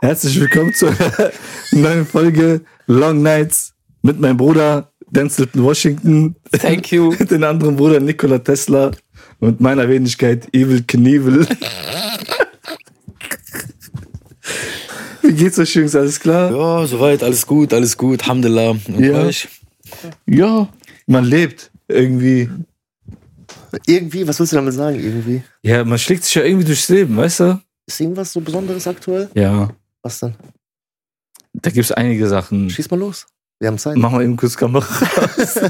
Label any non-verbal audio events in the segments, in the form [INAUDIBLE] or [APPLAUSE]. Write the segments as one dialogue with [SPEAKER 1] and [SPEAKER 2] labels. [SPEAKER 1] Herzlich willkommen zur [LAUGHS] neuen Folge Long Nights mit meinem Bruder Denzelton Washington,
[SPEAKER 2] Thank you.
[SPEAKER 1] mit [LAUGHS] den anderen Bruder Nikola Tesla und meiner Wenigkeit Evil Knievel. [LAUGHS] Wie geht's euch, Jungs? Alles klar?
[SPEAKER 2] Ja, soweit, alles gut, alles gut. Alhamdulillah. Und
[SPEAKER 1] Ja.
[SPEAKER 2] euch?
[SPEAKER 1] Ja. Man lebt irgendwie.
[SPEAKER 3] Irgendwie, was willst du damit sagen, irgendwie?
[SPEAKER 1] Ja, man schlägt sich ja irgendwie durchs Leben, weißt du?
[SPEAKER 3] Ist irgendwas so Besonderes aktuell?
[SPEAKER 1] Ja.
[SPEAKER 3] Was denn?
[SPEAKER 2] Hm.
[SPEAKER 1] Da gibt's einige Sachen.
[SPEAKER 3] Schieß mal los. Wir haben Zeit.
[SPEAKER 1] Machen wir eben kurz Kamera. aus. [LAUGHS]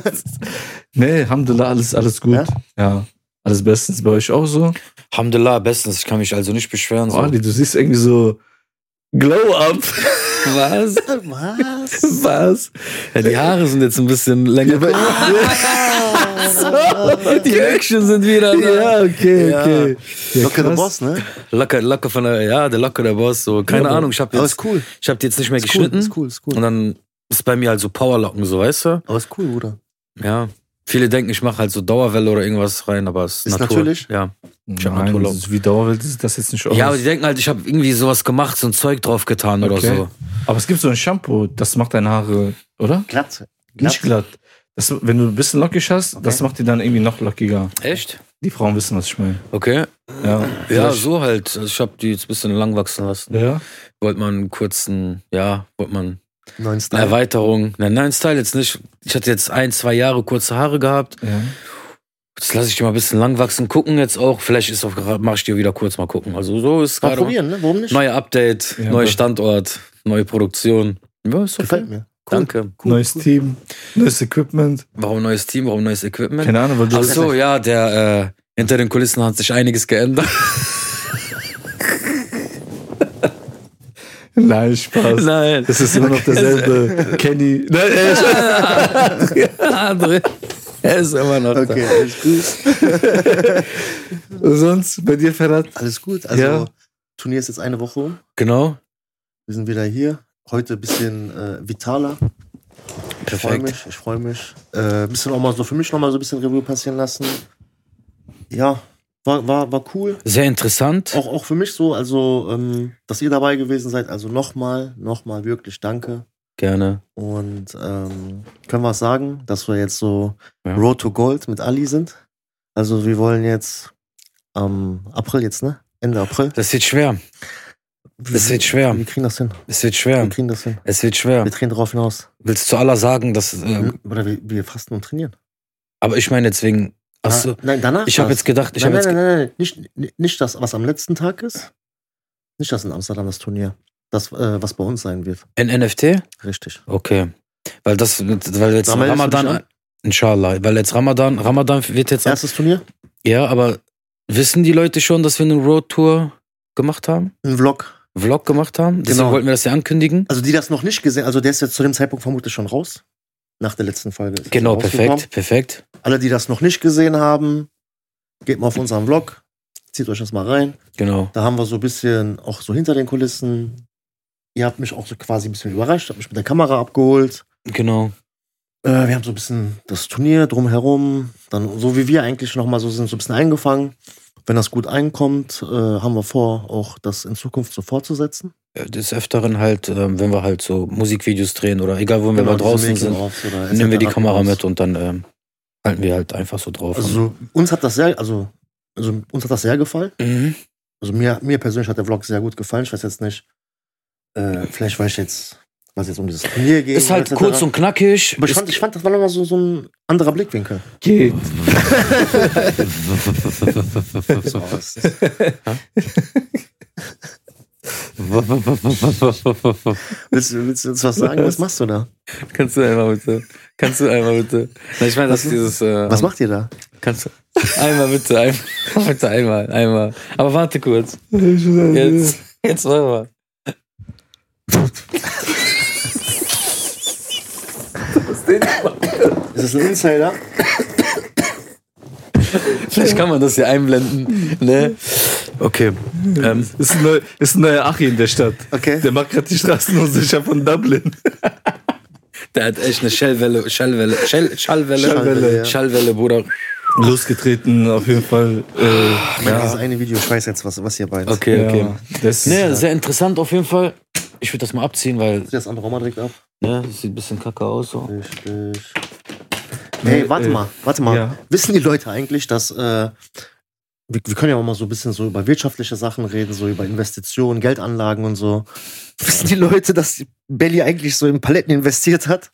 [SPEAKER 1] nee, Alhamdulillah, alles, alles gut. Ja?
[SPEAKER 3] Ja?
[SPEAKER 1] Alles bestens bei euch auch so.
[SPEAKER 2] Alhamdulillah, bestens. Ich kann mich also nicht beschweren.
[SPEAKER 1] Oh,
[SPEAKER 2] So.
[SPEAKER 1] Ali, du siehst irgendwie so Glow up.
[SPEAKER 2] Was? [LAUGHS]
[SPEAKER 3] Was?
[SPEAKER 1] [LAUGHS] Was?
[SPEAKER 2] Ja, die Haare sind jetzt ein bisschen länger. die Action sind wieder
[SPEAKER 1] Ja,
[SPEAKER 2] da.
[SPEAKER 1] okay,
[SPEAKER 2] Ja.
[SPEAKER 1] okay. Ja,
[SPEAKER 3] Locker der
[SPEAKER 1] krass.
[SPEAKER 3] Boss, ne?
[SPEAKER 2] Locker, locker von der, ja, der locker der Boss. So, keine
[SPEAKER 1] Ja, aber-
[SPEAKER 2] Ahnung. Ich habe
[SPEAKER 3] Aber
[SPEAKER 2] jetzt,
[SPEAKER 3] ist cool.
[SPEAKER 2] ich hab die jetzt nicht mehr
[SPEAKER 3] Ist cool,
[SPEAKER 2] geschnitten.
[SPEAKER 3] ist cool, ist
[SPEAKER 2] Und
[SPEAKER 3] cool.
[SPEAKER 2] dann ist bei mir halt so Powerlocken, so, weißt du?
[SPEAKER 3] Aber ist cool, Bruder.
[SPEAKER 2] Ja. Viele denken, ich mache halt so Dauerwelle oder irgendwas rein, aber es ist,
[SPEAKER 3] Ist
[SPEAKER 2] Natur.
[SPEAKER 3] natürlich.
[SPEAKER 2] Ja. Ich hab
[SPEAKER 1] Nein,
[SPEAKER 2] Naturlock.
[SPEAKER 1] das ist wie Dauerwelt sieht das jetzt nicht aus.
[SPEAKER 2] ja, aber die denken halt, ich habe irgendwie sowas gemacht, so ein Zeug draufgetan
[SPEAKER 1] Okay.
[SPEAKER 2] oder so.
[SPEAKER 1] aber es gibt so ein Shampoo, das macht deine Haare, oder?
[SPEAKER 3] Glatt.
[SPEAKER 1] Nicht glatt. Das, wenn du ein bisschen lockig hast, das macht die dann irgendwie noch lockiger.
[SPEAKER 2] Echt?
[SPEAKER 1] Die Frauen wissen, was ich meine.
[SPEAKER 2] Okay.
[SPEAKER 1] Ja.
[SPEAKER 2] Ja, so halt. Also Ich habe die jetzt ein bisschen lang wachsen lassen.
[SPEAKER 1] Ja.
[SPEAKER 2] Wollte man einen kurzen, ja, wollte man
[SPEAKER 3] Neuen
[SPEAKER 2] eine
[SPEAKER 3] Style.
[SPEAKER 2] Erweiterung. Nein, nein, Style jetzt nicht. Ich hatte jetzt ein, zwei Jahre kurze Haare gehabt.
[SPEAKER 1] ja.
[SPEAKER 2] Jetzt lasse ich die mal ein bisschen lang wachsen. Gucken jetzt auch. Vielleicht ist auch gerade, mache ich die wieder kurz mal gucken. Also so ist
[SPEAKER 3] Mal
[SPEAKER 2] gerade.
[SPEAKER 3] probieren, ne? Warum nicht?
[SPEAKER 2] Neue Update,
[SPEAKER 1] Ja,
[SPEAKER 2] neuer
[SPEAKER 1] aber-
[SPEAKER 2] Standort, neue Produktion. Ja, ist okay.
[SPEAKER 3] Gefällt mir. Cool.
[SPEAKER 2] Danke.
[SPEAKER 3] Cool,
[SPEAKER 1] neues
[SPEAKER 3] cool.
[SPEAKER 1] Team, neues Equipment.
[SPEAKER 2] Warum neues Team, warum neues Equipment?
[SPEAKER 1] Keine Ahnung, weil du
[SPEAKER 2] Ach so, ja, der äh, hinter den Kulissen hat sich einiges geändert.
[SPEAKER 3] [LAUGHS]
[SPEAKER 1] Nein, Spaß.
[SPEAKER 2] Nein.
[SPEAKER 3] [LAUGHS]
[SPEAKER 1] Das ist immer noch derselbe Kenny. Nein, äh,
[SPEAKER 2] [LAUGHS] Andere. Er ist immer noch da.
[SPEAKER 3] Okay, alles gut.
[SPEAKER 1] sonst bei dir, Ferhat?
[SPEAKER 3] Alles gut. Also,
[SPEAKER 1] Ja.
[SPEAKER 3] Turnier ist jetzt eine Woche um.
[SPEAKER 2] Genau.
[SPEAKER 3] Wir sind wieder hier. Heute ein bisschen äh, vitaler. Ich freue
[SPEAKER 2] Perfekt.
[SPEAKER 3] mich, ich freue mich. Äh, bisschen auch mal so für mich nochmal so ein bisschen Revue passieren lassen. Ja, war, war, war cool.
[SPEAKER 2] Sehr interessant.
[SPEAKER 3] Auch, auch für mich so, also, ähm, dass ihr dabei gewesen seid. Also nochmal, nochmal wirklich danke.
[SPEAKER 2] Gerne.
[SPEAKER 3] Und ähm, können wir es sagen, dass wir jetzt so
[SPEAKER 2] Ja.
[SPEAKER 3] Road to Gold mit Ali sind. Also wir wollen jetzt am April jetzt, ne? Ende April.
[SPEAKER 2] Das wird schwer. Das wird schwer.
[SPEAKER 3] Wir kriegen das hin.
[SPEAKER 2] Es wird
[SPEAKER 3] Wir
[SPEAKER 2] schwer.
[SPEAKER 3] kriegen das hin.
[SPEAKER 2] Es wird schwer.
[SPEAKER 3] Wir drehen drauf hinaus.
[SPEAKER 2] Willst du Allah sagen, dass. Äh,
[SPEAKER 3] Oder wir, wir fasten und trainieren.
[SPEAKER 2] aber ich meine jetzt wegen. Achso.
[SPEAKER 3] Ah, nein, danach.
[SPEAKER 2] Ich habe
[SPEAKER 3] das.
[SPEAKER 2] jetzt gedacht, ich
[SPEAKER 3] nein,
[SPEAKER 2] habe jetzt.
[SPEAKER 3] nein, nein, nein, nicht, nicht- nicht das, was am letzten Tag ist. Nicht das in Amsterdam, das Turnier. Das, äh, was bei uns sein wird.
[SPEAKER 2] ge- Ein NFT?
[SPEAKER 3] Richtig.
[SPEAKER 2] Okay. Weil das. Weil jetzt
[SPEAKER 3] Ramadans für
[SPEAKER 2] Ramadan.
[SPEAKER 3] mich
[SPEAKER 2] Inshallah. Weil jetzt Ramadan. Ramadan wird jetzt.
[SPEAKER 3] Erstes Turnier?
[SPEAKER 2] Ja, aber wissen die Leute schon, dass wir eine Roadtour gemacht haben?
[SPEAKER 3] Ein Vlog.
[SPEAKER 2] Vlog gemacht haben? Deswegen
[SPEAKER 3] Genau.
[SPEAKER 2] wollten wir das ja ankündigen.
[SPEAKER 3] Also, die das noch nicht gesehen also der ist jetzt zu dem Zeitpunkt vermutlich schon raus. Nach der letzten Folge. ist er
[SPEAKER 2] Genau,
[SPEAKER 3] rausgekommen.
[SPEAKER 2] perfekt. Perfekt.
[SPEAKER 3] Alle, die das noch nicht gesehen haben, geht mal auf unseren Vlog. Zieht euch das mal rein.
[SPEAKER 2] Genau.
[SPEAKER 3] Da haben wir so ein bisschen auch so hinter den Kulissen. Ihr habt mich auch so quasi ein bisschen überrascht, habt mich mit der Kamera abgeholt.
[SPEAKER 2] Genau.
[SPEAKER 3] Äh, wir haben so ein bisschen das Turnier drumherum, dann so wie wir eigentlich nochmal so sind, so ein bisschen eingefangen. Wenn das gut einkommt, äh, haben wir vor, auch das in Zukunft so fortzusetzen.
[SPEAKER 2] Äh, des Öfteren halt, ähm, wenn wir halt so Musikvideos drehen oder egal, wo wir mal
[SPEAKER 3] Genau, diese
[SPEAKER 2] draußen sind,
[SPEAKER 3] Making-ofs oder
[SPEAKER 2] nehmen wir die
[SPEAKER 3] etc.
[SPEAKER 2] Kamera mit und dann ähm, halten wir halt einfach so drauf.
[SPEAKER 3] Also so, uns hat das sehr, also, also uns hat das sehr gefallen.
[SPEAKER 2] mhm.
[SPEAKER 3] Also mir, mir persönlich hat der Vlog sehr gut gefallen. Ich weiß jetzt nicht, äh, vielleicht weil ich jetzt, was jetzt um dieses Turnier geht.
[SPEAKER 2] Ist halt
[SPEAKER 3] etc.
[SPEAKER 2] kurz und knackig.
[SPEAKER 3] Aber ich
[SPEAKER 2] Ist-
[SPEAKER 3] fand, ich fand, das war nochmal so, so ein anderer Blickwinkel.
[SPEAKER 1] [LAUGHS] Geht.
[SPEAKER 3] So, es- willst, du- willst du jetzt was sagen? Was machst du da?
[SPEAKER 2] kannst du einmal bitte. Kannst du einmal bitte. Na, ich meine, das ist dieses. Äh,
[SPEAKER 3] Was macht ihr da?
[SPEAKER 2] Kannst du. Einmal bitte, [LAUGHS] einmal. Bitte einmal, einmal. Aber warte kurz. Jetzt, jetzt warte mal.
[SPEAKER 3] Ist das ein Insider?
[SPEAKER 2] Vielleicht kann man das hier einblenden. Ne? Okay. Ähm,
[SPEAKER 1] Ist ein, neuer, ist ein neuer Achi in der Stadt.
[SPEAKER 3] Okay.
[SPEAKER 1] Der macht gerade die Straßen unsicher von Dublin.
[SPEAKER 2] Der hat echt eine Schallwelle, Schallwelle, Schall, Schallwelle,
[SPEAKER 3] Schallwelle,
[SPEAKER 2] Schallwelle,
[SPEAKER 3] ja.
[SPEAKER 2] Schallwelle, Bruder.
[SPEAKER 1] Losgetreten, auf jeden Fall. Äh,
[SPEAKER 3] Ja. Das eine Video, ich weiß jetzt, was, was ihr beide.
[SPEAKER 2] Okay, okay.
[SPEAKER 1] ja, das ist,
[SPEAKER 2] Ne, sehr interessant auf jeden Fall. Ich würde das mal abziehen, weil
[SPEAKER 3] Zieh das andere auch mal direkt ab.
[SPEAKER 2] ne, das sieht ein bisschen kacke aus. So.
[SPEAKER 3] Richtig. Hey, warte
[SPEAKER 1] äh,
[SPEAKER 3] mal, warte mal.
[SPEAKER 1] ja.
[SPEAKER 3] Wissen die Leute eigentlich, dass äh, wir, wir können ja auch mal so ein bisschen so über wirtschaftliche Sachen reden, so über Investitionen, Geldanlagen und so. Wissen die Leute, dass Belly eigentlich so in Paletten investiert hat?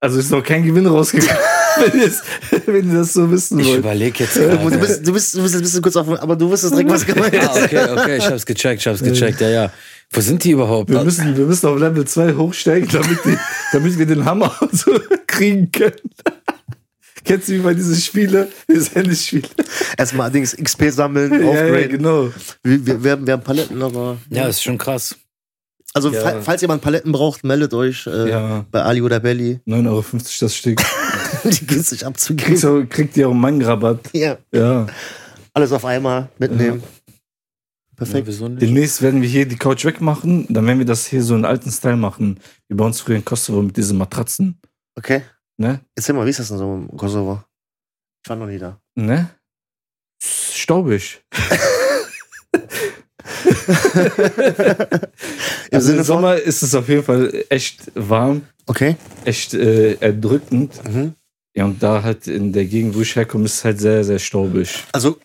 [SPEAKER 1] Also ist noch kein Gewinn rausgekommen, [LAUGHS] wenn, ihr es- wenn ihr das so wissen
[SPEAKER 2] Ich
[SPEAKER 1] wollt.
[SPEAKER 2] überlege jetzt
[SPEAKER 3] Du
[SPEAKER 2] gerade.
[SPEAKER 3] bist, du bist, du bist jetzt ein bisschen kurz auf, aber du wusstest direkt, was gemeint
[SPEAKER 2] Ah,
[SPEAKER 3] ist.
[SPEAKER 2] okay, okay, ich hab's gecheckt, ich hab's gecheckt, ja, ja. Wo sind die überhaupt?
[SPEAKER 1] Wir müssen, wir müssen auf Level 2 hochsteigen, damit, [LAUGHS] die, damit wir den Hammer [LAUGHS] und so kriegen können. Kennst du wie bei diesen Spiele, diese Handyspiele?
[SPEAKER 3] [LAUGHS] Erstmal allerdings XP sammeln,
[SPEAKER 1] Ja, ja,
[SPEAKER 3] aufgraden.
[SPEAKER 1] genau.
[SPEAKER 3] wir, wir, wir, haben, wir haben Paletten, aber.
[SPEAKER 2] Ja, ist schon krass.
[SPEAKER 3] Also,
[SPEAKER 1] Ja.
[SPEAKER 3] fa- falls jemand Paletten braucht, meldet euch äh,
[SPEAKER 1] Ja,
[SPEAKER 3] bei Ali oder Belly, [LAUGHS]
[SPEAKER 1] 9,50 Euro das Stück. [LAUGHS]
[SPEAKER 3] die günstig abzugeben.
[SPEAKER 1] Kriegst du, kriegt ihr auch einen Mangenrabatt.
[SPEAKER 3] Ja.
[SPEAKER 1] Ja.
[SPEAKER 3] Alles auf einmal mitnehmen. Perfekt.
[SPEAKER 2] wieso nicht?
[SPEAKER 1] Demnächst werden wir hier die Couch wegmachen, dann werden wir das hier so in alten Style machen, wie bei uns früher in Kosovo mit diesen Matratzen.
[SPEAKER 3] Okay.
[SPEAKER 1] Ne?
[SPEAKER 3] Erzähl mal, wie ist das denn so im Kosovo? Ich war noch nie da.
[SPEAKER 1] Ne? Staubig. [LAUGHS]
[SPEAKER 3] Im
[SPEAKER 1] Also
[SPEAKER 3] Sinne
[SPEAKER 1] Im
[SPEAKER 3] von.
[SPEAKER 1] Sommer ist es auf jeden Fall echt warm,
[SPEAKER 3] Okay.
[SPEAKER 1] echt äh, erdrückend.
[SPEAKER 3] Mhm.
[SPEAKER 1] Ja, und da halt in der Gegend, wo ich herkomme, ist es halt sehr, sehr staubig.
[SPEAKER 3] Also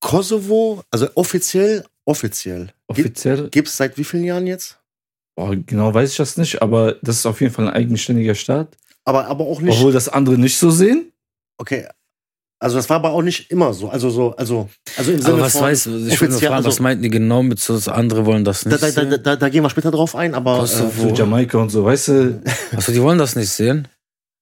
[SPEAKER 3] Kosovo, also offiziell, offiziell.
[SPEAKER 1] Offiziell,
[SPEAKER 3] Gibt es seit wie vielen Jahren jetzt?
[SPEAKER 1] boah, genau weiß ich das nicht, aber das ist auf jeden Fall ein eigenständiger Staat.
[SPEAKER 3] Aber, aber auch nicht.
[SPEAKER 1] Obwohl das andere nicht so sehen.
[SPEAKER 3] Okay. Also das war aber auch nicht immer so. Also so, also, also im Sinne
[SPEAKER 2] Aber was
[SPEAKER 3] von.
[SPEAKER 2] weiß, ich will nur
[SPEAKER 3] offiziell,
[SPEAKER 2] fragen, was
[SPEAKER 3] also-
[SPEAKER 2] meinten die genau mit so, das andere wollen das
[SPEAKER 3] da,
[SPEAKER 2] nicht
[SPEAKER 3] da, da,
[SPEAKER 2] sehen?
[SPEAKER 3] da, da gehen wir später drauf ein, aber.
[SPEAKER 2] Kosovo.
[SPEAKER 3] Äh,
[SPEAKER 1] So
[SPEAKER 2] Wo?
[SPEAKER 1] Jamaika und so, weißt du, ich
[SPEAKER 2] Achso, Also, die wollen das nicht sehen?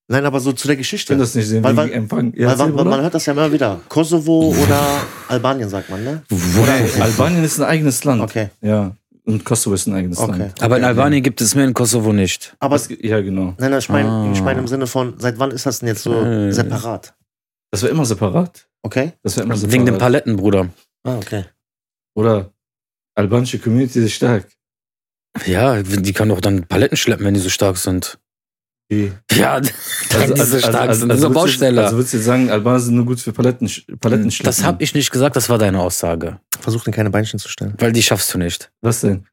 [SPEAKER 3] nein, aber so zu der Geschichte.
[SPEAKER 1] kann das nicht sehen,
[SPEAKER 3] Weil-
[SPEAKER 1] wegen
[SPEAKER 3] weil-
[SPEAKER 1] Empfang. Ja,
[SPEAKER 3] Weil
[SPEAKER 1] erzähl,
[SPEAKER 3] man, man,
[SPEAKER 1] Bruder.
[SPEAKER 3] man hört das ja immer wieder. Kosovo oder Albanien, sagt man, ne? [LAUGHS]
[SPEAKER 1] Nein, Albanien ist ein eigenes Land.
[SPEAKER 3] Okay.
[SPEAKER 1] Ja. Und Kosovo ist ein eigenes
[SPEAKER 3] Okay.
[SPEAKER 1] Land.
[SPEAKER 2] Aber in Albanien gibt es mehr, in Kosovo nicht.
[SPEAKER 3] Aber
[SPEAKER 1] Was, ja, genau.
[SPEAKER 3] Nein, nein, ich meine
[SPEAKER 2] Ah.
[SPEAKER 3] ich mein im Sinne von, seit wann ist das denn jetzt so
[SPEAKER 2] Äh.
[SPEAKER 3] separat?
[SPEAKER 1] Das war immer separat.
[SPEAKER 3] Okay?
[SPEAKER 1] Das war immer separat.
[SPEAKER 2] Wegen den Paletten, Bruder.
[SPEAKER 3] Ah, okay.
[SPEAKER 1] Oder albanische Community ist stark.
[SPEAKER 2] Ja, die kann doch dann Paletten schleppen, wenn die so stark sind.
[SPEAKER 1] Die-
[SPEAKER 2] Ja, [LAUGHS] also, die so stark sind. Das
[SPEAKER 1] würdest
[SPEAKER 2] ist doch
[SPEAKER 1] du
[SPEAKER 2] Baustelle.
[SPEAKER 1] Jetzt, also würdest du jetzt sagen, Albaner sind nur gut für Paletten, Paletten
[SPEAKER 2] das habe ich nicht gesagt, das war deine Aussage.
[SPEAKER 3] Versuch den keine Beinchen zu stellen.
[SPEAKER 2] Weil die schaffst du nicht.
[SPEAKER 1] Was denn?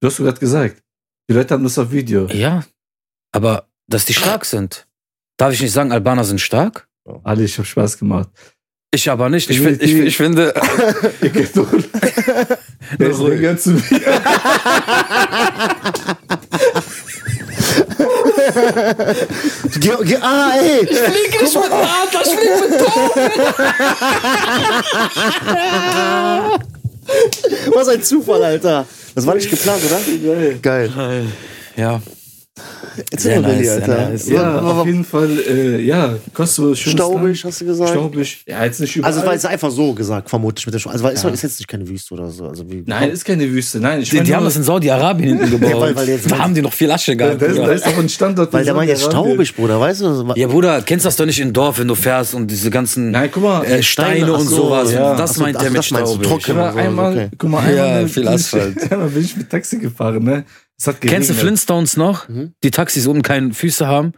[SPEAKER 1] Du hast gerade gesagt. Die Leute haben das auf Video.
[SPEAKER 2] Ja, aber dass die stark sind. Darf ich nicht sagen, Albaner sind stark?
[SPEAKER 1] Ali, ich habe Spaß gemacht.
[SPEAKER 3] [LAUGHS]
[SPEAKER 2] Ich aber nicht. Ich, find, ich, ich finde,
[SPEAKER 1] Ihr geht doch.
[SPEAKER 3] [LAUGHS]
[SPEAKER 1] Der ist der ganze Video.
[SPEAKER 3] Geh, geh, ah, ey! Was ein Zufall, Alter! Das war nicht geplant, oder? Geil.
[SPEAKER 2] ja,
[SPEAKER 3] Erzähl
[SPEAKER 2] sehr
[SPEAKER 3] mal, Belly,
[SPEAKER 2] nice. Sehr
[SPEAKER 3] Alter.
[SPEAKER 2] nice.
[SPEAKER 1] Ja,
[SPEAKER 3] Wa- wa- wa-
[SPEAKER 1] auf jeden Fall, äh, ja, Kosovo ist schönes
[SPEAKER 3] Staubig,
[SPEAKER 1] Land.
[SPEAKER 3] hast du gesagt?
[SPEAKER 1] Staubig. Ja, jetzt nicht überall.
[SPEAKER 3] Also, es war jetzt einfach so gesagt, vermutlich mit der Schule. Also, war- ist, ist jetzt nicht keine Wüste oder so. Also, wie,
[SPEAKER 1] Nein, ist keine Wüste. Nein, ich
[SPEAKER 2] Die,
[SPEAKER 1] meine
[SPEAKER 2] die haben
[SPEAKER 1] nur-
[SPEAKER 2] das in Saudi-Arabien hinten
[SPEAKER 3] [LAUGHS] Ja, weil-
[SPEAKER 2] gebaut.
[SPEAKER 3] weil die jetzt-
[SPEAKER 2] da haben die noch viel Asche
[SPEAKER 1] Da,
[SPEAKER 2] gehabt.
[SPEAKER 1] da, ist, da
[SPEAKER 2] Bruder.
[SPEAKER 1] ist doch ein Standort.
[SPEAKER 3] Weil
[SPEAKER 1] in
[SPEAKER 3] der war jetzt
[SPEAKER 1] Saudi-Arabien.
[SPEAKER 3] staubig, Bruder, weißt du?
[SPEAKER 2] Ja, Bruder, kennst du das doch nicht im Dorf, wenn du fährst und diese ganzen
[SPEAKER 1] Nein, guck mal.
[SPEAKER 2] äh, Steine
[SPEAKER 3] Steine, ach
[SPEAKER 2] und
[SPEAKER 3] so,
[SPEAKER 2] sowas.
[SPEAKER 1] ja.
[SPEAKER 2] Das
[SPEAKER 3] Ach so,
[SPEAKER 2] meint
[SPEAKER 3] ach,
[SPEAKER 2] der mit
[SPEAKER 3] das meinst du,
[SPEAKER 2] staubig.
[SPEAKER 1] Ich
[SPEAKER 3] trocken.
[SPEAKER 1] war einmal,
[SPEAKER 3] Okay.
[SPEAKER 1] guck mal, einmal,
[SPEAKER 2] Ja,
[SPEAKER 1] bin
[SPEAKER 2] viel
[SPEAKER 1] ich- [LAUGHS]
[SPEAKER 2] Asphalt.
[SPEAKER 1] einmal bin ich mit Taxi gefahren, ne? Es hat
[SPEAKER 2] Kennst du
[SPEAKER 1] geregnet.
[SPEAKER 2] Flintstones noch?
[SPEAKER 3] Mhm.
[SPEAKER 2] Die Taxis unten keine Füße haben.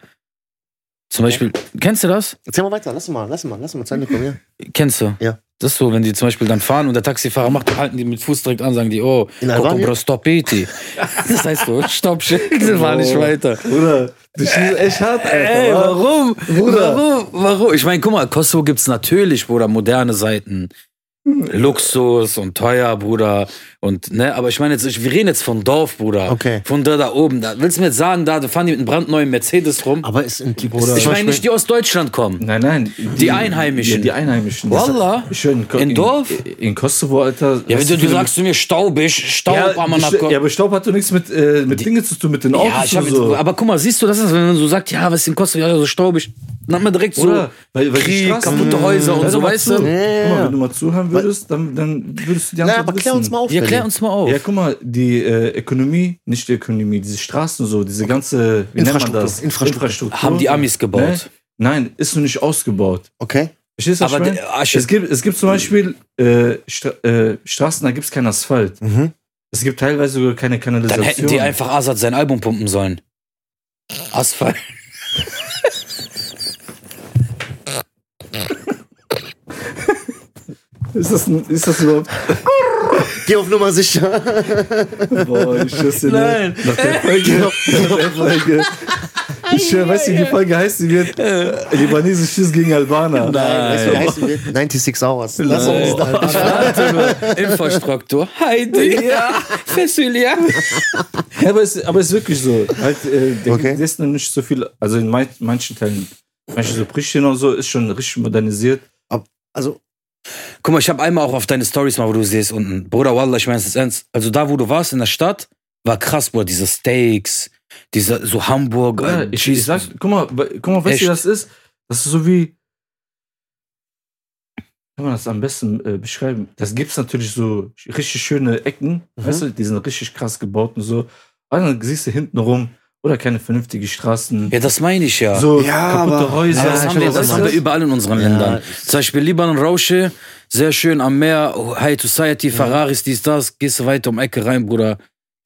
[SPEAKER 2] Zum Beispiel, kennst du das?
[SPEAKER 3] Erzähl mal weiter, lass mal, lass mal, lass mal, Zeit mitkommen, ja.
[SPEAKER 2] Kennst du?
[SPEAKER 3] Ja.
[SPEAKER 2] Das ist so, wenn die zum Beispiel dann fahren und der Taxifahrer macht, halten die mit Fuß direkt an, sagen die, oh,
[SPEAKER 3] In
[SPEAKER 2] Coco
[SPEAKER 3] Albanien?
[SPEAKER 2] Bro, stoppeti. [LAUGHS] Das heißt so, stopp, schick, sie fahren nicht weiter.
[SPEAKER 1] Bruder, du schießt echt hart, Alter.
[SPEAKER 2] Äh, Ey,
[SPEAKER 1] wa?
[SPEAKER 2] warum?
[SPEAKER 1] Bruder.
[SPEAKER 2] Warum? Warum? Ich meine, guck mal, Kosovo gibt's natürlich, Bruder, moderne Seiten. Luxus und teuer, Bruder. Und, ne, aber ich meine jetzt, ich, wir reden jetzt von Dorf, Bruder.
[SPEAKER 3] Okay.
[SPEAKER 2] Von da da oben. Da, willst du mir jetzt sagen, da da fahren die mit einem brandneuen Mercedes rum?
[SPEAKER 3] Aber ist ein Typ,
[SPEAKER 1] Bruder.
[SPEAKER 2] ich meine nicht, die aus Deutschland kommen.
[SPEAKER 1] Nein, nein. Die, Ja,
[SPEAKER 2] Einheimischen.
[SPEAKER 1] die Einheimischen.
[SPEAKER 2] Wallah.
[SPEAKER 1] Schön.
[SPEAKER 2] In Dorf?
[SPEAKER 1] In Kosovo, Alter.
[SPEAKER 2] Ja,
[SPEAKER 1] weißt
[SPEAKER 2] du, du
[SPEAKER 1] viele-
[SPEAKER 2] sagst zu mir staubig, Staub,
[SPEAKER 1] ja,
[SPEAKER 2] aber man hat
[SPEAKER 1] Sta- ja, aber Staub hat doch nichts mit, äh, mit Dingen zu tun, mit den Autos
[SPEAKER 2] Ja, ich hab
[SPEAKER 1] und
[SPEAKER 2] jetzt,
[SPEAKER 1] so.
[SPEAKER 2] aber guck mal, siehst du das, ist, wenn man so sagt, ja, was ist in Kosovo, ja, so staubig, dann hat man direkt so
[SPEAKER 1] Oder? Weil- weil die
[SPEAKER 2] Krieg,
[SPEAKER 1] Straßen-
[SPEAKER 2] kaputte Häuser und
[SPEAKER 1] Hör doch
[SPEAKER 2] so,
[SPEAKER 1] mal
[SPEAKER 2] weißt
[SPEAKER 1] zu.
[SPEAKER 2] du?
[SPEAKER 1] Guck mal,
[SPEAKER 3] ja.
[SPEAKER 1] wenn du mal zuhören würdest, dann, dann würdest du die
[SPEAKER 3] Na,
[SPEAKER 1] Antwort
[SPEAKER 3] aber
[SPEAKER 1] wissen.
[SPEAKER 3] klär uns mal auf.
[SPEAKER 2] Ja,
[SPEAKER 3] Benny.
[SPEAKER 2] klär uns mal auf.
[SPEAKER 1] Ja, guck mal, die äh, Ökonomie, nicht die Ökonomie, diese Straßen und so, diese ganze, wie nennt
[SPEAKER 3] Infrastruktur.
[SPEAKER 1] man das? Ne?
[SPEAKER 3] Infrastruktur.
[SPEAKER 2] Haben die Amis gebaut.
[SPEAKER 1] Nein, ist noch nicht ausgebaut.
[SPEAKER 3] Okay.
[SPEAKER 1] Verstehst du, was
[SPEAKER 2] Aber
[SPEAKER 1] ich
[SPEAKER 2] der-
[SPEAKER 1] meine?
[SPEAKER 2] Asche-
[SPEAKER 1] es, gibt, es gibt zum Beispiel äh, Stra äh, Straßen, da gibt es keinen Asphalt.
[SPEAKER 3] Mhm.
[SPEAKER 1] Es gibt teilweise sogar keine Kanalisation.
[SPEAKER 2] Dann hätten die einfach Asad sein Album pumpen sollen. Asphalt.
[SPEAKER 1] Ist das, ein, ist das überhaupt.
[SPEAKER 3] Geh auf Nummer sicher.
[SPEAKER 1] Boah, ich schwör's dir
[SPEAKER 2] Nein.
[SPEAKER 1] nicht. Nach der Folge. [LAUGHS] nach der Folge. Ich schwör, weißt du, wie die Folge heißt? Sie wird äh, Libanese Schiss gegen Albaner.
[SPEAKER 3] Weißt du, wie heißt die wird? 96 Hours. Lass uns da.
[SPEAKER 2] Ich warte nur. Infrastruktur. Heidi. Ja. Fessilia.
[SPEAKER 1] Ja, aber es, aber es ist wirklich so. Halt, äh, der
[SPEAKER 3] Okay.
[SPEAKER 1] Dresden nicht so viel, also in mei- manchen Teilen, manche so Pristina und so, ist schon richtig modernisiert.
[SPEAKER 3] Also,
[SPEAKER 2] Guck mal, ich habe einmal auch auf deine Stories mal, wo du siehst unten. Bruder, Wallah, ich mein's jetzt ernst. Also da, wo du warst in der Stadt, war krass, Bruder. Diese Steaks, diese so Hamburg.
[SPEAKER 1] Ja,
[SPEAKER 2] äh,
[SPEAKER 1] ich,
[SPEAKER 2] Cheese-
[SPEAKER 1] ich sag, guck mal, we- guck mal, weißt du,
[SPEAKER 2] Echt?
[SPEAKER 1] wie das ist? Das ist so wie. Kann man das am besten äh, beschreiben? Das gibt's natürlich so richtig schöne Ecken,
[SPEAKER 3] Mhm.
[SPEAKER 1] weißt du, die sind richtig krass gebaut und so. Aber dann siehst du hinten rum oder keine vernünftigen Straßen.
[SPEAKER 2] ja, das meine ich ja.
[SPEAKER 1] So
[SPEAKER 3] Ja,
[SPEAKER 1] kaputte
[SPEAKER 3] aber-
[SPEAKER 1] Häuser.
[SPEAKER 2] Ja, das,
[SPEAKER 3] Ah, ich
[SPEAKER 2] haben wir,
[SPEAKER 3] weiß,
[SPEAKER 2] das haben
[SPEAKER 3] was-
[SPEAKER 2] wir überall in unseren
[SPEAKER 3] Ja.
[SPEAKER 2] Ländern. Zum Beispiel Libanon, Rausche, sehr schön am Meer, High Society, Ferraris, dies, das. Gehst du weiter um Ecke rein, Bruder.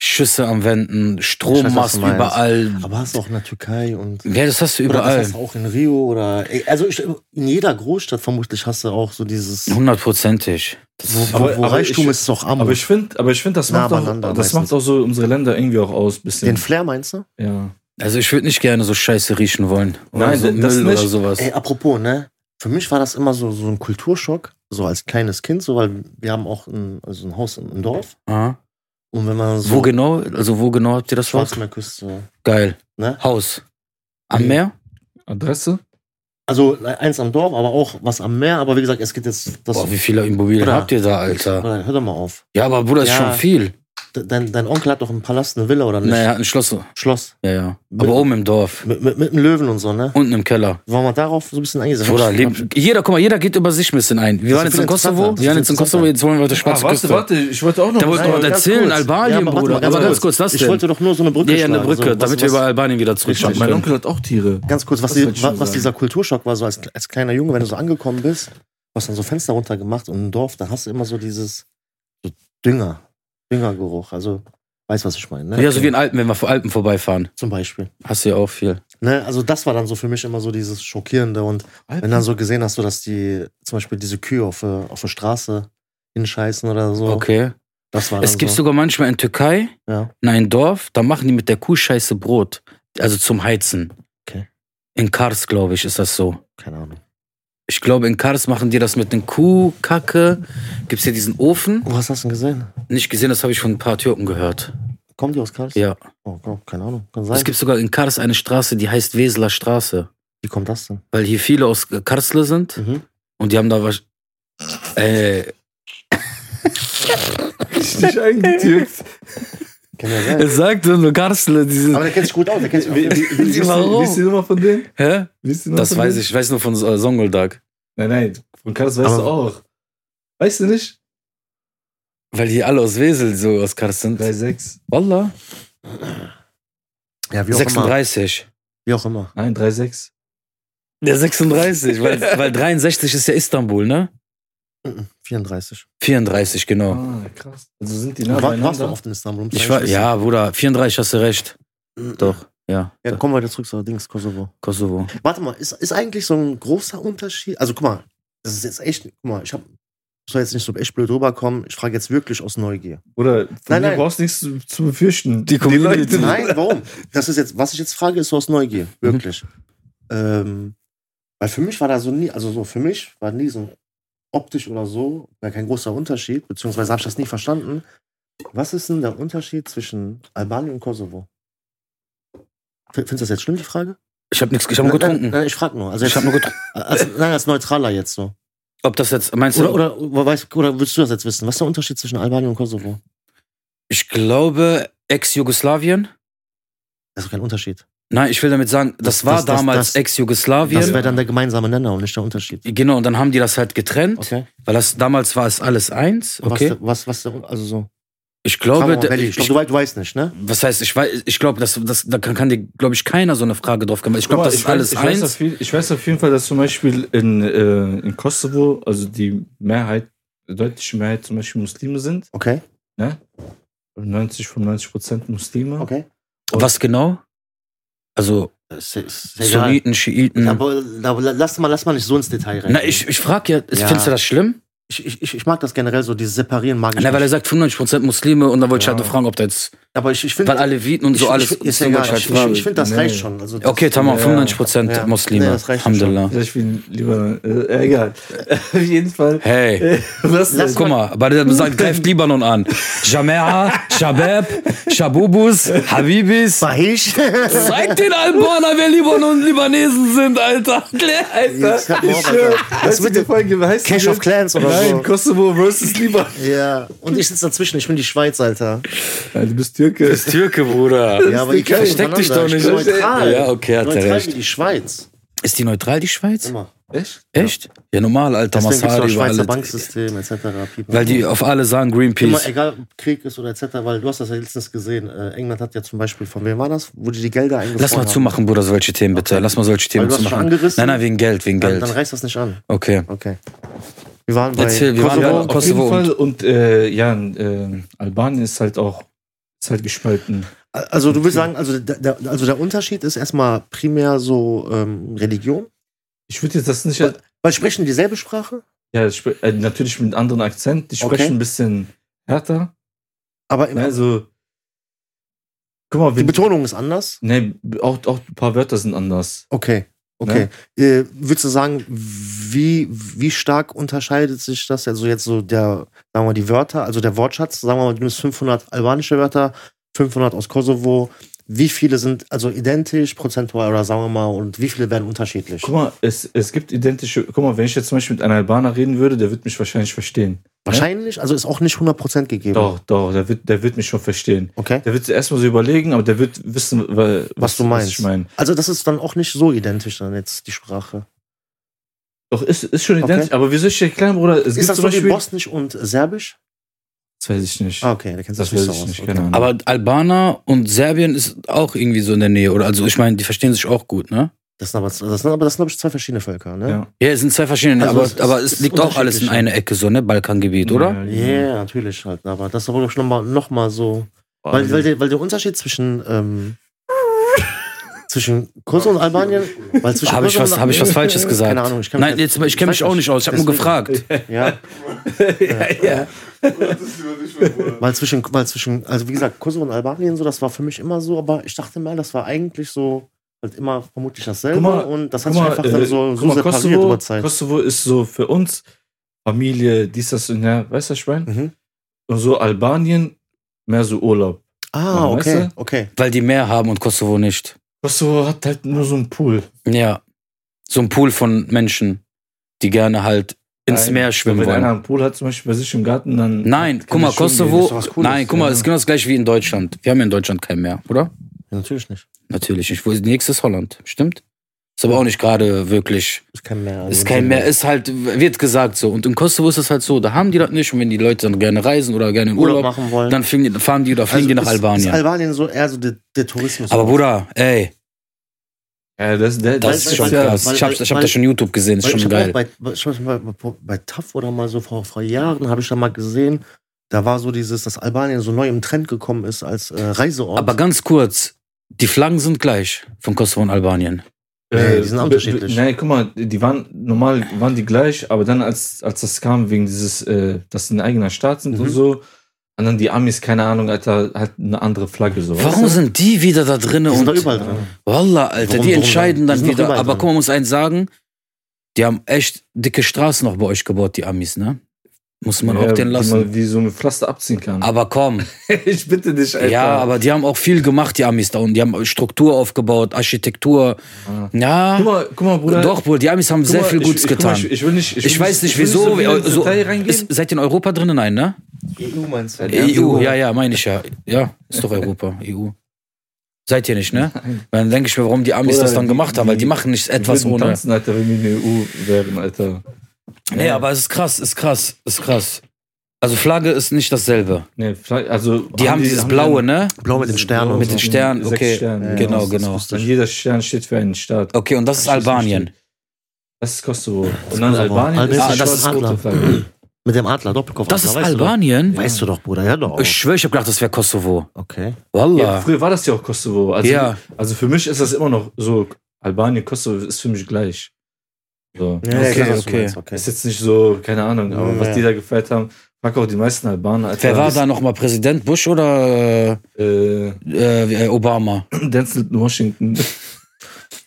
[SPEAKER 2] Schüsse am Wänden, Strommasten
[SPEAKER 3] meinst.
[SPEAKER 2] überall.
[SPEAKER 3] aber hast du auch in der Türkei und.
[SPEAKER 2] Ja, das hast du
[SPEAKER 3] Oder das
[SPEAKER 2] überall.
[SPEAKER 3] hast du auch in Rio oder. Also, ich, in jeder Großstadt vermutlich hast du auch so dieses.
[SPEAKER 2] Hundertprozentig. Das ist-
[SPEAKER 3] Wo,
[SPEAKER 1] Aber-
[SPEAKER 3] wo
[SPEAKER 1] aber
[SPEAKER 3] Reichtum
[SPEAKER 1] ich-
[SPEAKER 3] ist, ist auch Armut.
[SPEAKER 1] Aber ich finde, aber ich finde, das
[SPEAKER 3] Nah
[SPEAKER 1] macht auch,
[SPEAKER 3] beieinander
[SPEAKER 1] das
[SPEAKER 3] meistens.
[SPEAKER 1] macht auch so unsere Länder irgendwie auch aus,
[SPEAKER 3] Den
[SPEAKER 1] bisschen.
[SPEAKER 3] Flair meinst du?
[SPEAKER 1] Ja.
[SPEAKER 2] Also ich würde nicht gerne so Scheiße riechen wollen. Oder
[SPEAKER 1] Nein,
[SPEAKER 2] so
[SPEAKER 1] das
[SPEAKER 2] Müll
[SPEAKER 1] nicht.
[SPEAKER 2] oder sowas.
[SPEAKER 3] Ey, apropos, ne? Für mich war das immer so, so ein Kulturschock, so als kleines Kind, so, weil wir haben auch ein, also ein Haus im, im Dorf.
[SPEAKER 2] Aha.
[SPEAKER 3] Und wenn man so.
[SPEAKER 2] Wo genau? Also wo genau habt ihr das Haus?
[SPEAKER 3] Schwarzmeerküste.
[SPEAKER 2] Geil.
[SPEAKER 3] Ne?
[SPEAKER 2] Haus. Am
[SPEAKER 1] Nee.
[SPEAKER 2] Meer?
[SPEAKER 1] Adresse?
[SPEAKER 3] Also eins am Dorf, aber auch was am Meer. Aber wie gesagt, es geht jetzt. Das
[SPEAKER 2] Boah, wie viele Immobilien
[SPEAKER 3] Bruder.
[SPEAKER 2] habt ihr da, Alter?
[SPEAKER 3] Bruder, Hör doch mal auf.
[SPEAKER 2] Ja, aber Bruder, ist
[SPEAKER 3] Ja.
[SPEAKER 2] schon viel.
[SPEAKER 3] De- Dein, dein Onkel hat doch im Palast eine Villa oder nicht?
[SPEAKER 2] Naja, er hat ein Schloss. Ja,
[SPEAKER 3] Schloss.
[SPEAKER 2] ja.
[SPEAKER 3] Mit-
[SPEAKER 2] Aber oben im Dorf.
[SPEAKER 3] Mit, mit, mit einem Löwen und so, ne?
[SPEAKER 2] Unten im Keller.
[SPEAKER 3] Wollen wir darauf so ein bisschen eingesetzt
[SPEAKER 2] Bruder, leb- jeder, guck mal, jeder geht über sich ein bisschen ein. Wir
[SPEAKER 3] Das
[SPEAKER 2] waren
[SPEAKER 3] ist
[SPEAKER 2] jetzt
[SPEAKER 3] viel
[SPEAKER 2] in Kosovo,
[SPEAKER 3] interessanter.
[SPEAKER 2] wir waren
[SPEAKER 3] Das
[SPEAKER 2] jetzt
[SPEAKER 3] ist
[SPEAKER 2] in Kosovo,
[SPEAKER 3] viel
[SPEAKER 2] jetzt wollen wir weiter
[SPEAKER 1] Ah, warte,
[SPEAKER 2] Schwarzküste.
[SPEAKER 1] warte, ich wollte auch noch.
[SPEAKER 2] Da wollte ich
[SPEAKER 1] Nein,
[SPEAKER 2] noch was
[SPEAKER 3] ganz
[SPEAKER 2] erzählen,
[SPEAKER 3] kurz. Ja,
[SPEAKER 2] Albanien,
[SPEAKER 3] aber warte
[SPEAKER 2] Bruder.
[SPEAKER 3] mal, ganz
[SPEAKER 2] aber ganz
[SPEAKER 3] kurz.
[SPEAKER 2] kurz, was denn?
[SPEAKER 3] Ich wollte doch nur so eine Brücke
[SPEAKER 2] ja, ja, eine
[SPEAKER 3] schlagen, so,
[SPEAKER 2] Brücke,
[SPEAKER 3] was-
[SPEAKER 2] damit wir
[SPEAKER 3] was-
[SPEAKER 2] über Albanien wieder
[SPEAKER 1] ich
[SPEAKER 2] zurückschauen
[SPEAKER 1] mein
[SPEAKER 2] können.
[SPEAKER 1] Onkel hat auch Tiere.
[SPEAKER 3] Ganz kurz, was,
[SPEAKER 1] Das
[SPEAKER 3] die,
[SPEAKER 1] wollte ich schon
[SPEAKER 3] wa- was
[SPEAKER 1] sagen.
[SPEAKER 3] dieser Kulturschock war, so als, als kleiner Junge, wenn du so angekommen bist, du hast dann so Fenster runtergemacht und im Dorf, da hast du immer so dieses so Dünger, Düngergeruch. Also, weißt was ich meine? Ne?
[SPEAKER 2] Ja, so wie in Alpen, wenn wir vor Alpen vorbeifahren.
[SPEAKER 3] Zum Beispiel.
[SPEAKER 2] Hast du ja auch viel.
[SPEAKER 3] Ne? Also, das war dann so für mich immer so dieses Schockierende. Und
[SPEAKER 1] [LAUGHS]
[SPEAKER 3] wenn dann so gesehen hast, so, dass die zum Beispiel diese Kühe auf, der- auf der Straße hinscheißen oder so,
[SPEAKER 2] Okay.
[SPEAKER 3] das war dann
[SPEAKER 2] Es gibt
[SPEAKER 3] so.
[SPEAKER 2] sogar manchmal in Türkei,
[SPEAKER 3] Ja.
[SPEAKER 2] in einem Dorf, da machen die mit der Kuh scheiße Brot. Also zum Heizen.
[SPEAKER 3] Okay.
[SPEAKER 2] In Kars, glaube ich, ist das so.
[SPEAKER 3] Keine Ahnung.
[SPEAKER 2] Ich glaube, in Kars machen die das mit den Kuhkacke. Gibt es hier diesen Ofen?
[SPEAKER 3] Wo hast du das denn gesehen?
[SPEAKER 2] Nicht gesehen, das habe ich von ein paar Türken gehört.
[SPEAKER 3] Kommen die aus Karls?
[SPEAKER 2] Ja.
[SPEAKER 3] Oh, Gott, keine Ahnung. Kann sein.
[SPEAKER 2] Es gibt sogar in Kars eine Straße, die heißt Weseler Straße.
[SPEAKER 3] Wie kommt das denn?
[SPEAKER 2] Weil hier viele aus Karsle sind
[SPEAKER 3] Mhm.
[SPEAKER 2] und die haben da was. Äh,
[SPEAKER 1] richtig eingetürkt.
[SPEAKER 3] Kann ja [LAUGHS] sein.
[SPEAKER 2] sagt nur Karsle,
[SPEAKER 3] Aber
[SPEAKER 2] diese.
[SPEAKER 3] der kennt sich gut aus. Der kennt sich auf
[SPEAKER 1] Wie-
[SPEAKER 3] jeden Fall. [LAUGHS]
[SPEAKER 1] wie- wie-
[SPEAKER 2] Warum?
[SPEAKER 1] Wisst ihr die Nummer von dem?
[SPEAKER 2] Hä?
[SPEAKER 1] Wisst ihr die Nummer
[SPEAKER 2] Das
[SPEAKER 1] von
[SPEAKER 2] weiß
[SPEAKER 1] dem?
[SPEAKER 2] ich, ich weiß nur von äh, Songoldag.
[SPEAKER 1] Nein, nein, von Karls weißt
[SPEAKER 3] Aber-
[SPEAKER 1] du auch. Weißt du nicht?
[SPEAKER 2] Weil hier alle aus Wesel so aus Kars sind.
[SPEAKER 1] 3,6.
[SPEAKER 2] Wallah.
[SPEAKER 3] Ja, wie auch immer.
[SPEAKER 2] 36.
[SPEAKER 3] Wie auch immer.
[SPEAKER 1] Nein, 3,6.
[SPEAKER 2] Der 36, weil, [LAUGHS] weil 63 ist ja Istanbul, ne?
[SPEAKER 3] Mhm, 34.
[SPEAKER 2] 34, genau.
[SPEAKER 1] Ah, krass. Also sind die nah
[SPEAKER 3] Ja, war, warst du
[SPEAKER 1] beieinander?
[SPEAKER 3] oft in Istanbul? um
[SPEAKER 2] Ich
[SPEAKER 3] zu
[SPEAKER 2] war,
[SPEAKER 3] reisen?
[SPEAKER 2] ja, Bruder, 34 hast du recht.
[SPEAKER 3] Mhm.
[SPEAKER 2] Doch, ja.
[SPEAKER 3] Ja, kommen wir wieder zurück zu Dings, Kosovo.
[SPEAKER 2] Kosovo.
[SPEAKER 3] Warte mal, ist, ist eigentlich so ein großer Unterschied? Also guck mal, das ist jetzt echt, guck mal, ich hab, ich soll jetzt nicht so echt blöd rüberkommen. Ich frage jetzt wirklich aus Neugier.
[SPEAKER 1] Oder von
[SPEAKER 3] Nein,
[SPEAKER 1] nein, mir
[SPEAKER 3] nein.
[SPEAKER 1] brauchst du nichts zu, zu befürchten.
[SPEAKER 2] Die Community.
[SPEAKER 3] Nein, warum? Das ist jetzt, was ich jetzt frage, ist so aus Neugier.
[SPEAKER 2] Mhm.
[SPEAKER 3] Wirklich. Ähm, weil für mich war da so nie, also so für mich war nie so optisch oder so, war kein großer Unterschied, beziehungsweise habe ich das nie verstanden. Was ist denn der Unterschied zwischen Albanien und Kosovo? F- Findest du das jetzt schlimm, die Frage?
[SPEAKER 2] Ich habe nichts, ich habe
[SPEAKER 3] Nein,
[SPEAKER 2] getrunken.
[SPEAKER 3] Nein, nein, ich frage nur. Also
[SPEAKER 2] Ich
[SPEAKER 3] jetzt,
[SPEAKER 2] habe nur getrunken.
[SPEAKER 3] als, nein, als Neutraler jetzt so.
[SPEAKER 2] Ob das jetzt, meinst du,
[SPEAKER 3] Oder, oder, oder, weißt, oder willst du das jetzt wissen? Was ist der Unterschied zwischen Albanien und Kosovo?
[SPEAKER 2] ich glaube, Ex-Jugoslawien?
[SPEAKER 3] Das ist doch Also kein Unterschied.
[SPEAKER 2] Nein, ich will damit sagen, das,
[SPEAKER 3] Das-
[SPEAKER 2] war
[SPEAKER 3] das- das-
[SPEAKER 2] damals
[SPEAKER 3] das- Das
[SPEAKER 2] Ex-Jugoslawien.
[SPEAKER 3] wäre dann der gemeinsame Nenner und nicht der Unterschied.
[SPEAKER 2] Genau, und dann haben die das halt getrennt,
[SPEAKER 3] Okay.
[SPEAKER 2] weil das damals war es alles eins.
[SPEAKER 3] Was
[SPEAKER 2] Okay.
[SPEAKER 3] der- Was, was, der- also so.
[SPEAKER 2] Ich glaube,
[SPEAKER 3] Fragen
[SPEAKER 2] da-
[SPEAKER 3] wir mal, Belly.
[SPEAKER 2] ich,
[SPEAKER 3] ich glaube, du, wei- du weißt nicht, ne?
[SPEAKER 2] was heißt, ich weiß, ich glaube, das, das, da kann, kann dir, glaube ich, keiner so eine Frage drauf kommen. Ich
[SPEAKER 1] Guck
[SPEAKER 2] glaube,
[SPEAKER 1] mal,
[SPEAKER 2] das ist
[SPEAKER 1] weiß-
[SPEAKER 2] alles
[SPEAKER 1] ich Weiß
[SPEAKER 2] eins.
[SPEAKER 1] auf jeden- ich weiß auf jeden Fall, dass zum Beispiel in, äh, in Kosovo, also die Mehrheit, deutliche Mehrheit zum Beispiel Muslime sind.
[SPEAKER 3] Okay,
[SPEAKER 1] 90, 95 Prozent Muslime.
[SPEAKER 3] okay.
[SPEAKER 2] Was genau? Also
[SPEAKER 3] Das ist, ist egal.
[SPEAKER 2] Sunniten, Schiiten.
[SPEAKER 3] Aber, aber lass, mal, lass mal nicht so ins Detail rein.
[SPEAKER 2] Na, ich, ich frage ja, ist-
[SPEAKER 3] Ja.
[SPEAKER 2] findest du das schlimm?
[SPEAKER 3] ich, ich, ich- ich mag das generell so, dieses Separieren mag ich
[SPEAKER 2] Na, weil er
[SPEAKER 3] nicht.
[SPEAKER 2] sagt 95% Muslime und dann wollte ich
[SPEAKER 3] Ja.
[SPEAKER 2] halt fragen, ob da jetzt.
[SPEAKER 3] Aber ich, ich finde...
[SPEAKER 2] Weil Aleviten und so
[SPEAKER 3] ich,
[SPEAKER 2] alles.
[SPEAKER 3] Ich, ist
[SPEAKER 2] so
[SPEAKER 3] egal.
[SPEAKER 2] wollte
[SPEAKER 3] Ich,
[SPEAKER 2] ich
[SPEAKER 3] ich,
[SPEAKER 2] halt
[SPEAKER 3] ich finde, das
[SPEAKER 1] Nee.
[SPEAKER 3] reicht schon. Also, das, [LAUGHS]
[SPEAKER 2] Okay, Tamam,
[SPEAKER 1] Ja.
[SPEAKER 2] 95%
[SPEAKER 3] Ja.
[SPEAKER 2] Muslime.
[SPEAKER 3] Nee, das reicht schon.
[SPEAKER 2] Alhamdulillah.
[SPEAKER 1] Ich bin lieber, äh, egal. [LAUGHS] Auf jeden Fall.
[SPEAKER 2] Hey.
[SPEAKER 3] [LAUGHS]
[SPEAKER 1] Äh, [LAUGHS] was denn?
[SPEAKER 3] Lass
[SPEAKER 2] Guck mal, bei der sagt, greift Libanon an. Jamea,
[SPEAKER 3] [LAUGHS]
[SPEAKER 2] Shabab, Shabubus, Habibis. [LAUGHS]
[SPEAKER 3] War ich?
[SPEAKER 2] Zeig den Albaner, wer Libanon und Libanesen sind,
[SPEAKER 3] [LAUGHS]
[SPEAKER 2] Alter. Klär, Alter.
[SPEAKER 1] Alter,
[SPEAKER 3] Jetzt hat Norbert
[SPEAKER 1] ich schwör,
[SPEAKER 3] das.
[SPEAKER 1] weißt du, die Folge heißt
[SPEAKER 3] Clash
[SPEAKER 1] die
[SPEAKER 3] of
[SPEAKER 1] denn?
[SPEAKER 3] Clans oder
[SPEAKER 1] Nein,
[SPEAKER 3] so.
[SPEAKER 1] Kosovo versus Libanon.
[SPEAKER 3] ja. Und ich sitze dazwischen. Ich bin die Schweiz, Alter.
[SPEAKER 1] Ja, du bist Türke.
[SPEAKER 2] bist Türke, Bruder.
[SPEAKER 3] Ja, aber ich
[SPEAKER 1] egal.
[SPEAKER 2] Versteck dich
[SPEAKER 3] untereinander.
[SPEAKER 2] doch nicht.
[SPEAKER 3] Ich bin Neutral.
[SPEAKER 2] Ja, okay, hat er
[SPEAKER 3] neutral
[SPEAKER 2] recht.
[SPEAKER 3] wie die Schweiz.
[SPEAKER 2] Ist die neutral, die Schweiz?
[SPEAKER 3] Immer.
[SPEAKER 1] Echt?
[SPEAKER 2] Echt? Ja, normal, Alter.
[SPEAKER 3] Deswegen gibt es
[SPEAKER 2] Massari,
[SPEAKER 3] auch
[SPEAKER 2] über
[SPEAKER 3] Schweizer
[SPEAKER 2] alle.
[SPEAKER 3] Banksystem etc. Pipapo.
[SPEAKER 2] Weil die auf alle sagen
[SPEAKER 3] Immer,
[SPEAKER 2] Greenpeace.
[SPEAKER 3] egal ob Krieg ist oder etc., weil du hast das ja letztens gesehen. Äh, England hat ja zum Beispiel, von wem war das? Wo die die Gelder eingefroren
[SPEAKER 2] Lass mal
[SPEAKER 3] haben.
[SPEAKER 2] zumachen, Bruder, solche Themen bitte. Lass mal solche Themen
[SPEAKER 3] du hast schon
[SPEAKER 2] zumachen.
[SPEAKER 3] angerissen.
[SPEAKER 2] Nein, nein, wegen Geld, wegen
[SPEAKER 3] Dann, dann
[SPEAKER 2] Geld.
[SPEAKER 3] reißt das nicht an.
[SPEAKER 2] Okay.
[SPEAKER 3] Okay. Wir waren bei
[SPEAKER 2] Erzähl, wir waren
[SPEAKER 3] Kosovo.
[SPEAKER 1] auf
[SPEAKER 2] bei- Kosovo
[SPEAKER 1] jeden
[SPEAKER 2] und-
[SPEAKER 1] Fall. Und äh, ja, äh, Albanien ist halt auch ist halt gespalten.
[SPEAKER 3] Also du willst sagen, also der, der, also der Unterschied ist erstmal primär so ähm, Religion.
[SPEAKER 1] Ich würde jetzt das nicht.
[SPEAKER 3] Wa- Weil sprechen die dieselbe Sprache,
[SPEAKER 1] Ja, ich spre- äh, natürlich mit einem anderen Akzent. Ich spreche
[SPEAKER 3] Okay.
[SPEAKER 1] ein bisschen härter.
[SPEAKER 3] aber im,
[SPEAKER 1] Ne? Also, guck mal,
[SPEAKER 3] die
[SPEAKER 1] wenn,
[SPEAKER 3] Betonung ist anders.
[SPEAKER 1] ne, auch, auch ein paar Wörter sind anders.
[SPEAKER 3] Okay, okay.
[SPEAKER 1] Ne?
[SPEAKER 3] Äh, würdest du sagen, wie, wie stark unterscheidet sich das? Also jetzt so der, sagen wir mal, die Wörter, also der Wortschatz, sagen wir mal, du nimmst 500 albanische Wörter, 500 aus Kosovo. Wie viele sind also identisch, prozentual oder sagen wir mal, und wie viele werden unterschiedlich?
[SPEAKER 1] Guck mal, ne? es, es gibt identische. Guck mal, wenn ich jetzt zum Beispiel mit einem Albaner reden würde, der wird mich wahrscheinlich verstehen.
[SPEAKER 3] Wahrscheinlich, also ist auch nicht 100% gegeben.
[SPEAKER 1] Doch, doch, der wird, der wird mich schon verstehen.
[SPEAKER 3] Okay.
[SPEAKER 1] Der wird erstmal so überlegen, aber der wird wissen, wa-
[SPEAKER 3] Was du
[SPEAKER 1] Was ich
[SPEAKER 3] meinst.
[SPEAKER 1] meine.
[SPEAKER 3] Also das ist dann auch nicht so identisch dann jetzt die Sprache.
[SPEAKER 1] Doch, ist, ist schon identisch,
[SPEAKER 3] Okay.
[SPEAKER 1] aber wie soll ich dir erklären, Bruder? Es
[SPEAKER 3] ist
[SPEAKER 1] gibt
[SPEAKER 3] das
[SPEAKER 1] zum
[SPEAKER 3] so wie
[SPEAKER 1] Beispiel.
[SPEAKER 3] Bosnisch und Serbisch?
[SPEAKER 1] Das weiß ich nicht.
[SPEAKER 3] Ah, okay, da kennst du
[SPEAKER 1] das
[SPEAKER 3] das nicht
[SPEAKER 1] weiß ich
[SPEAKER 3] so aus.
[SPEAKER 1] nicht, genau.
[SPEAKER 3] okay.
[SPEAKER 1] keine Ahnung.
[SPEAKER 2] Mhm. Aber Albaner und Serbien ist auch irgendwie so in der Nähe, oder? Also ich meine, die verstehen sich auch gut, ne?
[SPEAKER 3] Das sind aber, das sind aber das sind, glaube ich, zwei verschiedene Völker, ne?
[SPEAKER 1] Ja.
[SPEAKER 2] Ja, es sind zwei verschiedene,
[SPEAKER 3] Also
[SPEAKER 2] aber,
[SPEAKER 3] es ist-
[SPEAKER 2] aber
[SPEAKER 3] es
[SPEAKER 2] es
[SPEAKER 3] ist
[SPEAKER 2] liegt auch alles in
[SPEAKER 3] unterschiedlich,
[SPEAKER 2] einer Ecke, so, ne? Balkangebiet, oder?
[SPEAKER 1] Ja,
[SPEAKER 3] Ja,
[SPEAKER 1] genau.
[SPEAKER 2] Mhm.
[SPEAKER 3] natürlich halt. Aber das ist aber doch schon mal, noch mal so.
[SPEAKER 1] Boah,
[SPEAKER 3] Weil, weil, der, weil der Unterschied zwischen, ähm,
[SPEAKER 2] [LAUGHS]
[SPEAKER 3] zwischen Kosovo und Albanien, weil zwischen
[SPEAKER 2] Habe ich,
[SPEAKER 3] Kosovo
[SPEAKER 2] was,
[SPEAKER 3] und-
[SPEAKER 2] hab ich was Falsches gesagt?
[SPEAKER 3] Keine Ahnung, ich kann
[SPEAKER 2] Nein, jetzt, ich kenne mich
[SPEAKER 3] weiß
[SPEAKER 2] auch nicht aus, ich habe nur
[SPEAKER 3] Deswegen-
[SPEAKER 2] gefragt.
[SPEAKER 3] Ja,
[SPEAKER 1] [LAUGHS]
[SPEAKER 2] [LAUGHS]
[SPEAKER 4] Das ist über dich, mein Bruder.
[SPEAKER 3] weil zwischen, weil zwischen, also wie gesagt, Kosovo und Albanien so, das war für mich immer so, aber ich dachte mal, das war eigentlich so halt immer vermutlich dasselbe
[SPEAKER 1] Guck mal,
[SPEAKER 3] und das hat
[SPEAKER 1] Guck
[SPEAKER 3] sich
[SPEAKER 1] mal,
[SPEAKER 3] einfach dann
[SPEAKER 1] äh,
[SPEAKER 3] so,
[SPEAKER 1] guck
[SPEAKER 3] so
[SPEAKER 1] mal,
[SPEAKER 3] separiert
[SPEAKER 1] Kosovo,
[SPEAKER 3] über Zeit.
[SPEAKER 1] Kosovo ist so für uns Familie, dies, das, und ja, weißt du, was ich meine?
[SPEAKER 3] Mhm.
[SPEAKER 1] Und so Albanien, mehr so Urlaub.
[SPEAKER 3] Ah,
[SPEAKER 1] Ja, weißt
[SPEAKER 3] okay,
[SPEAKER 1] du?
[SPEAKER 3] okay.
[SPEAKER 2] Weil die mehr haben und Kosovo nicht.
[SPEAKER 1] Kosovo hat halt nur so einen Pool.
[SPEAKER 2] Ja. So ein Pool von Menschen, die gerne halt ins
[SPEAKER 1] Nein,
[SPEAKER 2] Meer schwimmen
[SPEAKER 1] Wenn einer
[SPEAKER 2] wollen.
[SPEAKER 1] einen Pool hat, zum Beispiel bei sich im Garten, dann.
[SPEAKER 2] Nein,
[SPEAKER 1] kann
[SPEAKER 2] guck mal,
[SPEAKER 1] der schwimmen gehen.
[SPEAKER 2] Kosovo.
[SPEAKER 3] ist doch was Cooles,
[SPEAKER 2] Nein, guck mal,
[SPEAKER 1] ja.
[SPEAKER 2] ist genau das gleiche wie in Deutschland. Wir haben ja in Deutschland kein Meer, oder?
[SPEAKER 3] Ja, natürlich nicht.
[SPEAKER 2] Natürlich nicht. Wo ist nächstes Holland? Stimmt? Ist aber auch nicht gerade wirklich.
[SPEAKER 3] Ist kein Meer. also
[SPEAKER 2] Ist kein Meer, ist halt, wird gesagt so. Und in Kosovo ist es halt so, da haben die das nicht. Und wenn die Leute dann gerne reisen oder gerne in
[SPEAKER 3] Urlaub
[SPEAKER 2] Urlaub,
[SPEAKER 3] machen wollen.
[SPEAKER 2] dann fliegen die, fahren die oder fliegen
[SPEAKER 3] Also
[SPEAKER 2] die nach
[SPEAKER 3] ist, Ist
[SPEAKER 2] Albanien.
[SPEAKER 3] Albanien so eher so der, der Tourismus.
[SPEAKER 2] Aber Bruder, ey,
[SPEAKER 1] Ja, das, der,
[SPEAKER 2] das
[SPEAKER 3] Weil-
[SPEAKER 2] ist
[SPEAKER 3] weil-
[SPEAKER 2] schon
[SPEAKER 3] weil-
[SPEAKER 2] krass.
[SPEAKER 3] halt weil-
[SPEAKER 2] Ich hab, ich hab
[SPEAKER 3] weil-
[SPEAKER 2] da schon YouTube gesehen, ist
[SPEAKER 3] Weil ich
[SPEAKER 2] schon
[SPEAKER 3] hab halt
[SPEAKER 2] geil.
[SPEAKER 3] Auch bei, bei, ich hab bei, bei, bei TAF oder mal so vor, vor Jahren habe ich da mal gesehen, da war so dieses, dass Albanien so neu im Trend gekommen ist als äh, Reiseort.
[SPEAKER 2] Aber ganz kurz, die Flaggen sind gleich von Kosovo und Albanien.
[SPEAKER 3] Nee, die sind unterschiedlich.
[SPEAKER 1] Äh, Nee, guck mal, die waren normal waren die gleich, aber dann als, als das kam wegen dieses, äh, dass sie ein eigener Staat sind
[SPEAKER 3] Mhm.
[SPEAKER 1] und so, und dann die Amis, keine Ahnung, Alter, hat eine andere Flagge so. weißt
[SPEAKER 2] Warum
[SPEAKER 1] du?
[SPEAKER 2] sind die wieder da drinnen?
[SPEAKER 3] die sind
[SPEAKER 2] Und
[SPEAKER 3] doch überall dran.
[SPEAKER 2] Wallah, Alter,
[SPEAKER 3] Warum-
[SPEAKER 2] die
[SPEAKER 3] warum
[SPEAKER 2] entscheiden
[SPEAKER 3] dann? Die
[SPEAKER 2] dann
[SPEAKER 3] sind doch
[SPEAKER 2] wieder.
[SPEAKER 3] überall
[SPEAKER 2] Aber
[SPEAKER 3] dran.
[SPEAKER 2] guck mal, man muss eins sagen, die haben echt dicke Straßen noch bei euch gebaut, die Amis, ne? Muss man
[SPEAKER 1] Ja,
[SPEAKER 2] auch den
[SPEAKER 1] wie
[SPEAKER 2] lassen.
[SPEAKER 1] Man, wie so ein Pflaster abziehen kann.
[SPEAKER 2] Aber komm,
[SPEAKER 1] [LAUGHS] ich bitte dich,
[SPEAKER 2] ja, aber die haben auch viel gemacht, die Amis da unten. Die haben Struktur aufgebaut, Architektur.
[SPEAKER 1] Ah.
[SPEAKER 2] Ja,
[SPEAKER 1] guck mal, guck mal, Bruder.
[SPEAKER 2] doch, wohl, die Amis haben
[SPEAKER 1] guck
[SPEAKER 2] sehr
[SPEAKER 1] mal,
[SPEAKER 2] viel
[SPEAKER 1] ich-
[SPEAKER 2] Gutes
[SPEAKER 1] ich, guck mal,
[SPEAKER 2] getan.
[SPEAKER 1] Ich, ich will nicht,
[SPEAKER 2] ich, weiß nicht,
[SPEAKER 1] will
[SPEAKER 2] wieso.
[SPEAKER 1] so viel ins
[SPEAKER 2] so,
[SPEAKER 1] Detail reingehen.
[SPEAKER 2] ist, seid ihr in Europa drinnen? Nein, ne?
[SPEAKER 3] EU meinst du?
[SPEAKER 1] Ja,
[SPEAKER 2] EU,
[SPEAKER 1] so.
[SPEAKER 2] ja, ja, meine ich ja. Ja, ist doch Europa, EU. Seid ihr nicht, ne? Weil Dann denke ich mir, warum die Amis
[SPEAKER 1] Oder
[SPEAKER 2] das dann
[SPEAKER 1] die-
[SPEAKER 2] gemacht haben, weil
[SPEAKER 1] die-
[SPEAKER 2] die machen nicht
[SPEAKER 1] Wir
[SPEAKER 2] etwas
[SPEAKER 1] würden
[SPEAKER 2] ohne.
[SPEAKER 1] Tanzen, Alter, wenn wir in der EU wären, Alter.
[SPEAKER 2] Nee, aber es ist krass, ist krass, ist krass. Also Flagge ist nicht dasselbe.
[SPEAKER 1] Nee, Flagge- also
[SPEAKER 2] Die haben, dieses blaue, ne?
[SPEAKER 3] Blau mit den Sternen.
[SPEAKER 1] Blau
[SPEAKER 3] und
[SPEAKER 2] Mit
[SPEAKER 3] so.
[SPEAKER 2] den Sternen,
[SPEAKER 1] Sechs
[SPEAKER 2] okay.
[SPEAKER 1] Sterne,
[SPEAKER 2] genau,
[SPEAKER 3] das- das
[SPEAKER 2] genau.
[SPEAKER 3] wusste
[SPEAKER 1] Dann
[SPEAKER 3] ich.
[SPEAKER 1] jeder Stern steht für einen Staat.
[SPEAKER 2] Okay, und das ist
[SPEAKER 1] Das ist
[SPEAKER 2] Albanien.
[SPEAKER 1] Das ist Kosovo. Und dann
[SPEAKER 3] Kosovo.
[SPEAKER 1] Albanien ist
[SPEAKER 3] Albanien
[SPEAKER 1] die
[SPEAKER 2] ist das
[SPEAKER 1] schwarz-rote
[SPEAKER 3] Adler.
[SPEAKER 1] Flagge.
[SPEAKER 3] Mit dem Adler, Doppelkopf.
[SPEAKER 2] Das ist
[SPEAKER 3] Adler, weißt du
[SPEAKER 2] Albanien?
[SPEAKER 3] Doch. Weißt du doch, Bruder, ja doch.
[SPEAKER 2] Ich schwöre, ich habe gedacht, das wäre Kosovo.
[SPEAKER 3] okay.
[SPEAKER 1] Ja,
[SPEAKER 2] Wallah.
[SPEAKER 1] früher war das ja auch Kosovo. Also,
[SPEAKER 2] Ja.
[SPEAKER 1] also für mich ist das immer noch so, Albanien, Kosovo ist für mich gleich. So.
[SPEAKER 3] Ja,
[SPEAKER 2] Okay,
[SPEAKER 3] ich weiß, was du
[SPEAKER 2] okay.
[SPEAKER 3] meinst,
[SPEAKER 1] Ist jetzt nicht so, keine Ahnung, aber
[SPEAKER 3] Ja.
[SPEAKER 1] was die da gefeiert haben, fuck auch die meisten Albaner. Alter,
[SPEAKER 2] Wer war
[SPEAKER 1] ist,
[SPEAKER 2] da nochmal Präsident? Bush oder
[SPEAKER 1] Äh, [CLEARS THROAT]
[SPEAKER 2] äh, äh, Obama?
[SPEAKER 1] Denzel Washington.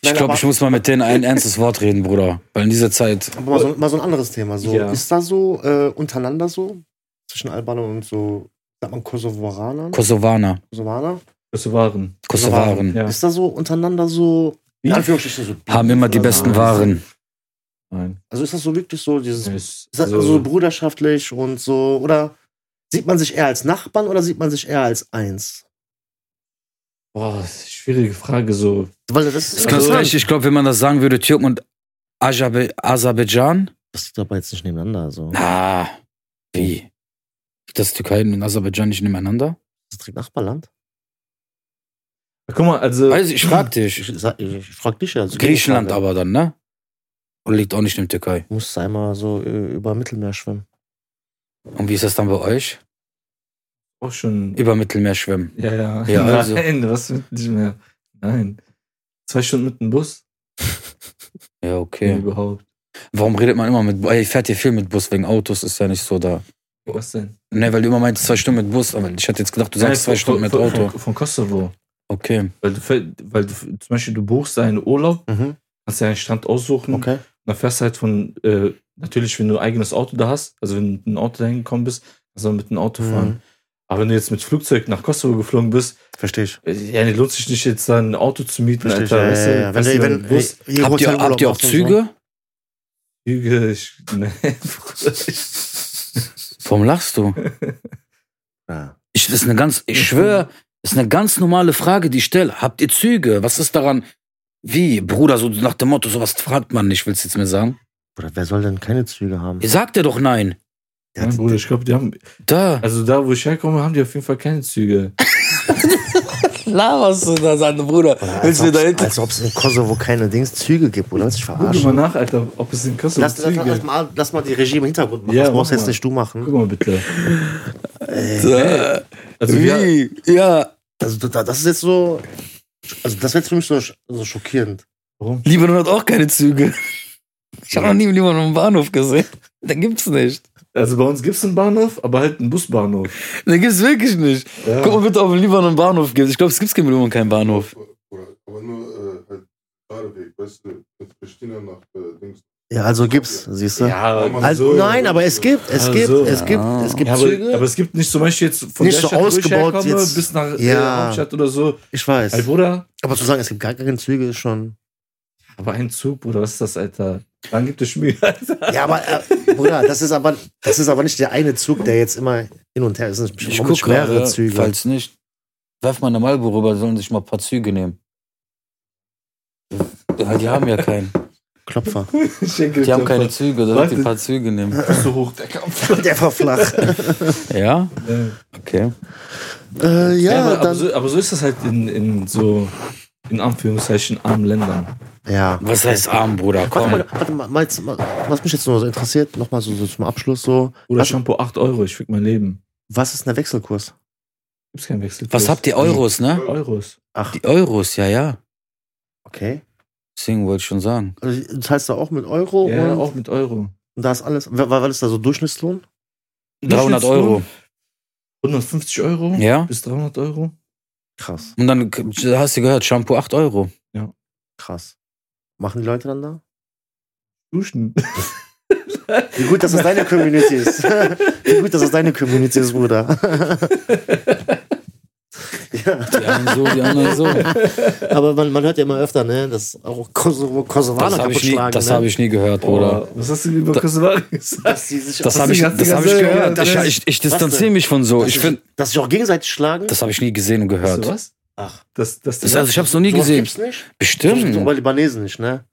[SPEAKER 2] Ich
[SPEAKER 3] Nein,
[SPEAKER 2] glaube,
[SPEAKER 3] aber-
[SPEAKER 2] ich muss mal mit denen ein ernstes Wort reden, Bruder. Weil in dieser Zeit.
[SPEAKER 3] Aber mal so, mal so ein anderes Thema. So,
[SPEAKER 1] Ja.
[SPEAKER 3] Ist da so äh, untereinander so, zwischen Albanern und so, sagt man Kosovoranern?
[SPEAKER 2] Kosovaner.
[SPEAKER 3] Kosovaner?
[SPEAKER 1] Das waren.
[SPEAKER 2] Kosovaren.
[SPEAKER 1] Ja.
[SPEAKER 3] Ist da so untereinander so, in
[SPEAKER 1] Beef?
[SPEAKER 3] Anführungsstrichen so Beef
[SPEAKER 2] Haben immer die
[SPEAKER 3] oder
[SPEAKER 2] besten
[SPEAKER 3] so?
[SPEAKER 2] Waren.
[SPEAKER 1] Nein. Also,
[SPEAKER 3] Also ist das so wirklich so dieses, ist
[SPEAKER 1] Ist,
[SPEAKER 3] das
[SPEAKER 2] Also
[SPEAKER 3] also so, bruderschaftlich und so, oder sieht man sich eher als Nachbarn oder sieht man sich eher als eins?
[SPEAKER 1] boah, schwierige Frage. So,
[SPEAKER 3] Weil das
[SPEAKER 2] Das
[SPEAKER 3] ist
[SPEAKER 2] ist ganz
[SPEAKER 1] Also-
[SPEAKER 2] recht. Ich glaube, wenn man das sagen würde, Türken und Aserbe- Aserbaidschan.
[SPEAKER 3] Das ist dabei jetzt nicht nebeneinander, also.
[SPEAKER 2] Ah, wie? Das Türkei und Aserbaidschan nicht nebeneinander?
[SPEAKER 3] Das ist direkt Nachbarland.
[SPEAKER 1] guck mal, also.
[SPEAKER 2] Weiß ich, ich frag
[SPEAKER 3] Ich,
[SPEAKER 2] dich.
[SPEAKER 3] ich, sag- ich, ich frag dich ja. Also
[SPEAKER 2] Griechenland
[SPEAKER 3] Gegenfrage.
[SPEAKER 2] aber dann, ne? Oder liegt auch nicht in der Türkei?
[SPEAKER 3] Musst einmal so äh, über Mittelmeer schwimmen.
[SPEAKER 2] Und wie ist das dann bei euch?
[SPEAKER 1] auch schon.
[SPEAKER 2] Über Mittelmeer schwimmen.
[SPEAKER 1] Ja, ja. [LAUGHS]
[SPEAKER 2] Ja, also.
[SPEAKER 1] Nein, was mit nicht mehr. Nein. Zwei Stunden mit dem Bus?
[SPEAKER 2] Ja,
[SPEAKER 1] Nee,
[SPEAKER 2] okay.
[SPEAKER 1] überhaupt.
[SPEAKER 2] Warum redet man immer mit Ey, fährt ihr viel mit Bus wegen Autos? Ist ja nicht so da.
[SPEAKER 1] Was denn?
[SPEAKER 2] Ne, weil du immer meintest, zwei Stunden mit Bus. Aber ich hatte jetzt gedacht, du sagst
[SPEAKER 1] Nein,
[SPEAKER 2] zwei Stunden mit
[SPEAKER 1] von,
[SPEAKER 2] Auto.
[SPEAKER 1] Von, von Kosovo.
[SPEAKER 2] Okay.
[SPEAKER 1] Weil du, fäll- weil du zum Beispiel du buchst einen Urlaub,
[SPEAKER 3] Mhm.
[SPEAKER 1] kannst dir einen Strand aussuchen.
[SPEAKER 3] Okay.
[SPEAKER 1] Dann fährst du halt von, äh, natürlich, wenn du ein eigenes Auto da hast, also wenn du mit einem Auto dahin gekommen bist, kannst du auch mit einem Auto
[SPEAKER 3] Mhm.
[SPEAKER 1] fahren. Aber wenn du jetzt mit Flugzeug nach Kosovo geflogen bist,
[SPEAKER 3] Verstehe ich.
[SPEAKER 1] äh, ja, nee, lohnt sich nicht jetzt dann ein Auto zu mieten,
[SPEAKER 3] Verstehe ich.
[SPEAKER 1] Alter.
[SPEAKER 3] ja,
[SPEAKER 1] weißt
[SPEAKER 3] ja,
[SPEAKER 1] du?
[SPEAKER 3] ja. Wenn,
[SPEAKER 1] Weißt du,
[SPEAKER 3] wenn,
[SPEAKER 1] dann
[SPEAKER 3] wenn,
[SPEAKER 1] Bus,
[SPEAKER 3] ihr
[SPEAKER 2] habt, ihr,
[SPEAKER 1] halt
[SPEAKER 3] Hotelurlaub
[SPEAKER 2] habt ihr auch
[SPEAKER 3] macht und
[SPEAKER 2] Züge?
[SPEAKER 1] ne? Züge, [LAUGHS] ich, ne, Bruder, ich,
[SPEAKER 2] Warum lachst du?
[SPEAKER 3] So. Ja.
[SPEAKER 2] Ich, das ist eine ganz, ich schwöre, das ist eine ganz normale Frage, die ich stelle. Habt ihr Züge? Was ist daran? Wie, Bruder, so nach dem Motto, sowas fragt man nicht, willst du jetzt mir sagen?
[SPEAKER 3] Oder wer soll denn keine Züge haben?
[SPEAKER 2] Ihr sagt ja doch nein.
[SPEAKER 3] Der
[SPEAKER 1] Nein,
[SPEAKER 3] hat-
[SPEAKER 1] Bruder, ich glaube, die haben,
[SPEAKER 2] Da.
[SPEAKER 1] also da, wo ich herkomme, haben die auf jeden Fall keine Züge.
[SPEAKER 2] Laberst du da, seine Bruder?
[SPEAKER 3] Oder Äh, als ob's- Als ob es in Kosovo keine Dings Züge gibt, oder? Lass dich
[SPEAKER 1] Guck mal
[SPEAKER 3] verarschen.
[SPEAKER 1] nach, Alter, ob es in Kosovo
[SPEAKER 3] Lass, lass,
[SPEAKER 1] Züge
[SPEAKER 3] lass,
[SPEAKER 1] gibt.
[SPEAKER 3] mal, lass mal die Regie im Hintergrund machen.
[SPEAKER 1] Ja,
[SPEAKER 3] das brauchst
[SPEAKER 1] mach
[SPEAKER 3] jetzt
[SPEAKER 1] mal.
[SPEAKER 3] nicht du machen.
[SPEAKER 1] Guck mal bitte.
[SPEAKER 2] Da.
[SPEAKER 1] Also wir,
[SPEAKER 2] Äh, Wie? Ja.
[SPEAKER 3] Also da- das ist jetzt so. Also das wäre jetzt für mich so, sch- so schockierend.
[SPEAKER 1] warum?
[SPEAKER 2] Libanon hat auch keine Züge. Ich habe noch nie im Libanon einen Bahnhof gesehen. Da gibt's nicht.
[SPEAKER 1] Also bei uns gibt es einen Bahnhof, aber halt einen Busbahnhof.
[SPEAKER 2] Da gibt's wirklich nicht.
[SPEAKER 1] Ja.
[SPEAKER 2] Guck mal bitte, ob im Libanon einen Bahnhof gibt. Ich glaube, es gibt im Libanon keinen Bahnhof.
[SPEAKER 4] Oder, aber nur äh, halt Radeweg, weißt du, mit Pristina nach äh, Dings.
[SPEAKER 3] Ja, also gibt's, siehst du?
[SPEAKER 1] Ja,
[SPEAKER 4] aber
[SPEAKER 3] also
[SPEAKER 4] so,
[SPEAKER 3] nein,
[SPEAKER 4] ja.
[SPEAKER 3] aber es gibt, es
[SPEAKER 1] Also
[SPEAKER 3] gibt,
[SPEAKER 1] so,
[SPEAKER 3] es
[SPEAKER 2] ja.
[SPEAKER 3] gibt, es gibt
[SPEAKER 1] Ja, aber,
[SPEAKER 3] Züge.
[SPEAKER 1] aber es gibt nicht zum Beispiel jetzt von
[SPEAKER 3] Nicht
[SPEAKER 1] der
[SPEAKER 3] so
[SPEAKER 1] Stadt, wo ich
[SPEAKER 3] ausgebaut
[SPEAKER 1] herkomme,
[SPEAKER 3] jetzt.
[SPEAKER 1] bis nach
[SPEAKER 3] Ja.
[SPEAKER 1] äh, Hauptstadt oder so.
[SPEAKER 3] ich weiß.
[SPEAKER 1] Ey, Bruder,
[SPEAKER 3] Aber zu sagen, es gibt gar keine Züge ist schon.
[SPEAKER 1] aber ein Zug, Bruder, was ist das, Alter? Dann gibt es Schmier. [LAUGHS]
[SPEAKER 3] Ja, aber äh, Bruder, das ist aber das ist aber nicht der eine Zug, der jetzt immer hin und her ist. Es sind
[SPEAKER 2] Ich
[SPEAKER 3] bestimmt
[SPEAKER 2] gucke
[SPEAKER 3] mehrere
[SPEAKER 2] gerade,
[SPEAKER 3] Züge.
[SPEAKER 2] falls nicht, werf mal eine Malbo rüber, sollen sich mal ein paar Züge nehmen. Ja, die haben ja keinen.
[SPEAKER 3] Klopfer.
[SPEAKER 2] Die haben keine Züge,
[SPEAKER 1] Warte.
[SPEAKER 2] da sollen die ein paar Züge nehmen.
[SPEAKER 1] so hoch, der
[SPEAKER 3] [LAUGHS]
[SPEAKER 1] Kampf.
[SPEAKER 3] Der war flach.
[SPEAKER 2] Ja? Okay.
[SPEAKER 3] äh, ja,
[SPEAKER 1] Ja, aber, aber,
[SPEAKER 3] dann.
[SPEAKER 1] so, aber so ist das halt in, in so, in Anführungszeichen, armen Ländern.
[SPEAKER 3] ja.
[SPEAKER 2] Was heißt arm, Bruder?
[SPEAKER 3] Warte
[SPEAKER 2] Komm.
[SPEAKER 3] mal, warte mal, mal, jetzt- mal, was mich jetzt nur so interessiert, nochmal so, so zum Abschluss so,
[SPEAKER 1] Oder
[SPEAKER 3] was,
[SPEAKER 1] Shampoo 8 Euro, ich fick mein Leben.
[SPEAKER 3] was ist denn der Wechselkurs?
[SPEAKER 1] Gibt's keinen Wechselkurs.
[SPEAKER 2] Was habt ihr? Euros, ne?
[SPEAKER 1] Euros.
[SPEAKER 3] Ach,
[SPEAKER 2] Die Euros, ja, ja.
[SPEAKER 3] okay.
[SPEAKER 2] Deswegen wollte ich schon sagen.
[SPEAKER 3] Also, du zahlst da auch mit Oh, Euro
[SPEAKER 1] Ja,
[SPEAKER 3] und,
[SPEAKER 1] auch mit Euro.
[SPEAKER 3] und da ist alles, wa- wa- was ist da so Durchschnittslohn?
[SPEAKER 2] 300 Euro.
[SPEAKER 1] 150 Euro
[SPEAKER 3] ne?
[SPEAKER 2] Ja?
[SPEAKER 1] bis 300 Euro.
[SPEAKER 3] Krass,
[SPEAKER 2] Und dann k- hast du gehört, Shampoo 8 Euro.
[SPEAKER 3] krass. Machen die Leute dann da?
[SPEAKER 1] Duschen.
[SPEAKER 3] Wie gut, dass das deine
[SPEAKER 2] [LAUGHS]
[SPEAKER 3] Community ist. Wie gut, dass das deine Community ist, Bruder. ja,
[SPEAKER 2] Die einen so, die anderen [LAUGHS] so.
[SPEAKER 3] aber man, man hört ja immer öfter, ne, dass auch Kosovo, Kosovaner
[SPEAKER 2] Das habe
[SPEAKER 3] kaputt
[SPEAKER 2] ich, nie-
[SPEAKER 3] schlagen.
[SPEAKER 2] das
[SPEAKER 3] ne?
[SPEAKER 2] hab ich nie gehört, Bruder.
[SPEAKER 1] was hast du über Kosovari gesagt?
[SPEAKER 3] Dass die sich
[SPEAKER 2] Das
[SPEAKER 3] auch,
[SPEAKER 2] habe ich,
[SPEAKER 1] die ganze
[SPEAKER 2] das hab ich
[SPEAKER 1] Gazelle,
[SPEAKER 2] gehört. Ich,
[SPEAKER 3] ne?
[SPEAKER 1] Andreas?
[SPEAKER 2] ich, ich distanziere
[SPEAKER 3] denn?
[SPEAKER 2] mich von so.
[SPEAKER 3] dass,
[SPEAKER 2] Ich
[SPEAKER 3] sich-
[SPEAKER 2] finde,
[SPEAKER 3] dass sich auch gegenseitig schlagen.
[SPEAKER 2] das habe ich nie gesehen und
[SPEAKER 1] Weißt
[SPEAKER 2] gehört.
[SPEAKER 1] du was?
[SPEAKER 3] Ach,
[SPEAKER 1] Das, das,
[SPEAKER 2] Das, also ich habe es noch nie
[SPEAKER 3] sowas
[SPEAKER 2] gesehen.
[SPEAKER 3] gibt's nicht? Stimmt.
[SPEAKER 2] Bestimmt.
[SPEAKER 3] Aber Libanesen nicht, ne?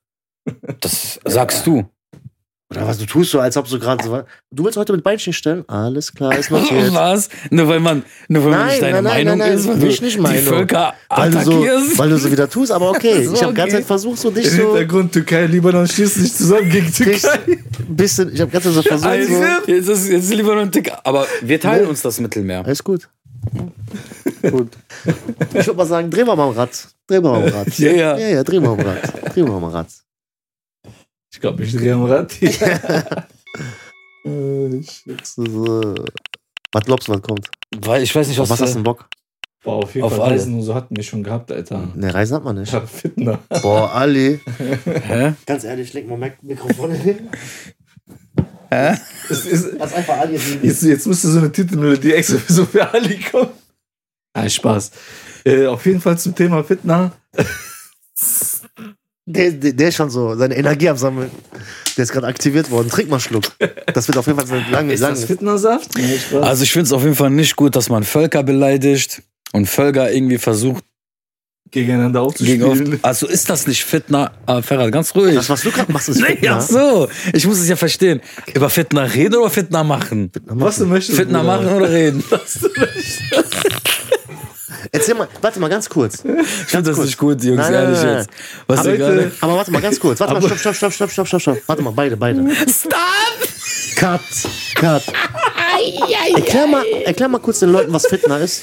[SPEAKER 2] Das sagst
[SPEAKER 3] [LAUGHS]
[SPEAKER 2] du.
[SPEAKER 3] Oder was du tust so, als ob so gerade so Du willst heute mit Beinchen stellen? Alles klar, ist notiert.
[SPEAKER 2] [LAUGHS] Was? Nur weil man, nur weil man
[SPEAKER 3] Nein,
[SPEAKER 2] nicht deine
[SPEAKER 3] nein, nein,
[SPEAKER 2] Meinung
[SPEAKER 3] nein, nein,
[SPEAKER 2] ist, weil
[SPEAKER 3] nicht-
[SPEAKER 2] du
[SPEAKER 3] nicht
[SPEAKER 2] die
[SPEAKER 3] Meinung.
[SPEAKER 2] Völker
[SPEAKER 3] weil, du so,
[SPEAKER 2] attackierst.
[SPEAKER 3] weil du so wieder tust, aber okay.
[SPEAKER 2] [LAUGHS] So,
[SPEAKER 3] ich
[SPEAKER 2] okay.
[SPEAKER 3] habe die ganze Zeit versucht, so dich
[SPEAKER 1] Im
[SPEAKER 3] so
[SPEAKER 1] Hintergrund Türkei, Libanon schießen sich zusammen gegen
[SPEAKER 3] dich
[SPEAKER 1] Türkei.
[SPEAKER 3] ein bisschen. Ich habe ganze Zeit so versucht.
[SPEAKER 2] Also,
[SPEAKER 3] So, Ne?
[SPEAKER 2] jetzt ist, jetzt ist lieber noch ein Tick. Aber wir teilen uns das Mittelmeer. [LAUGHS]
[SPEAKER 3] alles gut. gut. Ich würde mal sagen, dreh mal am Rad. Dreh mal am Rad.
[SPEAKER 2] [LAUGHS] Ja, ja.
[SPEAKER 3] Ja, ja, dreh mal am Rad. Dreh mal am Rad.
[SPEAKER 2] Ich glaube
[SPEAKER 1] Ich
[SPEAKER 2] nicht.
[SPEAKER 1] drehe am Rad. [LAUGHS] Äh, shit.
[SPEAKER 3] Das ist, äh, Was glaubst du, was kommt?
[SPEAKER 2] Weil ich weiß nicht,
[SPEAKER 3] Was,
[SPEAKER 2] was,
[SPEAKER 3] was hast du
[SPEAKER 2] äh,
[SPEAKER 3] denn Bock?
[SPEAKER 1] Boah, auf jeden
[SPEAKER 2] Auf
[SPEAKER 1] Fall
[SPEAKER 2] alle. Mhm.
[SPEAKER 1] Reisen und so hatten wir schon gehabt, Alter.
[SPEAKER 3] Ne, Reisen hat man
[SPEAKER 1] Ich
[SPEAKER 3] nicht.
[SPEAKER 1] hab
[SPEAKER 2] [LAUGHS]
[SPEAKER 1] Fitner.
[SPEAKER 3] Boah, Ali.
[SPEAKER 2] Hä?
[SPEAKER 3] Ganz ehrlich, leg mal Mac Mikrofon hin.
[SPEAKER 1] Es ist,
[SPEAKER 3] Lass einfach Ali sehen.
[SPEAKER 1] jetzt, jetzt müsste so eine Titelmelodie extra für so für Ali kommen. Ah, Spaß. Äh, auf jeden Fall zum Thema Fitner.
[SPEAKER 3] Der, der, der ist schon so, seine Energie am Sammeln. Der ist gerade aktiviert worden. Trink mal einen Schluck. Das wird auf jeden Fall so ein langes,
[SPEAKER 1] Ist das
[SPEAKER 3] langes.
[SPEAKER 1] Fitnersaft? Nee, Spaß.
[SPEAKER 2] Also ich finde es auf jeden Fall nicht gut, dass man Völker beleidigt und Völker irgendwie versucht,
[SPEAKER 1] gegeneinander
[SPEAKER 2] gegen auf,
[SPEAKER 1] aufzuspielen.
[SPEAKER 2] Also ist das nicht Fitner? Ah, Ferhat, ganz ruhig.
[SPEAKER 3] Das, was du gerade machst, ist ne?
[SPEAKER 2] nee, [LAUGHS] ach
[SPEAKER 3] Fitner.
[SPEAKER 2] so. Ich muss es ja verstehen. Über Fitner reden oder Fitner machen?
[SPEAKER 1] Was du möchtest.
[SPEAKER 2] Fitner
[SPEAKER 1] Bruder.
[SPEAKER 2] machen oder
[SPEAKER 3] [LAUGHS]
[SPEAKER 2] reden?
[SPEAKER 3] Erzähl mal, warte mal ganz
[SPEAKER 2] Ich
[SPEAKER 3] kurz.
[SPEAKER 2] finde das
[SPEAKER 3] kurz.
[SPEAKER 2] nicht gut, Jungs,
[SPEAKER 3] Nein, nein,
[SPEAKER 2] ehrlich
[SPEAKER 3] nein,
[SPEAKER 2] jetzt. Was
[SPEAKER 1] Aber
[SPEAKER 2] ihr gerade...
[SPEAKER 1] Leute-
[SPEAKER 3] Aber warte mal ganz kurz. Warte mal, stopp, stopp, stopp, stopp, stopp, stopp, stopp. Warte mal, beide, beide.
[SPEAKER 2] Stop!
[SPEAKER 3] Cut, cut. Erklär mal, erklär mal kurz den Leuten, was Fitner ist.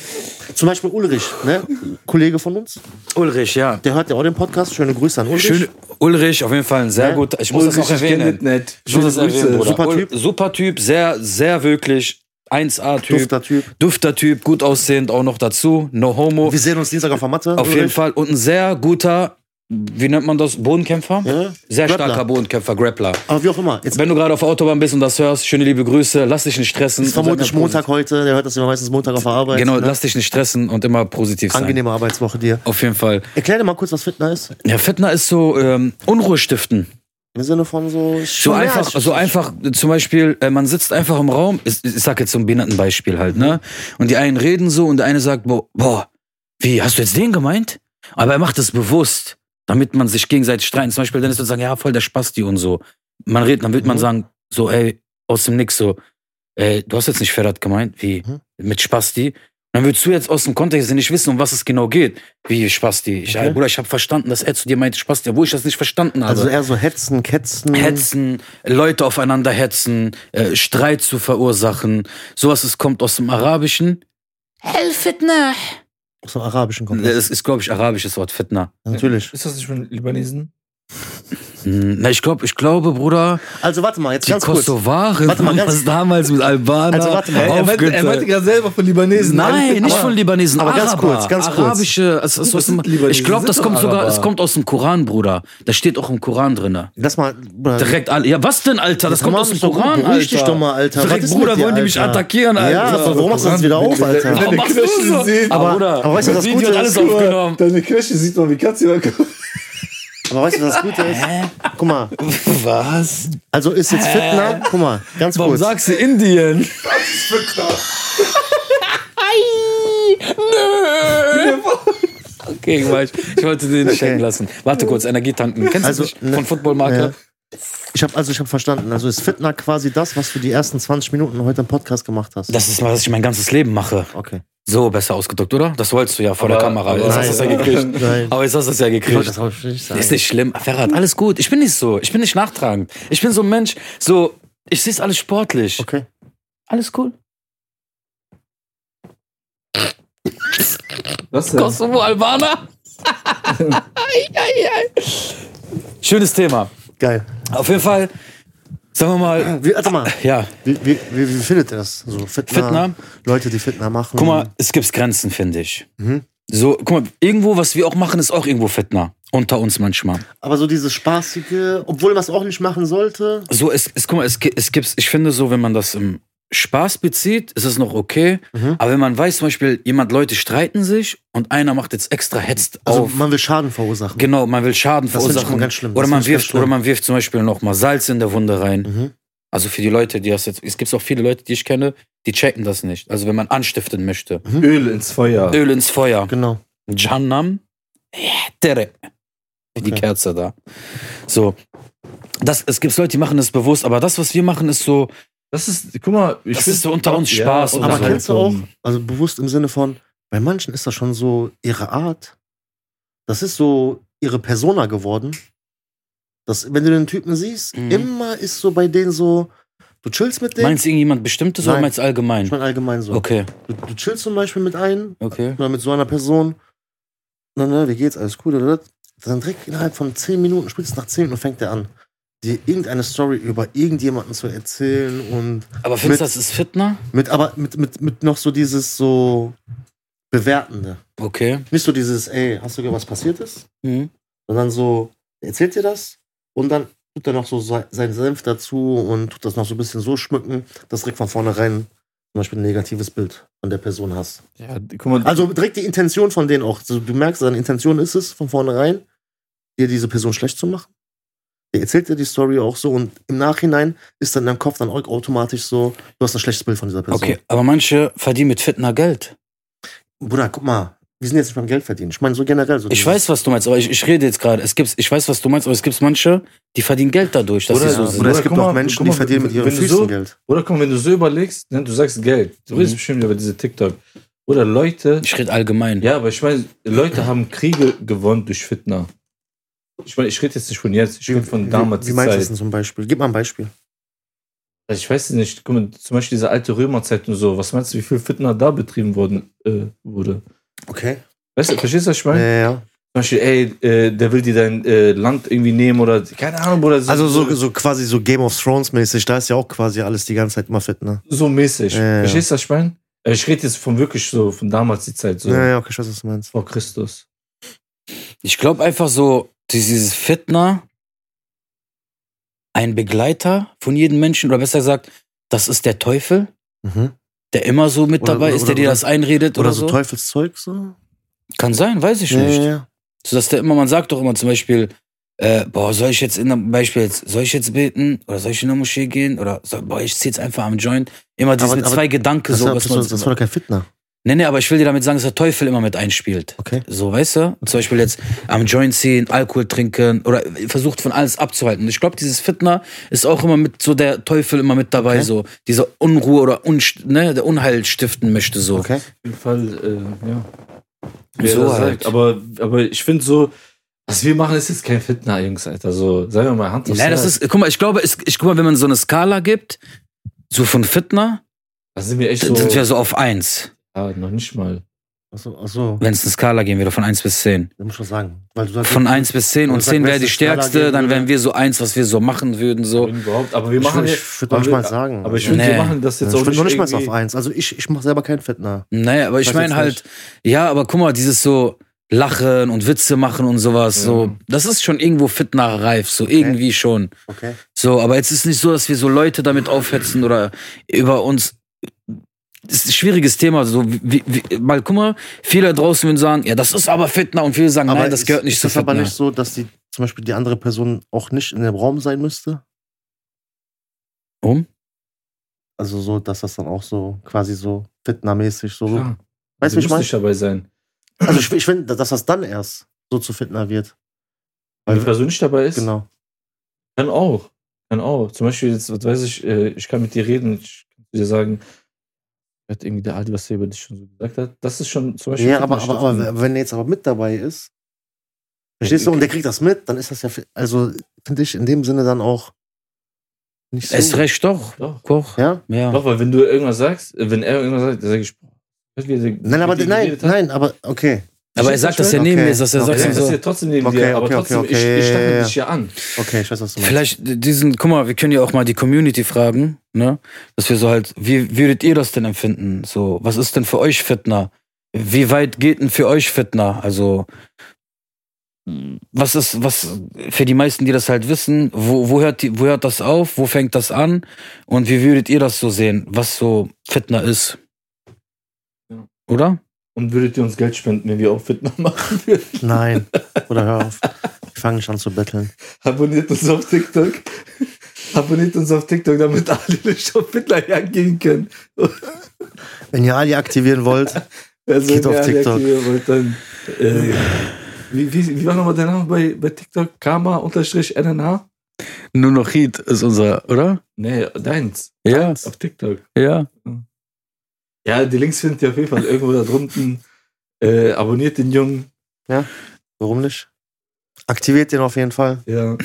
[SPEAKER 3] Zum Beispiel Ulrich, ne? Kollege von uns.
[SPEAKER 2] Ulrich, ja.
[SPEAKER 3] Der hört äh, ja auch den Podcast. Schöne Grüße an Ulrich.
[SPEAKER 2] Schön, Ulrich, auf jeden Fall ein sehr
[SPEAKER 3] Ja. Oh,
[SPEAKER 2] guter... Ich muss das noch
[SPEAKER 1] Ulrich, ich kenn
[SPEAKER 2] erwähnen.
[SPEAKER 1] das nicht.
[SPEAKER 2] Ich muss das
[SPEAKER 1] Schöne
[SPEAKER 2] erwähnen,
[SPEAKER 1] Grüße.
[SPEAKER 2] Bruder.
[SPEAKER 3] ne. Super Typ.
[SPEAKER 2] Ul- Super Typ, sehr, sehr wirklich 1A-Typ.
[SPEAKER 3] Dufter Typ.
[SPEAKER 2] Dufter Typ, gut aussehend auch noch dazu. No homo.
[SPEAKER 3] Wir sehen uns Dienstag auf der Matte.
[SPEAKER 2] Auf jeden Fall. Und ein sehr guter, wie nennt man das, Bodenkämpfer?
[SPEAKER 3] Ja.
[SPEAKER 2] Sehr
[SPEAKER 3] Grappler.
[SPEAKER 2] starker Bodenkämpfer, Grappler.
[SPEAKER 3] Aber wie auch immer. Jetzt
[SPEAKER 2] Wenn du gerade auf der Autobahn bist und das hörst, schöne liebe Grüße, lass dich nicht stressen.
[SPEAKER 3] ist
[SPEAKER 2] Und
[SPEAKER 3] vermutlich
[SPEAKER 2] sei immer
[SPEAKER 3] Montag heute. Der hört das immer meistens Montag auf der Arbeit.
[SPEAKER 2] posit- Genau,
[SPEAKER 3] ne?
[SPEAKER 2] lass dich nicht stressen und immer positiv sein.
[SPEAKER 3] Angenehme Arbeitswoche dir.
[SPEAKER 2] Auf jeden Fall.
[SPEAKER 3] Erklär dir mal kurz, was Fitner ist.
[SPEAKER 2] Ja, Fitner ist so ähm, Unruhe stiften.
[SPEAKER 3] Im Sinne von so.
[SPEAKER 2] So einfach, so einfach, äh, zum Beispiel, äh, man sitzt einfach im Raum, ich, ich sag jetzt so ein behinderten Beispiel halt, ne? Und die einen reden so und der eine sagt, boah, boah, wie, hast du jetzt den gemeint? Aber er macht es bewusst, damit man sich gegenseitig streiten. Zum Beispiel, Dennis wird sagen, ja, voll der Spasti und so. Man redet, dann wird man
[SPEAKER 3] Mhm.
[SPEAKER 2] sagen, so, ey, aus dem Nix, so, ey, du hast jetzt nicht Ferrat gemeint, wie,
[SPEAKER 3] Mhm.
[SPEAKER 2] mit Spasti? Dann würdest du jetzt aus dem Kontext nicht wissen, um was es genau geht. Wie, Spasti? Ich,
[SPEAKER 3] Okay.
[SPEAKER 2] Bruder, ich habe verstanden, dass er zu dir meinte Spasti, obwohl ich das nicht verstanden habe.
[SPEAKER 3] Also eher so hetzen, ketzen.
[SPEAKER 2] Mhm. Hetzen, Leute aufeinander hetzen, äh, Streit zu verursachen. Sowas es kommt aus dem Arabischen. El Fitna.
[SPEAKER 3] So arabischen kommt das.
[SPEAKER 2] Äh, Es ist, glaube ich, arabisches Wort, Fitna.
[SPEAKER 3] Natürlich.
[SPEAKER 1] Ist das nicht von Libanesen?
[SPEAKER 2] Hm, Na, ich glaube, ich glaube, Bruder,
[SPEAKER 3] Also warte mal, jetzt
[SPEAKER 2] die
[SPEAKER 3] ganz kurz.
[SPEAKER 2] Kosovaren
[SPEAKER 3] Warte mal,
[SPEAKER 2] haben
[SPEAKER 3] ganz-
[SPEAKER 2] das damals mit Albanern
[SPEAKER 3] Also warte mal, er
[SPEAKER 1] Er meinte, er meinte
[SPEAKER 2] aufgeteilt.
[SPEAKER 1] gerade selber von Libanesen.
[SPEAKER 2] Nein, nicht von Libanesen.
[SPEAKER 3] aber ganz
[SPEAKER 2] Araber,
[SPEAKER 3] kurz, ganz kurz.
[SPEAKER 2] Arabische, es, es,
[SPEAKER 1] Was
[SPEAKER 2] aus dem,
[SPEAKER 1] sind Libanesen?
[SPEAKER 2] ich glaube,
[SPEAKER 1] Sind
[SPEAKER 2] das
[SPEAKER 1] doch
[SPEAKER 2] kommt sogar,
[SPEAKER 1] Araber.
[SPEAKER 2] es kommt aus dem Koran, Bruder. Das steht auch im Koran drinne.
[SPEAKER 3] Lass mal. Bruder,
[SPEAKER 2] Direkt alle. Ja, was denn, Alter? Das
[SPEAKER 3] Jetzt
[SPEAKER 2] kommt
[SPEAKER 3] mach
[SPEAKER 2] aus dem
[SPEAKER 3] mich doch gut,
[SPEAKER 2] Koran,
[SPEAKER 3] beruhig dich
[SPEAKER 2] Alter.
[SPEAKER 3] doch mal, Alter. Was
[SPEAKER 2] Direkt,
[SPEAKER 3] ist mit
[SPEAKER 2] Bruder,
[SPEAKER 3] dir,
[SPEAKER 2] wollen die mich
[SPEAKER 3] Alter?
[SPEAKER 2] attackieren, Alter?
[SPEAKER 3] Ja, aber warum machst du das wieder auf, Alter?
[SPEAKER 1] Deine
[SPEAKER 2] Warum machst du
[SPEAKER 1] Knöchel
[SPEAKER 2] so?
[SPEAKER 1] sehen.
[SPEAKER 2] Aber,
[SPEAKER 3] Aber-
[SPEAKER 2] Bruder,
[SPEAKER 3] aber weißt du,
[SPEAKER 2] das
[SPEAKER 3] was
[SPEAKER 2] Video
[SPEAKER 3] gut
[SPEAKER 2] hat
[SPEAKER 3] ist?
[SPEAKER 2] alles
[SPEAKER 1] Guck mal,
[SPEAKER 2] aufgenommen.
[SPEAKER 1] Deine Knöchel sieht man wie Katze.
[SPEAKER 3] Aber weißt du, was das Gute ist? Guck mal,
[SPEAKER 2] [LAUGHS] Was?
[SPEAKER 3] also ist jetzt Fitner. Guck mal, ganz
[SPEAKER 2] Warum
[SPEAKER 3] kurz.
[SPEAKER 2] sagst du Indien? Nö. Okay, ich weiß. Ich wollte den nicht hängen lassen. Warte kurz, Energie tanken. Kennst
[SPEAKER 3] Also,
[SPEAKER 2] du dich
[SPEAKER 3] ne-
[SPEAKER 2] von Footballmakler?
[SPEAKER 3] Ja. Ich habe also ich habe verstanden. Also ist Fitner quasi das, was du die ersten 20 Minuten heute im Podcast gemacht hast.
[SPEAKER 2] Das ist mal, was ich mein ganzes Leben mache.
[SPEAKER 3] okay.
[SPEAKER 2] So besser ausgedrückt, oder? Das wolltest du ja vor der
[SPEAKER 1] Aber-
[SPEAKER 2] Kamera.
[SPEAKER 1] aber-
[SPEAKER 2] Jetzt hast du es ja
[SPEAKER 1] Nein.
[SPEAKER 3] [LAUGHS]
[SPEAKER 2] gekriegt.
[SPEAKER 3] Nein.
[SPEAKER 2] Aber jetzt hast du es ja
[SPEAKER 3] Ich
[SPEAKER 2] gekriegt.
[SPEAKER 3] wollte das auch nicht sagen.
[SPEAKER 2] Ist nicht schlimm. Ferrat, alles gut. Ich bin nicht so. Ich bin nicht nachtragend. Ich bin so ein Mensch, so, ich sehe es alles sportlich.
[SPEAKER 3] Okay.
[SPEAKER 2] Alles cool.
[SPEAKER 1] Was
[SPEAKER 2] Oh
[SPEAKER 1] denn?
[SPEAKER 2] Kosovo-Albaner? Schönes Thema.
[SPEAKER 3] Geil.
[SPEAKER 2] Auf jeden Fall, sagen wir mal,
[SPEAKER 3] Wie, warte mal,
[SPEAKER 2] ja,
[SPEAKER 3] wie, wie, wie, wie findet ihr das? So Fitner,
[SPEAKER 2] Fitner?
[SPEAKER 3] Leute, die Fitner machen.
[SPEAKER 2] guck mal, es gibt Grenzen, finde ich.
[SPEAKER 3] Mhm.
[SPEAKER 2] So, guck mal, irgendwo, was wir auch machen, ist auch irgendwo Fitner. Unter uns manchmal.
[SPEAKER 3] Aber so dieses spaßige, obwohl man es auch nicht machen sollte.
[SPEAKER 2] So, es, es, guck mal, es, gi- es gibt, ich finde so, wenn man das im Spaß bezieht, ist es noch okay.
[SPEAKER 3] Mhm.
[SPEAKER 2] Aber wenn man weiß, zum Beispiel, jemand, Leute streiten sich und einer macht jetzt extra hetzt
[SPEAKER 3] Also
[SPEAKER 2] auf.
[SPEAKER 3] man will Schaden verursachen.
[SPEAKER 2] Genau, man will Schaden
[SPEAKER 3] Das find ich
[SPEAKER 2] verursachen.
[SPEAKER 3] immer ganz schlimm.
[SPEAKER 2] Oder
[SPEAKER 3] Das
[SPEAKER 2] man
[SPEAKER 3] find ich ganz
[SPEAKER 2] wirft,
[SPEAKER 3] schlimm.
[SPEAKER 2] oder man wirft zum Beispiel noch mal Salz in der Wunde rein.
[SPEAKER 3] Mhm.
[SPEAKER 2] Also für die Leute, die das jetzt, es gibt auch viele Leute, die ich kenne, die checken das nicht. Also wenn man anstiften möchte,
[SPEAKER 1] Öl ins Feuer.
[SPEAKER 2] Öl ins Feuer,
[SPEAKER 3] Genau.
[SPEAKER 2] Jahannam, Tere. Wie die
[SPEAKER 3] Okay.
[SPEAKER 2] Kerze da. So, das, es gibt Leute, die machen das bewusst, aber das, was wir machen, ist so,
[SPEAKER 1] Das ist, guck mal, ich
[SPEAKER 2] Das
[SPEAKER 1] find-
[SPEAKER 2] ist so unter uns Spaß und
[SPEAKER 3] Aber
[SPEAKER 2] Unterhaltung.
[SPEAKER 3] kennst du auch, also bewusst im Sinne von, bei manchen ist das schon so ihre Art. Das ist so ihre Persona geworden. Das, wenn du den Typen siehst,
[SPEAKER 2] Mhm.
[SPEAKER 3] immer ist so bei denen so, du chillst mit denen.
[SPEAKER 2] meinst du irgendjemand Bestimmtes oder
[SPEAKER 3] Nein.
[SPEAKER 2] meinst du Oh.
[SPEAKER 3] ich
[SPEAKER 2] allgemein?
[SPEAKER 3] meine allgemein so.
[SPEAKER 2] Okay,
[SPEAKER 3] Du, du chillst zum Beispiel mit einem
[SPEAKER 2] okay.
[SPEAKER 3] oder mit so einer Person. Na, na, wie geht's? Alles cool, oder? Dann direkt innerhalb von 10 Minuten, spätestens nach 10 Minuten fängt er an. dir irgendeine Story über irgendjemanden zu erzählen und
[SPEAKER 2] Aber findest du,
[SPEAKER 3] Mit-
[SPEAKER 2] das ist Fitner?
[SPEAKER 3] mit, aber mit, mit, mit noch so dieses so Bewertende.
[SPEAKER 2] Okay.
[SPEAKER 3] Nicht so dieses, ey, hast du gehört, was passiert ist?
[SPEAKER 2] Mhm.
[SPEAKER 3] Sondern so, erzählt dir das und dann tut er noch so se- seinen Senf dazu und tut das noch so ein bisschen so schmücken, dass direkt von vornherein zum Beispiel ein negatives Bild von der Person hast.
[SPEAKER 1] Ja, guck mal,
[SPEAKER 3] Also direkt die Intention von denen auch. Also, du merkst, seine Intention ist es, von vornherein, dir diese Person schlecht zu machen. Der erzählt dir die Story auch so und im Nachhinein ist dann in deinem Kopf dann auch automatisch so, du hast ein schlechtes Bild von dieser Person.
[SPEAKER 2] Okay, aber manche verdienen mit Fitner Geld.
[SPEAKER 3] Bruder, guck mal, wir sind jetzt nicht beim Geld verdienen. Ich meine, so generell. So
[SPEAKER 2] Ich
[SPEAKER 3] dieses-
[SPEAKER 2] weiß, was du meinst, aber ich, ich rede jetzt gerade. Es gibt's, ich weiß, was du meinst, aber es gibt manche, die verdienen Geld dadurch, dass
[SPEAKER 1] Oder-
[SPEAKER 2] sie so
[SPEAKER 1] ja,
[SPEAKER 2] sind.
[SPEAKER 3] Oder Also, es
[SPEAKER 1] Bruder,
[SPEAKER 3] gibt
[SPEAKER 1] guck
[SPEAKER 3] auch
[SPEAKER 1] mal,
[SPEAKER 3] Menschen,
[SPEAKER 1] guck
[SPEAKER 3] die
[SPEAKER 1] mal,
[SPEAKER 3] verdienen mit ihren
[SPEAKER 1] wenn du
[SPEAKER 3] Füßen
[SPEAKER 1] so-
[SPEAKER 3] Geld.
[SPEAKER 1] Oder komm, wenn du so überlegst, ne, du sagst Geld. Du redest
[SPEAKER 2] Mhm.
[SPEAKER 1] bestimmt über diese TikTok. Oder Leute,
[SPEAKER 2] Ich rede allgemein.
[SPEAKER 1] ja, aber ich meine, Leute haben Kriege gewonnen durch Fitner. Ich meine, ich rede jetzt nicht von jetzt, ich rede von damals.
[SPEAKER 3] Wie, wie
[SPEAKER 1] zur
[SPEAKER 3] meinst du
[SPEAKER 1] Zeit.
[SPEAKER 3] das denn zum Beispiel? Gib mal ein Beispiel.
[SPEAKER 1] Also ich weiß nicht, guck mal, zum Beispiel diese alte Römerzeit und so, was meinst du, wie viel Fitner da betrieben worden, äh, wurde?
[SPEAKER 3] Okay.
[SPEAKER 1] Weißt du, verstehst du, was ich
[SPEAKER 3] Ja,
[SPEAKER 1] meine?
[SPEAKER 3] ja, ja.
[SPEAKER 1] Zum Beispiel, ey, äh, der will dir dein äh, Land irgendwie nehmen oder, keine Ahnung, oder so.
[SPEAKER 3] Also so, so quasi so Game of Thrones mäßig, da ist ja auch quasi alles die ganze Zeit immer fit, ne?
[SPEAKER 1] so mäßig.
[SPEAKER 3] Ja, ja.
[SPEAKER 1] Verstehst du, was ich meine? Äh, Ich rede jetzt von wirklich so, von damals die Zeit, so
[SPEAKER 3] Ja, ja, okay, ich weiß, was du meinst.
[SPEAKER 1] vor Christus.
[SPEAKER 2] Ich glaube einfach so, dieses Fitner, ein Begleiter von jedem Menschen, oder besser gesagt, das ist der Teufel,
[SPEAKER 3] Mhm.
[SPEAKER 2] der immer so mit
[SPEAKER 3] Oder-
[SPEAKER 2] dabei ist, der
[SPEAKER 3] oder-
[SPEAKER 2] dir das einredet oder,
[SPEAKER 3] Oder so
[SPEAKER 2] so.
[SPEAKER 3] Teufelszeug so?
[SPEAKER 2] Kann sein, weiß ich
[SPEAKER 3] Ja,
[SPEAKER 2] nicht.
[SPEAKER 3] ja, ja.
[SPEAKER 2] So dass der immer, man sagt doch immer zum Beispiel, äh, boah, soll ich jetzt in der Beispiel jetzt, soll ich jetzt beten oder soll ich in der Moschee gehen oder soll, boah, ich zieh jetzt einfach am Joint. Immer dieses
[SPEAKER 3] Aber-
[SPEAKER 2] mit
[SPEAKER 3] aber
[SPEAKER 2] zwei Gedanken,
[SPEAKER 3] Das,
[SPEAKER 2] so
[SPEAKER 3] war,
[SPEAKER 2] was
[SPEAKER 3] das, war,
[SPEAKER 2] man.
[SPEAKER 3] das war doch kein Fitner.
[SPEAKER 2] nee, nee, aber ich will dir damit sagen, dass der Teufel immer mit einspielt.
[SPEAKER 3] Okay.
[SPEAKER 2] So, weißt du? Zum Beispiel jetzt am Joint ziehen, Alkohol trinken oder versucht von alles abzuhalten. Ich glaube, dieses Fitner ist auch immer mit so der Teufel immer mit dabei,
[SPEAKER 3] Okay.
[SPEAKER 2] so dieser Unruhe oder Unst ne, der Unheil stiften möchte, so.
[SPEAKER 3] Okay.
[SPEAKER 1] Auf jeden Fall, äh, ja.
[SPEAKER 2] So
[SPEAKER 1] so
[SPEAKER 2] halt.
[SPEAKER 1] halt. Aber, aber ich finde so, was wir machen, ist jetzt kein Fitner, Jungs, Alter. So, sagen wir mal Hand aufs
[SPEAKER 2] Nein, das
[SPEAKER 1] Herz.
[SPEAKER 2] ist, guck mal, ich glaube, es, ich guck mal, wenn man so eine Skala gibt, so von Fitner,
[SPEAKER 1] Da sind wir echt
[SPEAKER 2] Dann
[SPEAKER 1] so.
[SPEAKER 2] sind wir so auf 1.
[SPEAKER 1] ja, noch nicht mal.
[SPEAKER 3] Achso, achso.
[SPEAKER 2] Wenn es eine Skala gehen würde, von 1 bis 10.
[SPEAKER 3] Ich muss schon sagen. Weil du sagst,
[SPEAKER 2] Von 1 bis 10 und
[SPEAKER 3] Also
[SPEAKER 2] 10
[SPEAKER 3] sag,
[SPEAKER 2] wäre
[SPEAKER 3] wenn
[SPEAKER 2] die
[SPEAKER 3] es eine Skala
[SPEAKER 2] stärkste,
[SPEAKER 3] geben
[SPEAKER 2] dann
[SPEAKER 3] würde-
[SPEAKER 2] wären wir so eins, was wir so machen würden, so.
[SPEAKER 1] Wenn überhaupt. Aber wir
[SPEAKER 3] ich,
[SPEAKER 1] machen
[SPEAKER 3] würd-
[SPEAKER 1] ja.
[SPEAKER 3] ich würde
[SPEAKER 1] aber
[SPEAKER 3] noch nicht
[SPEAKER 1] wir-
[SPEAKER 3] mal sagen.
[SPEAKER 1] Aber ich finde,
[SPEAKER 2] Nee.
[SPEAKER 1] wir machen das
[SPEAKER 3] ich
[SPEAKER 1] jetzt auch
[SPEAKER 3] würde
[SPEAKER 1] nicht.
[SPEAKER 3] noch nicht mal auf
[SPEAKER 1] irgendwie-
[SPEAKER 3] eins. Also ich, ich mache selber keinen Fitner.
[SPEAKER 2] Naja, aber ich
[SPEAKER 3] Weiß
[SPEAKER 2] meine
[SPEAKER 3] jetzt
[SPEAKER 2] halt, ja, aber guck mal, dieses so Lachen und Witze machen und sowas,
[SPEAKER 1] Ja.
[SPEAKER 3] Mhm.
[SPEAKER 2] so, das ist schon irgendwo fitnachreif, so irgendwie schon.
[SPEAKER 3] Okay.
[SPEAKER 2] So, aber jetzt ist nicht so, dass wir so Leute damit aufhetzen oder über uns. Das ist ein schwieriges Thema. So, wie, wie, mal guck mal, viele da draußen würden sagen, ja, das ist aber Fitner und viele sagen, nein, das
[SPEAKER 3] ist-
[SPEAKER 2] gehört nicht
[SPEAKER 3] ist
[SPEAKER 2] zu
[SPEAKER 3] das aber
[SPEAKER 2] Fitner.
[SPEAKER 3] nicht so, dass die zum Beispiel die andere Person auch nicht in dem Raum sein müsste?
[SPEAKER 2] Warum?
[SPEAKER 3] Also so, dass das dann auch so quasi so fitnermäßig so.
[SPEAKER 1] Ja,
[SPEAKER 3] Weißt du,
[SPEAKER 1] du
[SPEAKER 3] wie ich
[SPEAKER 1] musst
[SPEAKER 3] meine?
[SPEAKER 1] nicht dabei sein.
[SPEAKER 3] Also ich, ich finde, dass das dann erst so zu Fitner wird.
[SPEAKER 1] Wenn die Person nicht dabei ist,
[SPEAKER 3] genau.
[SPEAKER 1] kann auch. Kann auch. Zum Beispiel, jetzt, was weiß ich, äh, ich kann mit dir reden, ich kann dir sagen, hat irgendwie der Alte, was er über dich schon so gesagt hat. Das ist schon zum Beispiel.
[SPEAKER 3] Ja, aber,
[SPEAKER 1] Fitness
[SPEAKER 3] aber, aber
[SPEAKER 1] stattfinden.
[SPEAKER 3] wenn er jetzt aber mit dabei ist, verstehst du, und der kriegt das mit, dann ist das ja, fi- also finde ich in dem Sinne dann auch nicht so.
[SPEAKER 2] Ist recht doch.
[SPEAKER 1] Doch.
[SPEAKER 2] Koch.
[SPEAKER 3] Ja?
[SPEAKER 2] Ja.
[SPEAKER 1] Doch, weil wenn du irgendwas sagst, äh, wenn er irgendwas sagt, dann sage ich, boah, hört, wie er-
[SPEAKER 3] Nein, aber
[SPEAKER 1] mit dir
[SPEAKER 3] nein,
[SPEAKER 1] geredet hat.
[SPEAKER 3] nein, aber okay,
[SPEAKER 2] Aber er
[SPEAKER 1] Verstehst du,
[SPEAKER 2] sagt das
[SPEAKER 1] was
[SPEAKER 2] ja
[SPEAKER 1] ich
[SPEAKER 2] neben
[SPEAKER 3] Okay.
[SPEAKER 2] mir, ist, dass er
[SPEAKER 3] Okay.
[SPEAKER 1] meine? Ja,
[SPEAKER 2] sagt ihm
[SPEAKER 1] das ist ja
[SPEAKER 2] so.
[SPEAKER 1] trotzdem neben
[SPEAKER 3] Okay,
[SPEAKER 1] dir, aber
[SPEAKER 3] okay, okay,
[SPEAKER 1] trotzdem,
[SPEAKER 3] okay,
[SPEAKER 1] ich, ich stacke
[SPEAKER 3] ja, ja.
[SPEAKER 1] dich ja an.
[SPEAKER 3] okay, ich weiß, was du meinst.
[SPEAKER 2] Vielleicht diesen, guck mal, wir können ja auch mal die Community fragen, ne? Dass wir so halt, wie würdet ihr das denn empfinden? So, was ist denn für euch Fitner? Wie weit geht denn für euch Fitner? Also, was ist, was, für die meisten, die das halt wissen, wo, wo, hört, die, wo hört das auf? Wo fängt das an? Und wie würdet ihr das so sehen, was so Fitner ist?
[SPEAKER 1] Ja.
[SPEAKER 2] Oder?
[SPEAKER 1] Und würdet ihr uns Geld spenden, wenn wir auch Fitner machen [LAUGHS] würden?
[SPEAKER 3] Nein, oder hör auf. Ich fange nicht an zu betteln.
[SPEAKER 1] Abonniert uns auf TikTok. [LAUGHS] Abonniert uns auf TikTok, damit alle nicht auf Fitnerjagd gehen können.
[SPEAKER 3] Wenn ihr Ali aktivieren wollt,
[SPEAKER 1] Also,
[SPEAKER 3] Geht
[SPEAKER 1] wenn ihr
[SPEAKER 3] auf
[SPEAKER 1] alle
[SPEAKER 3] TikTok.
[SPEAKER 1] aktivieren wollt, dann, äh, wie, wie, wie war nochmal dein Name bei, bei TikTok? Karma-NNH?
[SPEAKER 2] Nur noch Heat ist unser, oder?
[SPEAKER 1] Nee, deins.
[SPEAKER 2] Ja,
[SPEAKER 1] Auf TikTok.
[SPEAKER 2] ja.
[SPEAKER 1] Ja, die Links findet ihr auf jeden Fall irgendwo da drunten. Äh, abonniert den Jungen.
[SPEAKER 3] warum nicht? Aktiviert den auf jeden Fall.
[SPEAKER 1] Ja.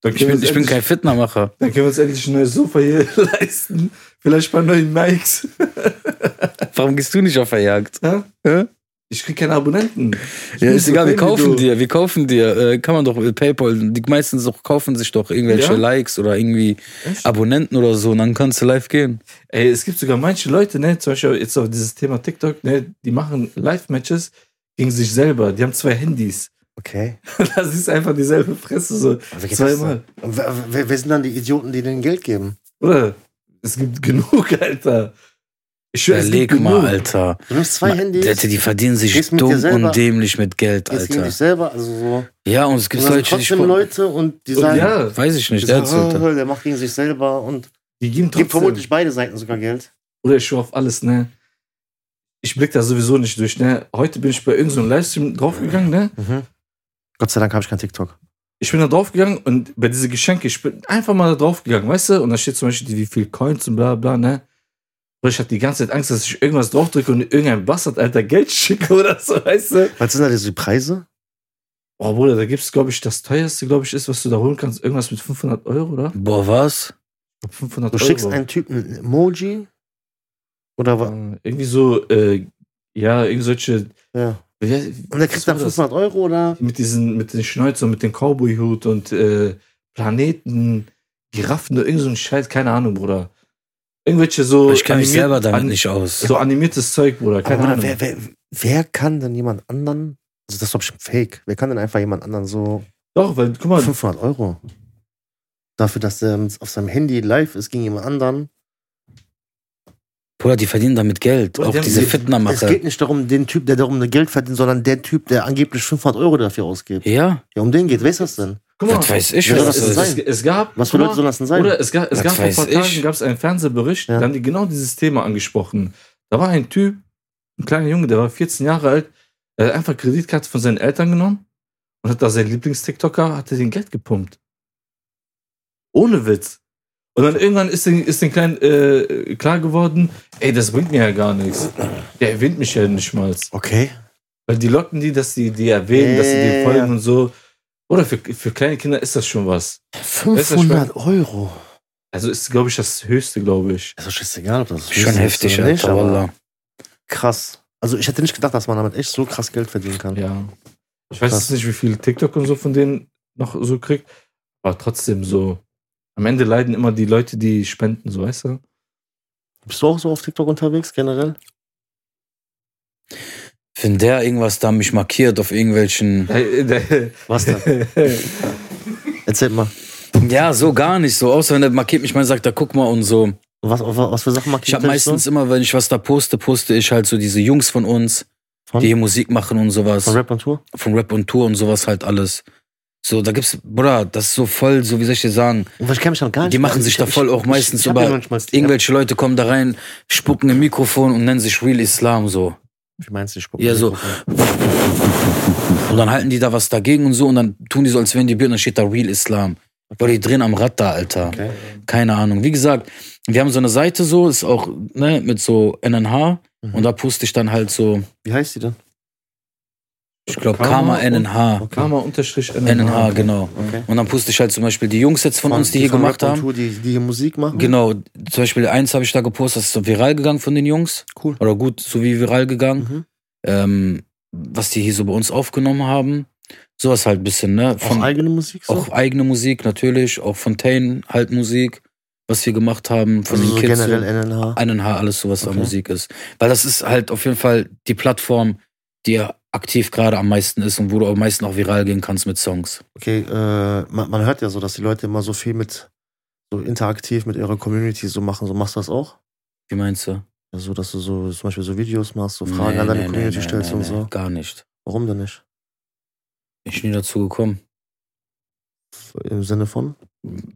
[SPEAKER 1] Dann
[SPEAKER 2] Ich bin,
[SPEAKER 1] uns
[SPEAKER 2] ich bin
[SPEAKER 1] endlich-
[SPEAKER 2] kein Fitnermacher. [LAUGHS]
[SPEAKER 1] Dann können wir uns endlich ein neues Sofa hier [LAUGHS] leisten. Vielleicht mal neuen Mikes.
[SPEAKER 2] Warum gehst du nicht auf Verjagd?
[SPEAKER 1] Ja?
[SPEAKER 2] Ja?
[SPEAKER 1] Ich krieg keine Abonnenten. Ich
[SPEAKER 2] Ja,
[SPEAKER 1] bin
[SPEAKER 2] ist
[SPEAKER 1] so
[SPEAKER 2] egal, wir
[SPEAKER 1] klein wie
[SPEAKER 2] kaufen
[SPEAKER 1] du.
[SPEAKER 2] dir, wir kaufen dir. Äh, kann man doch mit PayPal, die meistens doch kaufen sich doch irgendwelche
[SPEAKER 1] Ja?
[SPEAKER 2] Likes oder irgendwie
[SPEAKER 1] Echt?
[SPEAKER 2] Abonnenten oder so und dann kannst du live gehen.
[SPEAKER 1] Ey, es gibt sogar manche Leute, ne, zum Beispiel jetzt auf dieses Thema TikTok, ne, die machen Live-Matches gegen sich selber. Die haben zwei Handys. [LAUGHS]
[SPEAKER 3] Okay.
[SPEAKER 1] Das ist einfach dieselbe Fresse so.
[SPEAKER 3] Aber geht das
[SPEAKER 1] Zweimal.
[SPEAKER 3] denn? Und wer, wer, wer sind dann die Idioten, die denen Geld geben?
[SPEAKER 1] Oder? Es gibt [LAUGHS] genug, Alter. Ich schwör, es
[SPEAKER 2] Überleg
[SPEAKER 1] gibt
[SPEAKER 2] mal,
[SPEAKER 1] genug.
[SPEAKER 2] Alter.
[SPEAKER 3] Du nimmst zwei
[SPEAKER 2] Ma-
[SPEAKER 3] Handys,
[SPEAKER 2] Leute, die verdienen sich
[SPEAKER 3] Gehst mit dir
[SPEAKER 2] dumm
[SPEAKER 3] selber-
[SPEAKER 2] und dämlich mit Geld,
[SPEAKER 3] jetzt gegen dich
[SPEAKER 2] Alter.
[SPEAKER 3] selber. Also so.
[SPEAKER 2] Ja, und es gibt
[SPEAKER 3] Und dann
[SPEAKER 2] Leute, die
[SPEAKER 3] Also trotzdem Leute und die
[SPEAKER 1] Und
[SPEAKER 3] sagen,
[SPEAKER 1] Oh, ja,
[SPEAKER 2] Weiß ich
[SPEAKER 3] die
[SPEAKER 2] nicht, der
[SPEAKER 3] sagen,
[SPEAKER 2] hat's, Alter.
[SPEAKER 3] "Ah, der macht gegen sich selber und
[SPEAKER 1] die geben
[SPEAKER 3] gibt
[SPEAKER 1] trotzdem.
[SPEAKER 3] vermutlich beide Seiten sogar Geld.
[SPEAKER 1] Oder ich schwör auf alles, ne? Ich blick da sowieso nicht durch, ne? Heute bin ich bei irgendeinem Livestream draufgegangen, ne?
[SPEAKER 3] Gott sei Dank habe ich kein TikTok.
[SPEAKER 1] ich bin da draufgegangen und bei diese Geschenke, ich bin einfach mal da draufgegangen, weißt du? Und da steht zum Beispiel, die- wie viel Coins und bla bla, ne? Und ich hatte die ganze Zeit Angst, dass ich irgendwas draufdrücke und irgendein Bastard, Alter, Geld schicke oder so, weißt du?
[SPEAKER 3] Was sind da diese Preise?
[SPEAKER 1] Boah, Bruder, da gibt's, glaube ich, das teuerste, glaube ich, ist, was du da holen kannst, irgendwas mit 500 Euro, oder?
[SPEAKER 2] Boah, was?
[SPEAKER 1] 500
[SPEAKER 3] Du
[SPEAKER 1] Euro.
[SPEAKER 3] schickst einen Typen ein Emoji oder was?
[SPEAKER 1] Äh, irgendwie so, äh, ja, irgend solche.
[SPEAKER 3] Ja.
[SPEAKER 1] Wie,
[SPEAKER 3] Und der kriegt dann 500 Euro oder?
[SPEAKER 1] Mit diesen, mit den Schnäuzen, mit dem Cowboy-Hut und äh, Planeten, Giraffen oder irgend so ein Scheiß, keine Ahnung, Bruder. Irgendwelche so.
[SPEAKER 2] Ich kenne mich
[SPEAKER 1] animiert-
[SPEAKER 2] selber damit
[SPEAKER 1] an-
[SPEAKER 2] nicht aus.
[SPEAKER 1] So animiertes Zeug, Bruder, keine
[SPEAKER 3] Aber
[SPEAKER 1] Ahnung.
[SPEAKER 3] wer, wer, wer kann denn jemand anderen? Also das ist doch bestimmt fake. Wer kann denn einfach jemand anderen so
[SPEAKER 1] Doch, weil, guck mal,
[SPEAKER 3] 500 Euro dafür, dass er auf seinem Handy live ist gegen jemand anderen?
[SPEAKER 2] Bruder, die verdienen damit Geld.
[SPEAKER 1] Bruder,
[SPEAKER 2] Auch
[SPEAKER 1] die haben
[SPEAKER 2] diese
[SPEAKER 1] die-
[SPEAKER 3] Es
[SPEAKER 2] Fitnermacher.
[SPEAKER 3] geht nicht darum, den Typ, der darum Geld verdient, sondern der Typ, der angeblich 500 Euro dafür ausgibt.
[SPEAKER 2] Ja,
[SPEAKER 3] Ja, um den geht. Wer ist das denn?
[SPEAKER 1] guck mal.
[SPEAKER 2] was weiß ich,
[SPEAKER 3] Ja,
[SPEAKER 2] was das
[SPEAKER 3] das
[SPEAKER 1] es,
[SPEAKER 2] ist.
[SPEAKER 3] sein.
[SPEAKER 1] es, es gab.
[SPEAKER 3] Was für
[SPEAKER 1] guck
[SPEAKER 3] Leute
[SPEAKER 1] mal,
[SPEAKER 3] sollen das denn sein?
[SPEAKER 1] Oder es gab, es
[SPEAKER 2] Was
[SPEAKER 1] gab vor ein paar
[SPEAKER 2] weiß ich.
[SPEAKER 1] Tagen gab's einen Fernsehbericht,
[SPEAKER 3] Ja.
[SPEAKER 1] da haben die genau dieses Thema angesprochen. Da war ein Typ, ein kleiner Junge, der war 14 Jahre alt, der hat einfach Kreditkarte von seinen Eltern genommen und hat da seinen Lieblings-TikToker, hat er den Geld gepumpt. Ohne Witz. Und dann irgendwann ist den, ist den Kleinen äh, klar geworden, ey, das bringt mir ja gar nichts. Der erwähnt mich ja nicht mal.
[SPEAKER 3] Okay.
[SPEAKER 1] Weil die locken die, dass die die erwähnen, dass sie
[SPEAKER 3] Ja,
[SPEAKER 1] dir
[SPEAKER 3] ja,
[SPEAKER 1] folgen
[SPEAKER 3] ja.
[SPEAKER 1] und so. Oder für, für kleine Kinder ist das schon was.
[SPEAKER 3] 500 Euro.
[SPEAKER 1] Also ist, glaube ich, das höchste, glaube ich.
[SPEAKER 3] Das ist doch scheißegal, ob das
[SPEAKER 2] Schon heftig,
[SPEAKER 3] oder nicht,
[SPEAKER 2] Alter.
[SPEAKER 3] aber
[SPEAKER 2] Wallah.
[SPEAKER 3] krass. Also ich hätte nicht gedacht, dass man damit echt so krass Geld verdienen kann.
[SPEAKER 1] Ja. Ich weiß
[SPEAKER 3] Krass.
[SPEAKER 1] jetzt nicht, wie viel TikTok und so von denen noch so kriegt, aber trotzdem so. Am Ende leiden immer die Leute, die spenden, so weißt du?
[SPEAKER 3] Bist du auch so auf TikTok unterwegs generell?
[SPEAKER 2] Wenn der irgendwas da mich markiert auf irgendwelchen.
[SPEAKER 1] Äh, äh,
[SPEAKER 2] [LAUGHS]
[SPEAKER 3] Was denn?
[SPEAKER 1] äh,
[SPEAKER 3] Erzähl mal.
[SPEAKER 2] Ja, so gar nicht so. Außer wenn der markiert mich mal und sagt, da guck mal und so.
[SPEAKER 3] Was, auf- was für Sachen markiert
[SPEAKER 2] Ich habe
[SPEAKER 3] er dich
[SPEAKER 2] meistens
[SPEAKER 3] so?
[SPEAKER 2] immer, wenn ich was da poste, poste ich halt so diese Jungs von uns,
[SPEAKER 3] Von?
[SPEAKER 2] die hier Musik machen und sowas.
[SPEAKER 3] Von Rap und Tour?
[SPEAKER 2] Von Rap und Tour und sowas halt alles. So, da gibt's, Bruder, das ist so voll, so wie soll ich dir sagen,
[SPEAKER 3] Und Ich kenne mich noch gar nicht.
[SPEAKER 2] Die machen
[SPEAKER 3] Ich-
[SPEAKER 2] sich da
[SPEAKER 3] ich-
[SPEAKER 2] voll auch
[SPEAKER 3] ich-
[SPEAKER 2] meistens
[SPEAKER 3] ich hab
[SPEAKER 2] über
[SPEAKER 3] ja manchmal die App.
[SPEAKER 2] irgendwelche Leute kommen da rein, spucken im Mikrofon und nennen sich Real Islam so.
[SPEAKER 3] Wie meinst du, ich guck
[SPEAKER 2] Ja,
[SPEAKER 3] mal.
[SPEAKER 2] so. Und dann halten die da was dagegen und so und dann tun die so, als wären die Bier und dann steht da Real Islam. Weil die drehen am Rad da, Alter.
[SPEAKER 3] Okay.
[SPEAKER 2] Keine Ahnung. Wie gesagt, wir haben so eine Seite so, ist auch ne, mit so NNH
[SPEAKER 3] Mhm.
[SPEAKER 2] und da poste ich dann halt so,
[SPEAKER 3] Wie heißt die denn?
[SPEAKER 2] ich glaube
[SPEAKER 1] Karma
[SPEAKER 2] Karma,
[SPEAKER 1] und-
[SPEAKER 2] NNH.
[SPEAKER 1] Karma unterstrich
[SPEAKER 2] NNH, genau.
[SPEAKER 3] Okay.
[SPEAKER 2] Und dann poste ich halt zum Beispiel die Jungs jetzt von, uns, die, hier
[SPEAKER 3] von
[SPEAKER 2] gemacht
[SPEAKER 3] Rap und
[SPEAKER 2] haben.
[SPEAKER 3] Tour, die, die hier Musik machen?
[SPEAKER 2] Genau, zum Beispiel eins habe ich da gepostet, das ist so viral gegangen von den Jungs.
[SPEAKER 3] Cool.
[SPEAKER 2] Oder gut, so wie viral gegangen.
[SPEAKER 3] Mhm.
[SPEAKER 2] ähm, was die hier so bei uns aufgenommen haben. Sowas halt ein bisschen, ne?
[SPEAKER 3] Auch
[SPEAKER 2] Von, auch,
[SPEAKER 3] eigene Musik so?
[SPEAKER 2] eigene Musik natürlich, auch Fontaine halt Musik, was wir gemacht haben, von
[SPEAKER 3] also
[SPEAKER 2] den
[SPEAKER 3] so
[SPEAKER 2] Kids.
[SPEAKER 3] generell
[SPEAKER 2] so,
[SPEAKER 3] NNH.
[SPEAKER 2] einen Haar, alles so, was da
[SPEAKER 3] Okay.
[SPEAKER 2] Musik ist. Weil das ist halt auf jeden Fall die Plattform, die ja aktiv gerade am meisten ist und wo du am meisten auch viral gehen kannst mit Songs.
[SPEAKER 3] Okay, äh, man, man hört ja so, dass die Leute immer so viel mit, so interaktiv mit ihrer Community so machen. So machst du das auch?
[SPEAKER 2] Wie meinst du?
[SPEAKER 3] Ja, so, dass du so zum Beispiel so Videos machst, so Fragen
[SPEAKER 2] Nee,
[SPEAKER 3] an deine
[SPEAKER 2] nee,
[SPEAKER 3] Community
[SPEAKER 2] nee,
[SPEAKER 3] stellst
[SPEAKER 2] nee,
[SPEAKER 3] und
[SPEAKER 2] nee,
[SPEAKER 3] so.
[SPEAKER 2] Gar nicht.
[SPEAKER 3] Warum denn nicht?
[SPEAKER 2] Bin ich nie dazu gekommen.
[SPEAKER 3] Im Sinne von?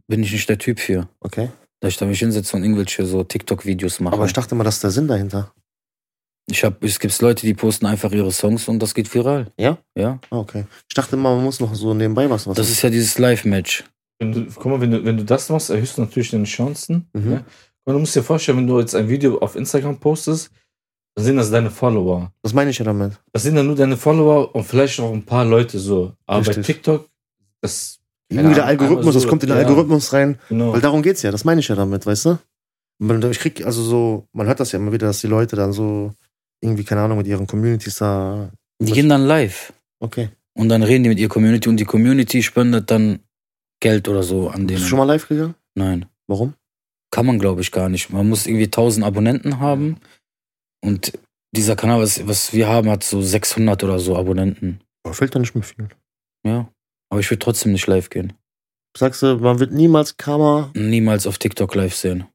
[SPEAKER 2] Bin ich nicht der Typ für.
[SPEAKER 3] Okay.
[SPEAKER 2] Da ich da mich hinsetze und irgendwelche so TikTok-Videos mache.
[SPEAKER 3] Aber ich dachte mal, das ist der Sinn dahinter.
[SPEAKER 2] Ich hab, es gibt Leute, die posten einfach ihre Songs und das geht viral.
[SPEAKER 3] Ja?
[SPEAKER 2] Ja.
[SPEAKER 3] Ah, okay. Ich dachte mal, man muss noch so nebenbei was machen.
[SPEAKER 2] Das ist ja dieses Live-Match.
[SPEAKER 1] Wenn du, guck mal, wenn du, wenn du das machst, erhöhst du natürlich deine Chancen.
[SPEAKER 3] Mhm.
[SPEAKER 1] Ne? Und du musst dir vorstellen, wenn du jetzt ein Video auf Instagram postest, dann sind das deine Follower.
[SPEAKER 3] das meine ich ja damit.
[SPEAKER 1] Das sind dann nur deine Follower und vielleicht noch ein paar Leute so. Aber bei
[SPEAKER 3] Richtig.
[SPEAKER 1] TikTok, das.
[SPEAKER 3] Irgendwie der
[SPEAKER 1] Ahnung,
[SPEAKER 3] Algorithmus,
[SPEAKER 1] einmal so,
[SPEAKER 3] das kommt in den
[SPEAKER 1] ja.
[SPEAKER 3] Algorithmus rein.
[SPEAKER 1] Genau.
[SPEAKER 3] Weil darum geht's ja, das meine ich ja damit, weißt du? Man- Ich krieg, also so, man hört das ja immer wieder, dass die Leute dann so irgendwie, keine Ahnung, mit ihren Communities da.
[SPEAKER 2] Die gehen dann live
[SPEAKER 3] Okay.
[SPEAKER 2] und dann reden die mit ihrer Community und die Community spendet dann Geld oder so an
[SPEAKER 3] Bist
[SPEAKER 2] denen.
[SPEAKER 3] du schon mal live gegangen?
[SPEAKER 2] Nein,
[SPEAKER 3] Warum?
[SPEAKER 2] kann man glaube ich gar nicht. Man muss irgendwie 1000 Abonnenten haben und dieser Kanal, was, was wir haben, hat so 600 oder so Abonnenten.
[SPEAKER 3] Boah, fällt da nicht mehr viel.
[SPEAKER 2] Ja, aber ich will trotzdem nicht live gehen.
[SPEAKER 3] Sagst du, man wird niemals Karma,
[SPEAKER 2] Niemals auf TikTok live sehen.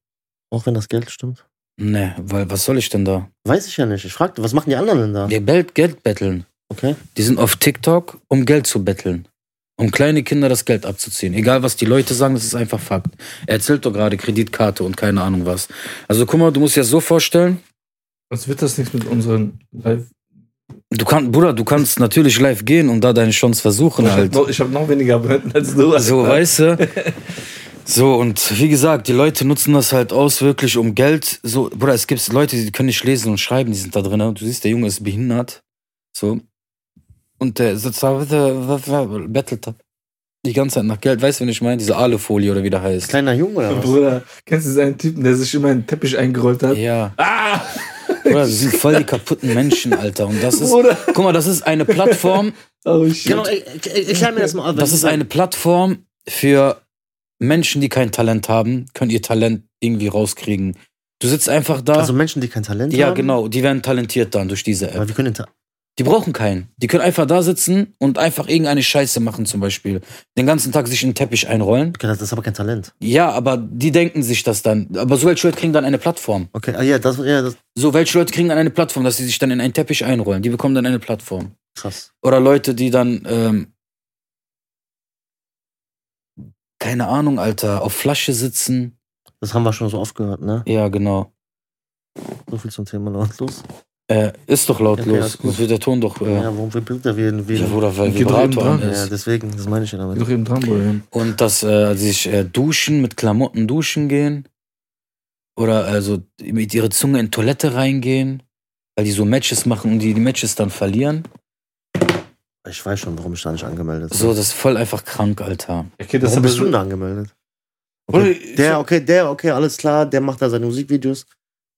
[SPEAKER 3] auch wenn das Geld stimmt?
[SPEAKER 2] Ne, weil was soll ich denn da?
[SPEAKER 3] Weiß ich ja nicht. Ich fragte, was machen die anderen denn da?
[SPEAKER 2] Die Geld, Geld betteln.
[SPEAKER 3] Okay.
[SPEAKER 2] Die sind auf TikTok, um Geld zu betteln. Um kleine Kinder das Geld abzuziehen. Egal, was die Leute sagen, das ist einfach Fakt. Er erzählt doch gerade Kreditkarte und keine Ahnung was. Also guck mal, du musst dir das so vorstellen.
[SPEAKER 1] Sonst wird das nichts mit unseren Live.
[SPEAKER 2] Du kannst, Bruder, du kannst natürlich live gehen und da deine Chance versuchen
[SPEAKER 1] Ich habe
[SPEAKER 2] halt.
[SPEAKER 1] noch, ich hab noch weniger Abonnenten als du.
[SPEAKER 2] So,
[SPEAKER 1] Alter.
[SPEAKER 2] weißt du? So, und wie gesagt, die Leute nutzen das halt aus, wirklich um Geld. So, Bruder, es gibt Leute, die können nicht lesen und schreiben, die sind da drin. ne? Du siehst, der Junge ist behindert. So. Und der sitzt da, bettelt da die ganze Zeit nach Geld. Weißt du, wen ich meine? Diese Alufolie oder wie der heißt.
[SPEAKER 3] Kleiner Junge oder was?
[SPEAKER 1] Bruder, kennst du diesen Typen, der sich immer einen Teppich eingerollt hat?
[SPEAKER 2] Ja.
[SPEAKER 1] Ah!
[SPEAKER 2] Bruder, das sind voll die kaputten Menschen, Alter. Und das ist,
[SPEAKER 1] Bruder!
[SPEAKER 2] guck mal, das ist eine Plattform,
[SPEAKER 1] Oh shit.
[SPEAKER 3] Genau, er- er- erklär mir das mal. ab.
[SPEAKER 2] Das ist eine Plattform für Menschen, die kein Talent haben, können ihr Talent irgendwie rauskriegen. Du sitzt einfach da.
[SPEAKER 3] Also Menschen, die kein Talent
[SPEAKER 2] ja,
[SPEAKER 3] haben.
[SPEAKER 2] genau. Die werden talentiert dann durch diese
[SPEAKER 3] Aber
[SPEAKER 2] App.
[SPEAKER 3] wir können den Ta
[SPEAKER 2] Die brauchen keinen. Die können einfach da sitzen und einfach irgendeine Scheiße machen, zum Beispiel. Den ganzen Tag sich in den Teppich einrollen.
[SPEAKER 3] okay, das ist aber kein Talent.
[SPEAKER 2] Ja, aber die denken sich das dann. Aber so welche Leute kriegen dann eine Plattform.
[SPEAKER 3] Okay, ah, ja, das, ja, das
[SPEAKER 2] So welche Leute kriegen dann eine Plattform, dass sie sich dann in einen Teppich einrollen. Die bekommen dann eine Plattform.
[SPEAKER 3] krass.
[SPEAKER 2] oder Leute, die dann, ähm, keine Ahnung, Alter, auf Flasche sitzen.
[SPEAKER 3] Das haben wir schon so oft gehört, ne?
[SPEAKER 2] Ja, genau.
[SPEAKER 3] So viel zum Thema lautlos.
[SPEAKER 2] Äh, ist doch
[SPEAKER 3] Ja, okay,
[SPEAKER 2] lautlos.
[SPEAKER 3] alles gut.
[SPEAKER 2] Sonst wird der Ton doch.
[SPEAKER 3] Ja,
[SPEAKER 2] Äh, ja.
[SPEAKER 3] warum verbirgt er wen? wen?
[SPEAKER 2] oder weil
[SPEAKER 1] Geht doch eben
[SPEAKER 2] Vibrator an
[SPEAKER 1] dran.
[SPEAKER 3] ja,
[SPEAKER 2] ist.
[SPEAKER 3] deswegen, das meine ich ja
[SPEAKER 1] Geh
[SPEAKER 3] damit.
[SPEAKER 1] doch eben dran, Bruder.
[SPEAKER 2] Und dass äh, sich äh, duschen, mit Klamotten duschen gehen. Oder also mit ihrer Zunge in Toilette reingehen. Weil die so Matches machen und die die Matches dann verlieren.
[SPEAKER 3] Ich weiß schon, warum ich da nicht angemeldet bin.
[SPEAKER 2] So, das ist voll einfach krank, Alter.
[SPEAKER 1] Okay,
[SPEAKER 3] warum
[SPEAKER 1] aber
[SPEAKER 3] bist
[SPEAKER 1] so-
[SPEAKER 3] du da angemeldet?
[SPEAKER 1] Bruder, ich-
[SPEAKER 3] Der, okay, der, okay, alles klar, der macht da seine Musikvideos.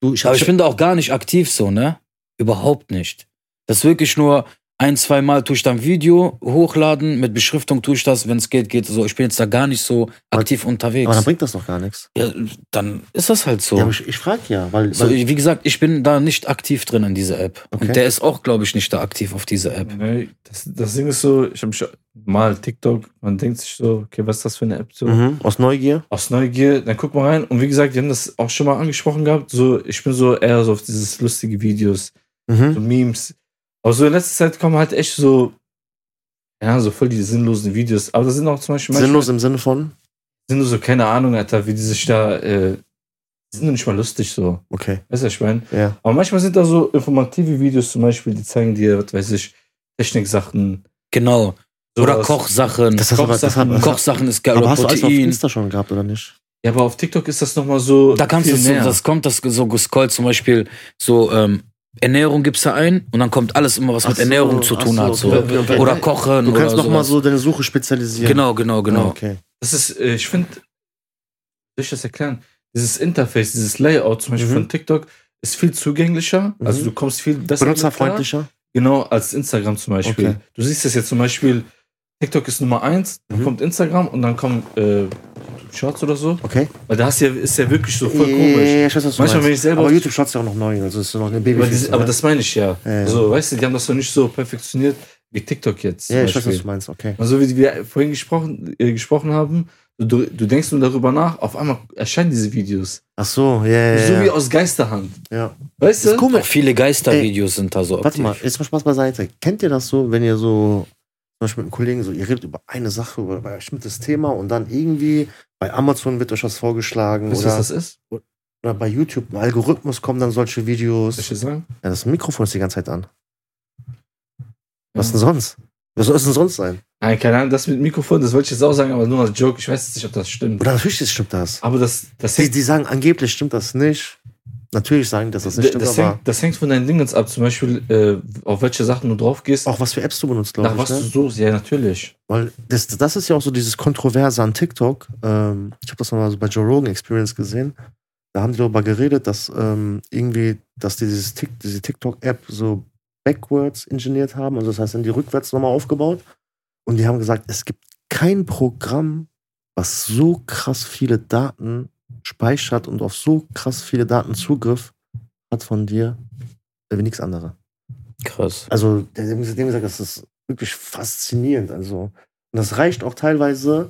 [SPEAKER 3] Du, ich hab
[SPEAKER 2] Aber ich bin da auch gar nicht aktiv so, ne? Überhaupt nicht. Das ist wirklich nur ein, zwei Mal tue ich dann Video hochladen, mit Beschriftung tue ich das, wenn es geht, geht so. Ich bin jetzt da gar nicht so aktiv
[SPEAKER 3] aber dann
[SPEAKER 2] unterwegs.
[SPEAKER 3] bringt das doch gar nichts.
[SPEAKER 2] Ja, dann ist das halt so.
[SPEAKER 3] Ja, aber ich, ich frage ja, weil,
[SPEAKER 2] so.
[SPEAKER 3] weil
[SPEAKER 2] Wie gesagt, ich bin da nicht aktiv drin in dieser App.
[SPEAKER 3] Okay.
[SPEAKER 2] Und der ist auch, glaube ich, nicht da aktiv auf dieser App.
[SPEAKER 1] Nee, das, das Ding ist so, ich habe mich mal TikTok, man denkt sich so, okay, was ist das für eine App? So,
[SPEAKER 3] mhm, aus Neugier.
[SPEAKER 1] aus Neugier, dann guck mal rein. Und wie gesagt, die haben das auch schon mal angesprochen gehabt. So, ich bin so eher so auf dieses lustige Videos, so
[SPEAKER 3] Mhm.
[SPEAKER 1] Memes. Aber so in letzter Zeit kommen halt echt so, ja, so voll die sinnlosen Videos. Aber da sind auch zum Beispiel manchmal-
[SPEAKER 3] Sinnlos im Sinne von,
[SPEAKER 1] sind nur so, keine Ahnung, Alter, wie die sich da, äh, die sind doch nicht mal lustig so.
[SPEAKER 3] okay,
[SPEAKER 1] Weißt du, was ich meine?
[SPEAKER 3] ja.
[SPEAKER 1] Aber manchmal sind da so informative Videos zum Beispiel, die zeigen dir, was weiß ich, Techniksachen.
[SPEAKER 2] Genau. Oder
[SPEAKER 1] sowas.
[SPEAKER 2] Kochsachen.
[SPEAKER 3] Das hast du aber, das
[SPEAKER 1] Kochsachen-
[SPEAKER 3] hat,
[SPEAKER 2] Kochsachen ist geil.
[SPEAKER 3] aber
[SPEAKER 2] Oder
[SPEAKER 3] hast du alles auf
[SPEAKER 2] Protein.
[SPEAKER 3] Insta schon gehabt, oder nicht?
[SPEAKER 1] Ja, aber auf TikTok ist das nochmal so.
[SPEAKER 2] Da kannst du
[SPEAKER 1] viel
[SPEAKER 2] so,
[SPEAKER 1] näher.
[SPEAKER 2] das kommt das so gescrollt, zum Beispiel so ähm, Ernährung gibst du ein und dann kommt alles immer, was
[SPEAKER 3] Ach
[SPEAKER 2] mit
[SPEAKER 3] so,
[SPEAKER 2] Ernährung zu
[SPEAKER 3] ach
[SPEAKER 2] tun
[SPEAKER 3] so,
[SPEAKER 2] hat. So.
[SPEAKER 1] okay, okay, okay.
[SPEAKER 2] Oder kochen
[SPEAKER 3] Du kannst
[SPEAKER 2] oder
[SPEAKER 3] nochmal
[SPEAKER 2] sowas.
[SPEAKER 3] so deine Suche spezialisieren.
[SPEAKER 2] Genau, genau, genau.
[SPEAKER 3] Okay.
[SPEAKER 1] Das ist, äh, ich finde, soll ich das erklären? Dieses Interface, dieses Layout zum Beispiel
[SPEAKER 3] Mhm.
[SPEAKER 1] von TikTok ist viel zugänglicher.
[SPEAKER 3] Mhm.
[SPEAKER 1] Also du kommst viel besser. mit klar.
[SPEAKER 3] Benutzerfreundlicher.
[SPEAKER 1] Genau, als Instagram zum Beispiel.
[SPEAKER 3] Okay.
[SPEAKER 1] Du siehst das jetzt zum Beispiel, TikTok ist Nummer eins, dann
[SPEAKER 3] Mhm.
[SPEAKER 1] kommt Instagram und dann kommen äh, Shorts oder so.
[SPEAKER 3] Okay.
[SPEAKER 1] Weil da hast du ja, ist ja wirklich so voll
[SPEAKER 3] Ja,
[SPEAKER 1] komisch.
[SPEAKER 3] Ich weiß, was du
[SPEAKER 1] Manchmal,
[SPEAKER 3] meinst.
[SPEAKER 1] wenn ich selber
[SPEAKER 3] aber
[SPEAKER 1] auf-
[SPEAKER 3] YouTube schaut ja auch noch neu, also ist noch eine Baby. ne?
[SPEAKER 1] Aber, diese, aber das meine ich ja.
[SPEAKER 3] Ja, ja.
[SPEAKER 1] So, weißt du, die haben das noch nicht so perfektioniert wie TikTok jetzt.
[SPEAKER 3] ja,
[SPEAKER 1] zum
[SPEAKER 3] ich weiß, was
[SPEAKER 1] Beispiel.
[SPEAKER 3] du meinst, okay.
[SPEAKER 1] Und so wie wir vorhin gesprochen, äh, gesprochen haben, du, du denkst nur darüber nach, auf einmal erscheinen diese Videos.
[SPEAKER 3] Ach so, ja, ja,
[SPEAKER 1] so
[SPEAKER 3] ja.
[SPEAKER 1] wie aus Geisterhand.
[SPEAKER 3] ja.
[SPEAKER 1] Weißt
[SPEAKER 3] Das
[SPEAKER 1] du?
[SPEAKER 3] ist
[SPEAKER 2] Auch
[SPEAKER 3] komisch.
[SPEAKER 2] viele Geistervideos sind da so
[SPEAKER 3] Warte
[SPEAKER 2] aktiv.
[SPEAKER 3] mal, jetzt mal Spaß beiseite. Kennt ihr das so, wenn ihr so zum Beispiel mit einem Kollegen so, ihr redet über eine Sache, über ein bestimmtes Thema und dann irgendwie bei Amazon wird euch was vorgeschlagen
[SPEAKER 1] Weißt du, was
[SPEAKER 3] oder,
[SPEAKER 1] das ist?
[SPEAKER 3] oder bei YouTube im Algorithmus kommen dann solche Videos.
[SPEAKER 1] Soll ich dir sagen?
[SPEAKER 3] Ja, das Mikrofon ist die ganze Zeit an. Was denn sonst? Was soll es denn sonst sein?
[SPEAKER 1] Nein, keine Ahnung, das mit Mikrofon, das wollte ich jetzt auch sagen, aber nur als Joke. Ich weiß jetzt nicht, ob das stimmt.
[SPEAKER 3] Oder natürlich stimmt das.
[SPEAKER 1] Aber das, das
[SPEAKER 3] Die,
[SPEAKER 1] hängt,
[SPEAKER 3] die sagen, angeblich stimmt das nicht. Natürlich sagen die, dass das nicht stimmt,
[SPEAKER 1] das,
[SPEAKER 3] aber
[SPEAKER 1] hängt, das hängt von deinen Dingen ab. Zum Beispiel, äh, auf welche Sachen du drauf gehst,
[SPEAKER 3] auch was für Apps du benutzt, glaube
[SPEAKER 1] nach
[SPEAKER 3] ich.
[SPEAKER 1] was
[SPEAKER 3] ne?
[SPEAKER 1] du suchst. Ja, natürlich.
[SPEAKER 3] Weil das, das ist ja auch so dieses Kontroverse an TikTok. Ähm, ich habe das mal so bei Joe Rogan Experience gesehen. Da haben die darüber geredet, dass ähm, irgendwie, dass die dieses Tik diese TikTok-App so backwards ingeniert haben. Also das heißt, dann die rückwärts nochmal aufgebaut. Und die haben gesagt, es gibt kein Programm, was so krass viele Daten speichert und auf so krass viele Daten Zugriff hat von dir äh, wie nichts anderes.
[SPEAKER 2] Krass.
[SPEAKER 3] Also, der hat dem gesagt, das ist wirklich faszinierend. Also, und das reicht auch teilweise,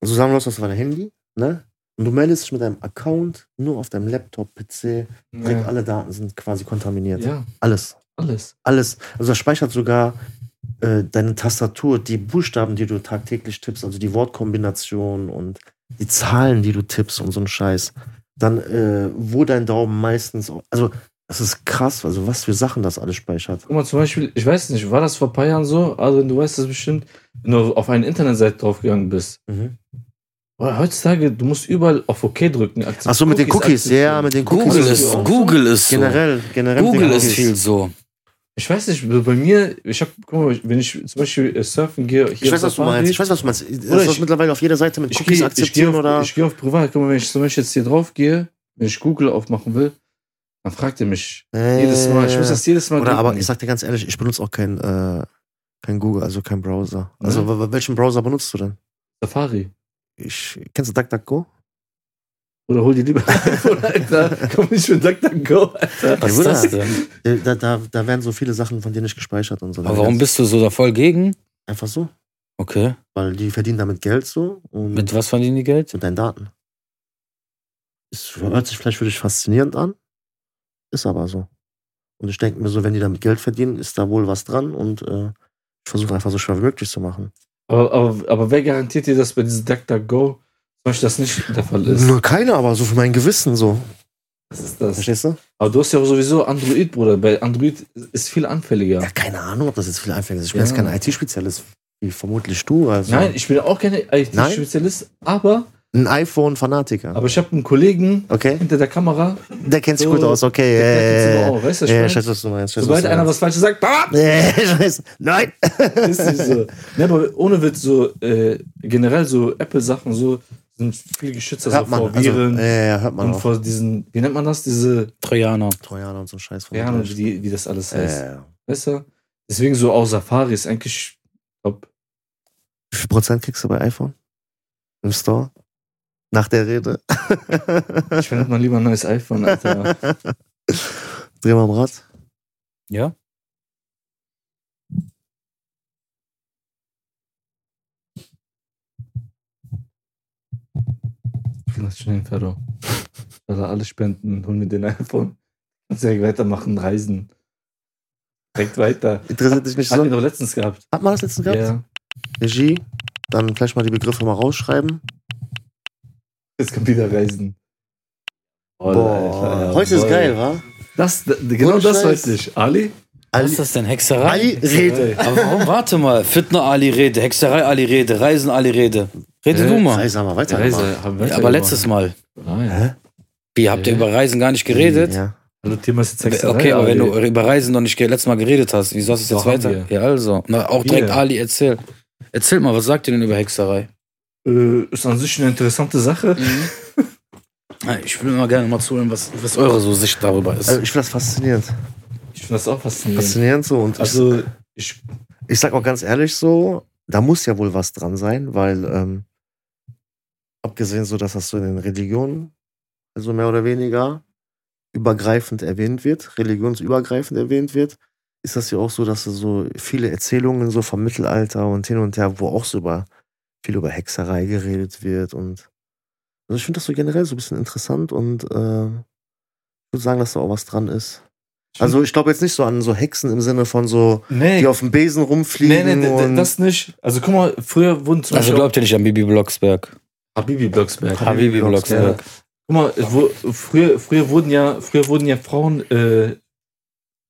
[SPEAKER 3] also sagen wir das auf dein Handy, ne? Und du meldest dich mit deinem Account nur auf deinem Laptop, PC. Direkt alle Daten sind quasi kontaminiert.
[SPEAKER 1] ja,
[SPEAKER 3] Alles.
[SPEAKER 1] alles.
[SPEAKER 3] Alles. Also, das speichert sogar äh, deine Tastatur, die Buchstaben, die du tagtäglich tippst, also die Wortkombination und die Zahlen, die du tippst und so ein Scheiß. Dann, äh, wo dein Daumen meistens. Auch, also, das ist krass, also was für Sachen das alles speichert.
[SPEAKER 1] Guck mal, zum Beispiel, ich weiß nicht, war das vor ein paar Jahren so? Also, du weißt das bestimmt, wenn du auf eine Internetseite draufgegangen bist.
[SPEAKER 3] Mhm.
[SPEAKER 1] Boah, heutzutage, du musst überall auf OK drücken. Akzept-
[SPEAKER 3] Ach so, mit den Cookies, ja,
[SPEAKER 1] akzeptieren.
[SPEAKER 3] mit den Cookies.
[SPEAKER 2] Google
[SPEAKER 1] ist
[SPEAKER 2] ist,
[SPEAKER 1] so.
[SPEAKER 2] Google ist so.
[SPEAKER 3] generell, generell mit den
[SPEAKER 2] Google ist
[SPEAKER 3] Cookies.
[SPEAKER 2] viel so.
[SPEAKER 1] Ich weiß nicht, also bei mir, ich hab, guck mal, wenn ich zum Beispiel äh, surfen gehe, hier
[SPEAKER 3] Ich
[SPEAKER 1] auf
[SPEAKER 3] weiß, was du
[SPEAKER 1] Safari,
[SPEAKER 3] meinst. Ich weiß, was du meinst. Ist
[SPEAKER 1] Oder
[SPEAKER 3] das
[SPEAKER 1] ich-
[SPEAKER 3] mittlerweile auf jeder Seite mit
[SPEAKER 1] ich
[SPEAKER 3] Cookies
[SPEAKER 1] gehe ich gehe
[SPEAKER 3] akzeptieren
[SPEAKER 1] auf,
[SPEAKER 3] oder?
[SPEAKER 1] ich gehe auf privat. Guck mal, wenn ich zum Beispiel jetzt hier drauf gehe, wenn ich Google aufmachen will, dann fragt er mich
[SPEAKER 3] Äh,
[SPEAKER 1] jedes Mal. Ich muss das jedes Mal
[SPEAKER 3] Oder aber
[SPEAKER 1] drücken.
[SPEAKER 3] ich sag dir ganz ehrlich, ich benutze auch kein, äh, kein Google, also kein Browser.
[SPEAKER 1] Ne?
[SPEAKER 3] Also w- w- welchen Browser benutzt du denn?
[SPEAKER 1] Safari.
[SPEAKER 3] Ich, kennst du DuckDuckGo?
[SPEAKER 1] Oder hol die lieber [LAUGHS] iPhone, Alter. Komm nicht mit DuckDuckGo, Alter.
[SPEAKER 2] Was ist
[SPEAKER 3] Bruder.
[SPEAKER 2] das denn?
[SPEAKER 3] Äh, Da, da, da werden so viele Sachen von dir nicht gespeichert und so.
[SPEAKER 2] Aber warum bist du so da voll gegen?
[SPEAKER 3] Einfach so.
[SPEAKER 2] Okay.
[SPEAKER 3] Weil die verdienen damit Geld so und
[SPEAKER 2] Mit was verdienen die Geld?
[SPEAKER 3] mit deinen Daten. Es hört sich vielleicht für dich faszinierend an, ist aber so. Und ich denke mir so, wenn die damit Geld verdienen, ist da wohl was dran und äh, ich versuche einfach so schwer wie möglich zu machen.
[SPEAKER 1] Aber, aber, aber wer garantiert dir, dass bei diesem DuckDuckGo zum Beispiel das nicht der Fall ist?
[SPEAKER 3] Nur keine, aber so für mein Gewissen so.
[SPEAKER 1] Was ist das?
[SPEAKER 3] Verstehst du?
[SPEAKER 1] Aber du hast ja auch sowieso Android, Bruder. Bei Android ist viel anfälliger.
[SPEAKER 3] Ja, keine Ahnung, ob das jetzt viel einfacher ist. Ich bin
[SPEAKER 1] Ja.
[SPEAKER 3] jetzt kein IT-Spezialist, wie vermutlich du. Also
[SPEAKER 1] Nein, ich bin auch kein IT-Spezialist, aber,
[SPEAKER 3] Ein iPhone-Fanatiker.
[SPEAKER 1] aber ich habe einen Kollegen
[SPEAKER 3] okay,
[SPEAKER 1] hinter der Kamera,
[SPEAKER 3] der kennt sich
[SPEAKER 1] So,
[SPEAKER 3] gut aus, okay.
[SPEAKER 1] der kennt sich
[SPEAKER 3] ja, ja,
[SPEAKER 1] aber
[SPEAKER 3] ja.
[SPEAKER 1] auch, weißt du, ich
[SPEAKER 3] Ja,
[SPEAKER 1] mein?
[SPEAKER 3] ich weiß, was du meinst. ich weiß,
[SPEAKER 1] sobald
[SPEAKER 3] was du
[SPEAKER 1] einer
[SPEAKER 3] meinst.
[SPEAKER 1] was Falsches sagt,
[SPEAKER 3] [LAUGHS]
[SPEAKER 1] bah,
[SPEAKER 3] Nee, ich weiß. Nein!
[SPEAKER 1] ist nicht so. Ne, aber ohne Witz, so äh, generell so Apple-Sachen so sind viel geschützter so
[SPEAKER 3] Hört man,
[SPEAKER 1] vor
[SPEAKER 3] also,
[SPEAKER 1] Viren
[SPEAKER 3] ja, ja, hört man
[SPEAKER 1] und
[SPEAKER 3] auch.
[SPEAKER 1] vor diesen, wie nennt man das, diese
[SPEAKER 2] Trojaner.
[SPEAKER 3] Trojaner und so ein Scheiß.
[SPEAKER 1] ja,
[SPEAKER 3] vermutlich.
[SPEAKER 1] wie, wie das alles heißt.
[SPEAKER 3] Äh,
[SPEAKER 1] Weißt du? Deswegen so auch Safari ist eigentlich top.
[SPEAKER 3] wie viel Prozent kriegst du bei iPhone? Im Store? Nach der Rede?
[SPEAKER 1] Ich
[SPEAKER 3] [LAUGHS]
[SPEAKER 1] finde mal lieber ein neues iPhone,
[SPEAKER 2] [LAUGHS]
[SPEAKER 1] Alter.
[SPEAKER 3] Dreh mal am Rad.
[SPEAKER 2] Ja?
[SPEAKER 1] Lass schon den Ferro. Also alle spenden, hol mir den iPhone. Kannst direkt weitermachen, reisen. Direkt weiter.
[SPEAKER 3] Interessiert dich nicht
[SPEAKER 1] Hat ihn
[SPEAKER 3] so?
[SPEAKER 1] doch letztens gehabt.
[SPEAKER 3] Hat man das letztens gehabt?
[SPEAKER 1] Ja.
[SPEAKER 3] Regie? Dann vielleicht mal die Begriffe mal rausschreiben.
[SPEAKER 1] Jetzt kommt wieder reisen. Oh, Alter, ja,
[SPEAKER 3] heute ist
[SPEAKER 1] boah.
[SPEAKER 3] geil, wa?
[SPEAKER 1] Das, da- genau
[SPEAKER 3] Ohne
[SPEAKER 1] das
[SPEAKER 3] Scheiß.
[SPEAKER 1] wollte ich. Ali?
[SPEAKER 2] Was ist das denn? Hexerei?
[SPEAKER 3] Ali Rede.
[SPEAKER 2] Aber warum? Warte mal. Fitner Ali Rede, Hexerei Ali Rede, Reisen Ali Rede. Rede
[SPEAKER 1] Äh,
[SPEAKER 2] du mal.
[SPEAKER 3] Reise mal weiter. mal.
[SPEAKER 1] Reise haben wir
[SPEAKER 2] Ja, aber letztes Mal.
[SPEAKER 1] Nein.
[SPEAKER 2] Wie, habt ihr
[SPEAKER 1] Äh.
[SPEAKER 2] über Reisen gar nicht geredet? Äh,
[SPEAKER 3] Ja.
[SPEAKER 1] Hallo, Also, Thema ist jetzt Sexerei,
[SPEAKER 2] Okay, aber wenn du
[SPEAKER 1] Ali.
[SPEAKER 2] über Reisen noch nicht ge- letztes Mal geredet hast, wieso hast du es
[SPEAKER 1] Doch,
[SPEAKER 2] jetzt
[SPEAKER 1] haben
[SPEAKER 2] weiter? Ja, also. Na, auch direkt
[SPEAKER 1] Hier.
[SPEAKER 2] Ali, erzähl. Erzähl mal, was sagt ihr denn über Hexerei?
[SPEAKER 1] Äh, ist an sich eine interessante
[SPEAKER 2] Mhm.
[SPEAKER 1] Sache.
[SPEAKER 2] [LAUGHS] Ja, Ich will mal gerne mal zuhören, was, was eure so Sicht darüber ist.
[SPEAKER 3] Also ich finde das faszinierend.
[SPEAKER 1] Ich finde das auch faszinierend.
[SPEAKER 3] Faszinierend so. Und ich,
[SPEAKER 1] Also, ich,
[SPEAKER 3] ich sag auch ganz ehrlich so, da muss ja wohl was dran sein, weil ähm, abgesehen so, dass das so in den Religionen, also mehr oder weniger, übergreifend erwähnt wird, religionsübergreifend erwähnt wird, ist das ja auch so, dass es so viele Erzählungen so vom Mittelalter und hin und her, wo auch so über viel über Hexerei geredet wird und also ich finde das so generell so ein bisschen interessant und ähm, ich würde sagen, dass da auch was dran ist. Also ich glaube jetzt nicht so an so Hexen im Sinne von so,
[SPEAKER 1] nee,
[SPEAKER 3] die auf dem Besen rumfliegen
[SPEAKER 1] nee, nee, d- d-
[SPEAKER 3] und
[SPEAKER 1] das nicht. Also, guck mal, früher wurden zum
[SPEAKER 2] Also
[SPEAKER 1] Beispiel
[SPEAKER 2] glaubt ihr nicht an Bibi Blocksberg?
[SPEAKER 1] auch Habibi Blocksberg.
[SPEAKER 3] Habibi
[SPEAKER 2] Habibi Blocksberg.
[SPEAKER 1] Guck mal, es wo, früher, früher, wurden ja, früher wurden ja Frauen äh,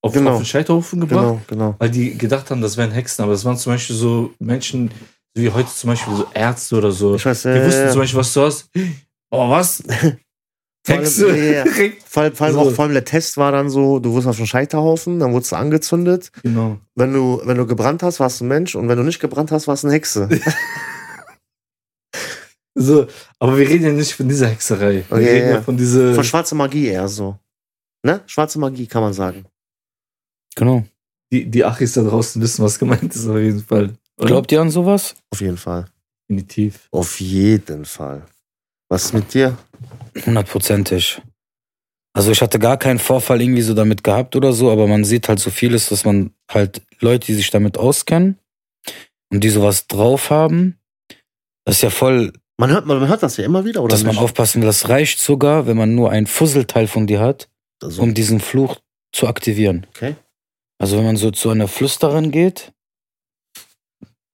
[SPEAKER 1] auf,
[SPEAKER 3] Genau.
[SPEAKER 1] auf den Scheiterhaufen gebracht,
[SPEAKER 3] genau, genau.
[SPEAKER 1] weil die gedacht haben, das wären Hexen. Aber das waren zum Beispiel so Menschen, wie heute zum Beispiel so Ärzte oder so.
[SPEAKER 3] Ich weiß,
[SPEAKER 1] Die
[SPEAKER 3] äh,
[SPEAKER 1] wussten zum Beispiel, was du hast. Oh,
[SPEAKER 3] [LAUGHS]
[SPEAKER 1] was?
[SPEAKER 3] vor allem,
[SPEAKER 1] Hexe.
[SPEAKER 3] ja, ja.
[SPEAKER 1] Direkt.
[SPEAKER 3] Vor, allem- vor allem
[SPEAKER 1] So.
[SPEAKER 3] auch vor allem der Test war dann so, du wurdest auf einen Scheiterhaufen, dann wurdest du angezündet.
[SPEAKER 1] [LAUGHS] Genau.
[SPEAKER 3] Wenn du, wenn du gebrannt hast, warst du ein Mensch und wenn du nicht gebrannt hast, warst du eine Hexe.
[SPEAKER 1] So, aber wir reden ja nicht von dieser Hexerei. Wir
[SPEAKER 3] Okay,
[SPEAKER 1] reden [LAUGHS] ja,
[SPEAKER 3] ja.
[SPEAKER 1] von dieser.
[SPEAKER 3] Von schwarzer Magie eher so. Ne? Schwarze Magie kann man sagen.
[SPEAKER 2] Genau.
[SPEAKER 1] die, die Achis da draußen wissen, was gemeint ist, auf jeden Fall. Oder?
[SPEAKER 2] Glaubt ihr an sowas?
[SPEAKER 3] Auf jeden Fall.
[SPEAKER 1] definitiv.
[SPEAKER 3] Auf jeden Fall. Was ist mit dir?
[SPEAKER 2] Hundertprozentig. Also ich hatte gar keinen Vorfall irgendwie so damit gehabt oder so, aber man sieht halt so vieles, dass man halt Leute, die sich damit auskennen und die sowas drauf haben, das ist ja voll,
[SPEAKER 3] Man hört, man hört das ja immer wieder, oder?
[SPEAKER 2] dass man
[SPEAKER 3] nicht?
[SPEAKER 2] aufpassen will. Das reicht sogar, wenn man nur ein Fusselteil von dir hat,
[SPEAKER 3] Also,
[SPEAKER 2] um diesen Fluch zu aktivieren.
[SPEAKER 3] Okay.
[SPEAKER 2] Also wenn man so zu einer Flüsterin geht,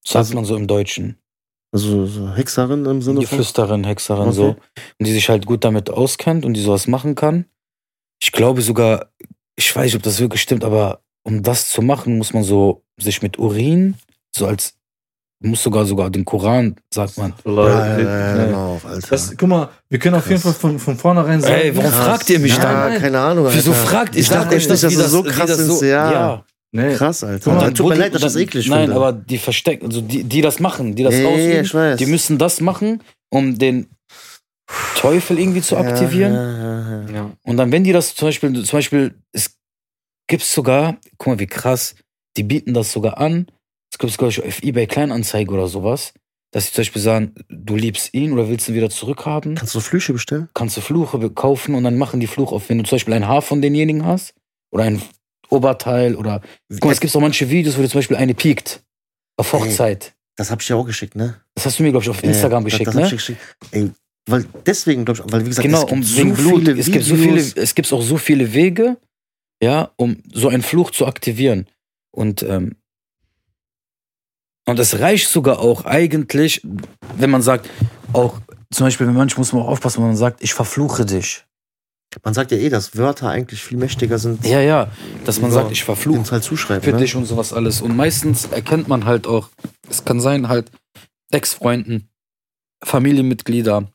[SPEAKER 2] sagt
[SPEAKER 3] Also-
[SPEAKER 2] man so im Deutschen.
[SPEAKER 3] also so Hexerin im Sinne
[SPEAKER 2] Die
[SPEAKER 3] von.
[SPEAKER 2] Flüsterin, Hexerin
[SPEAKER 3] Okay.
[SPEAKER 2] so. Und die sich halt gut damit auskennt und die sowas machen kann. Ich glaube sogar, ich weiß nicht, ob das wirklich stimmt, aber um das zu machen, muss man so sich mit Urin, so als, muss sogar sogar den Koran, sagt man.
[SPEAKER 3] Ja, ja, ja, ja,
[SPEAKER 1] Ja.
[SPEAKER 3] genau, auf, Alter.
[SPEAKER 1] äh, Das, guck mal, wir können auf
[SPEAKER 3] Krass.
[SPEAKER 1] jeden Fall von, von vornherein sagen.
[SPEAKER 2] Ey, warum
[SPEAKER 3] Krass.
[SPEAKER 2] fragt ihr mich
[SPEAKER 1] Ja,
[SPEAKER 2] dann?
[SPEAKER 1] Nein.
[SPEAKER 3] keine Ahnung.
[SPEAKER 2] Wieso
[SPEAKER 3] Alter.
[SPEAKER 2] fragt
[SPEAKER 3] Ich
[SPEAKER 2] sag
[SPEAKER 3] dachte
[SPEAKER 2] euch
[SPEAKER 3] nicht, dass
[SPEAKER 2] wie
[SPEAKER 3] es so
[SPEAKER 2] wie
[SPEAKER 3] krass
[SPEAKER 2] das
[SPEAKER 3] ist, ja.
[SPEAKER 1] Nee,
[SPEAKER 3] Krass,
[SPEAKER 2] Und
[SPEAKER 3] Alter.
[SPEAKER 2] dann
[SPEAKER 3] Tut mir
[SPEAKER 2] wurden-
[SPEAKER 3] leid, dass ich das
[SPEAKER 2] dann-
[SPEAKER 3] eklig
[SPEAKER 2] Nein,
[SPEAKER 3] finde.
[SPEAKER 2] aber die verstecken, also die, die das machen, die das
[SPEAKER 3] Ja, ja, ja,
[SPEAKER 2] ausüben,
[SPEAKER 3] ich weiß.
[SPEAKER 2] die müssen das machen, um den Teufel irgendwie zu
[SPEAKER 3] Ja,
[SPEAKER 2] aktivieren.
[SPEAKER 3] ja, ja, ja.
[SPEAKER 1] ja.
[SPEAKER 2] Und dann, wenn die das zum Beispiel, zum Beispiel, es gibt sogar, guck mal, wie krass, die bieten das sogar an. Es gibt sogar auf Ebay Kleinanzeige oder sowas, dass sie zum Beispiel sagen, du liebst ihn oder willst ihn wieder zurückhaben,
[SPEAKER 3] Kannst du Flüche bestellen?
[SPEAKER 2] kannst du Fluche be- kaufen und dann machen die Fluch auf, wenn du zum Beispiel ein Haar von denjenigen hast oder ein Oberteil oder. Guck mal, es gibt auch manche Videos, wo du zum Beispiel eine piekt. Auf
[SPEAKER 3] Ey.
[SPEAKER 2] Hochzeit.
[SPEAKER 3] Das hab ich ja auch geschickt, ne?
[SPEAKER 2] Das hast du mir, glaube ich, auf Instagram
[SPEAKER 3] Mhm. Ja, ja,
[SPEAKER 2] geschickt,
[SPEAKER 3] das, das hab
[SPEAKER 2] ne?
[SPEAKER 3] ich geschickt. Ey, weil deswegen, glaube ich, weil wie gesagt,
[SPEAKER 2] genau,
[SPEAKER 3] es gibt
[SPEAKER 2] um
[SPEAKER 3] so
[SPEAKER 2] wegen Blut.
[SPEAKER 3] viele
[SPEAKER 2] es gibt so viele,
[SPEAKER 3] Videos.
[SPEAKER 2] es gibt auch so viele Wege, ja, um so einen Fluch zu aktivieren. Und ähm, und es reicht sogar auch eigentlich, wenn man sagt, auch zum Beispiel, wenn manch muss man auch aufpassen, wenn man sagt, ich verfluche dich.
[SPEAKER 3] Man sagt ja eh, dass Wörter eigentlich viel mächtiger sind,
[SPEAKER 2] Ja, ja, dass man
[SPEAKER 3] Ja,
[SPEAKER 2] sagt, ich
[SPEAKER 3] die
[SPEAKER 2] verfluche
[SPEAKER 3] uns halt zuschreiben.
[SPEAKER 2] für
[SPEAKER 3] ne?
[SPEAKER 2] dich und sowas alles. Und meistens erkennt man halt auch, es kann sein, halt Ex-Freunden, Familienmitglieder,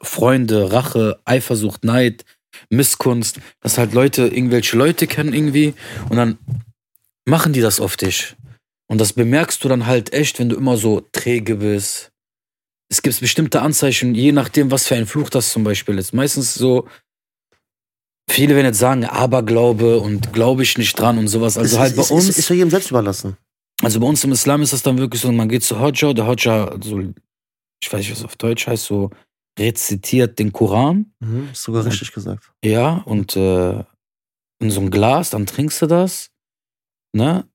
[SPEAKER 2] Freunde, Rache, Eifersucht, Neid, Missgunst, dass halt Leute irgendwelche Leute kennen irgendwie und dann machen die das auf dich. Und das bemerkst du dann halt echt, wenn du immer so träge bist. Es gibt bestimmte Anzeichen, je nachdem, was für ein Fluch das zum Beispiel ist. Meistens so, viele werden jetzt sagen, Aberglaube und glaube ich nicht dran und sowas. Also
[SPEAKER 3] Ist-
[SPEAKER 2] halt
[SPEAKER 3] ist,
[SPEAKER 2] bei
[SPEAKER 3] ist,
[SPEAKER 2] uns.
[SPEAKER 3] Ist, ist ja jedem selbst überlassen.
[SPEAKER 2] Also bei uns im Islam ist das dann wirklich so, man geht zu Hodja, der Hodja, so, ich weiß nicht, was auf Deutsch heißt, so rezitiert den Koran,
[SPEAKER 3] Mhm, ist sogar richtig gesagt.
[SPEAKER 2] ja, und äh, in so einem Glas, dann trinkst du das, ne?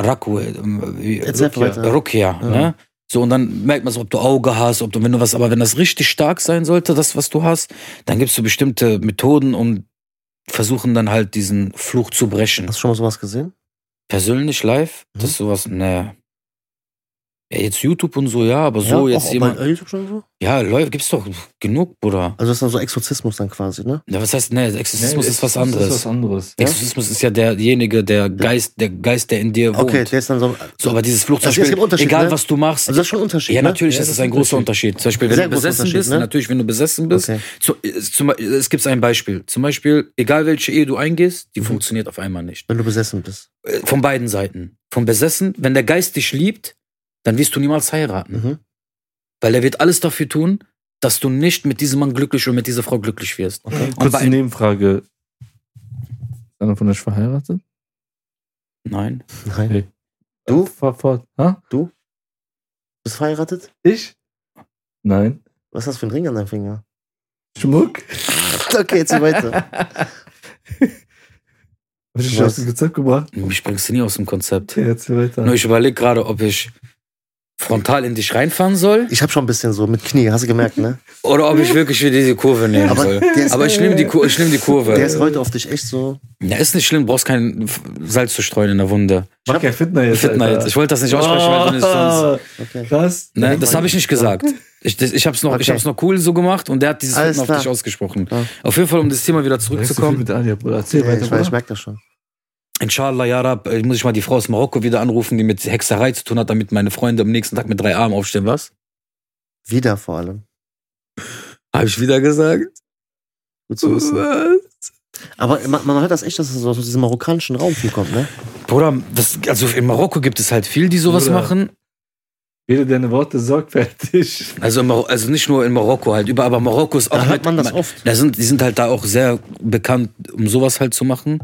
[SPEAKER 2] Raku, äh, wie-
[SPEAKER 3] Jetzt einfach
[SPEAKER 1] Rukia.
[SPEAKER 3] weiter.
[SPEAKER 2] Rukia,
[SPEAKER 3] Ja.
[SPEAKER 2] ne? So, und dann merkt man so, ob du Auge hast, ob du, wenn du was, aber wenn das richtig stark sein sollte, das, was du hast, dann gibst du bestimmte Methoden, um versuchen dann halt diesen Fluch zu brechen.
[SPEAKER 3] Hast du schon mal sowas gesehen?
[SPEAKER 2] Persönlich live,
[SPEAKER 3] Mhm.
[SPEAKER 2] das ist sowas, ne. Ja, jetzt YouTube und so, ja, aber so
[SPEAKER 3] ja,
[SPEAKER 2] jetzt
[SPEAKER 3] auch
[SPEAKER 2] jemand.
[SPEAKER 3] Bei YouTube schon so?
[SPEAKER 2] Ja, läuft, gibt's doch genug, Bruder.
[SPEAKER 3] Also das ist dann so Exorzismus dann quasi, ne?
[SPEAKER 2] Ja, was heißt, ne, Exorzismus ist was anderes.
[SPEAKER 1] Das ist was anderes.
[SPEAKER 3] Ja?
[SPEAKER 2] Exorzismus ist ja derjenige, der Geist, der Geist, der in dir wohnt.
[SPEAKER 3] Okay, der ist dann so.
[SPEAKER 2] So, aber dieses Fluch zum
[SPEAKER 3] Also, es
[SPEAKER 2] Beispiel,
[SPEAKER 3] gibt Unterschiede,
[SPEAKER 2] egal
[SPEAKER 3] ne?
[SPEAKER 2] was du machst.
[SPEAKER 3] Also das ist schon ein Unterschied.
[SPEAKER 2] ja,
[SPEAKER 3] ne?
[SPEAKER 2] natürlich,
[SPEAKER 1] Ja,
[SPEAKER 2] das
[SPEAKER 1] das
[SPEAKER 2] ist
[SPEAKER 1] ist
[SPEAKER 2] ein großer
[SPEAKER 1] Unterschied.
[SPEAKER 2] Unterschied. Zum Beispiel, wenn
[SPEAKER 3] Sehr
[SPEAKER 2] du
[SPEAKER 3] großer
[SPEAKER 2] besessen
[SPEAKER 3] Unterschied,
[SPEAKER 2] bist,
[SPEAKER 3] ne?
[SPEAKER 2] natürlich, wenn du besessen bist,
[SPEAKER 3] Okay.
[SPEAKER 2] zu, ist zum, es gibt ein Beispiel. Zum Beispiel, egal welche Ehe du eingehst,
[SPEAKER 3] Mhm.
[SPEAKER 2] die funktioniert auf einmal nicht.
[SPEAKER 3] Wenn du besessen bist.
[SPEAKER 2] Äh, Von beiden Seiten. Vom Besessen, wenn der Geist dich liebt, dann wirst du niemals heiraten.
[SPEAKER 3] Mhm.
[SPEAKER 2] Weil er wird alles dafür tun, dass du nicht mit diesem Mann glücklich und mit dieser Frau glücklich wirst.
[SPEAKER 3] Okay.
[SPEAKER 2] Und bei-
[SPEAKER 1] Kurze Nebenfrage. Ist einer von euch verheiratet?
[SPEAKER 2] Nein.
[SPEAKER 3] Nein.
[SPEAKER 1] Hey.
[SPEAKER 3] Du?
[SPEAKER 1] Fahr fort. Ha?
[SPEAKER 3] Bist du verheiratet?
[SPEAKER 1] Ich? Nein.
[SPEAKER 3] Was hast du für einen Ring an deinem Finger?
[SPEAKER 1] Schmuck?
[SPEAKER 3] Okay, jetzt hier weiter.
[SPEAKER 1] Hab ich
[SPEAKER 3] Was?
[SPEAKER 1] dich aus dem Konzept gebracht?
[SPEAKER 2] Mich bringst du nie aus dem Konzept.
[SPEAKER 1] Okay, jetzt hier weiter.
[SPEAKER 2] Nur ich überlege gerade, ob ich frontal in dich reinfahren soll
[SPEAKER 3] Ich hab schon ein bisschen so mit Knie, hast du gemerkt, ne?
[SPEAKER 2] oder ob ich wirklich hier diese Kurve nehmen
[SPEAKER 3] Aber
[SPEAKER 2] soll.
[SPEAKER 3] der ist-
[SPEAKER 2] Aber ich nehme die, Kur ich nehm die Kurve.
[SPEAKER 3] Der ist heute auf dich echt so.
[SPEAKER 2] ja, ist nicht schlimm, brauchst kein F- Salz zu streuen in der Wunde.
[SPEAKER 1] Mach kein Fitner jetzt.
[SPEAKER 2] Fitner
[SPEAKER 1] Alter.
[SPEAKER 3] halt
[SPEAKER 2] jetzt. Ich wollte das nicht aussprechen, weil du sonst.
[SPEAKER 1] Ah,
[SPEAKER 3] Okay.
[SPEAKER 1] Krass.
[SPEAKER 2] Ne, das habe ich nicht gesagt. Ich, das, ich habe es noch, ich
[SPEAKER 3] Okay.
[SPEAKER 2] hab's noch cool so gemacht und der hat dieses
[SPEAKER 3] Alles
[SPEAKER 2] Fitner auf
[SPEAKER 3] klar.
[SPEAKER 2] dich ausgesprochen.
[SPEAKER 3] Ja.
[SPEAKER 2] Auf jeden Fall, um das Thema wieder
[SPEAKER 1] Zu viel
[SPEAKER 2] zurückzukommen.
[SPEAKER 1] mit Alia, Bruder. Erzähl
[SPEAKER 3] Ja,
[SPEAKER 1] weiter.
[SPEAKER 3] ich, weiß,
[SPEAKER 1] Bruder.
[SPEAKER 3] ich merk das schon.
[SPEAKER 2] Inshallah, ja, Rab, äh, muss ich mal die Frau aus Marokko wieder anrufen, die mit Hexerei zu tun hat, damit meine Freunde am nächsten Tag mit drei Armen aufstehen, was?
[SPEAKER 3] Wieder vor allem.
[SPEAKER 2] Habe ich wieder gesagt?
[SPEAKER 3] Gut zu wissen. Aber man, man hört das echt, dass es so aus diesem marokkanischen Raum viel kommt, ne?
[SPEAKER 2] Bruder, das, also in Marokko gibt es halt viel, die sowas
[SPEAKER 1] Bruder.
[SPEAKER 2] machen.
[SPEAKER 1] Wähle deine Worte sorgfältig.
[SPEAKER 2] Also, in Mar- also nicht nur in Marokko halt, über, aber Marokko ist auch.
[SPEAKER 3] Da hört
[SPEAKER 2] halt-
[SPEAKER 3] man das oft.
[SPEAKER 2] Da sind, die sind halt da auch sehr bekannt, um sowas halt zu machen.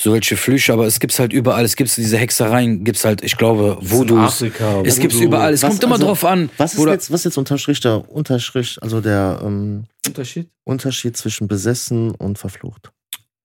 [SPEAKER 2] Solche Flüche, aber es gibt's halt überall. Es gibt diese Hexereien, gibt's halt, ich glaube, Voodoos.
[SPEAKER 1] Afrika.
[SPEAKER 2] Es gibt's
[SPEAKER 1] Voodoo.
[SPEAKER 2] überall. Es
[SPEAKER 3] Was-
[SPEAKER 2] kommt immer
[SPEAKER 3] also,
[SPEAKER 2] drauf an.
[SPEAKER 3] Was ist
[SPEAKER 2] Bruder.
[SPEAKER 3] jetzt, was ist jetzt Unterstrich der Unterstrich, also der ähm,
[SPEAKER 1] Unterschied?
[SPEAKER 3] Unterschied zwischen besessen und verflucht?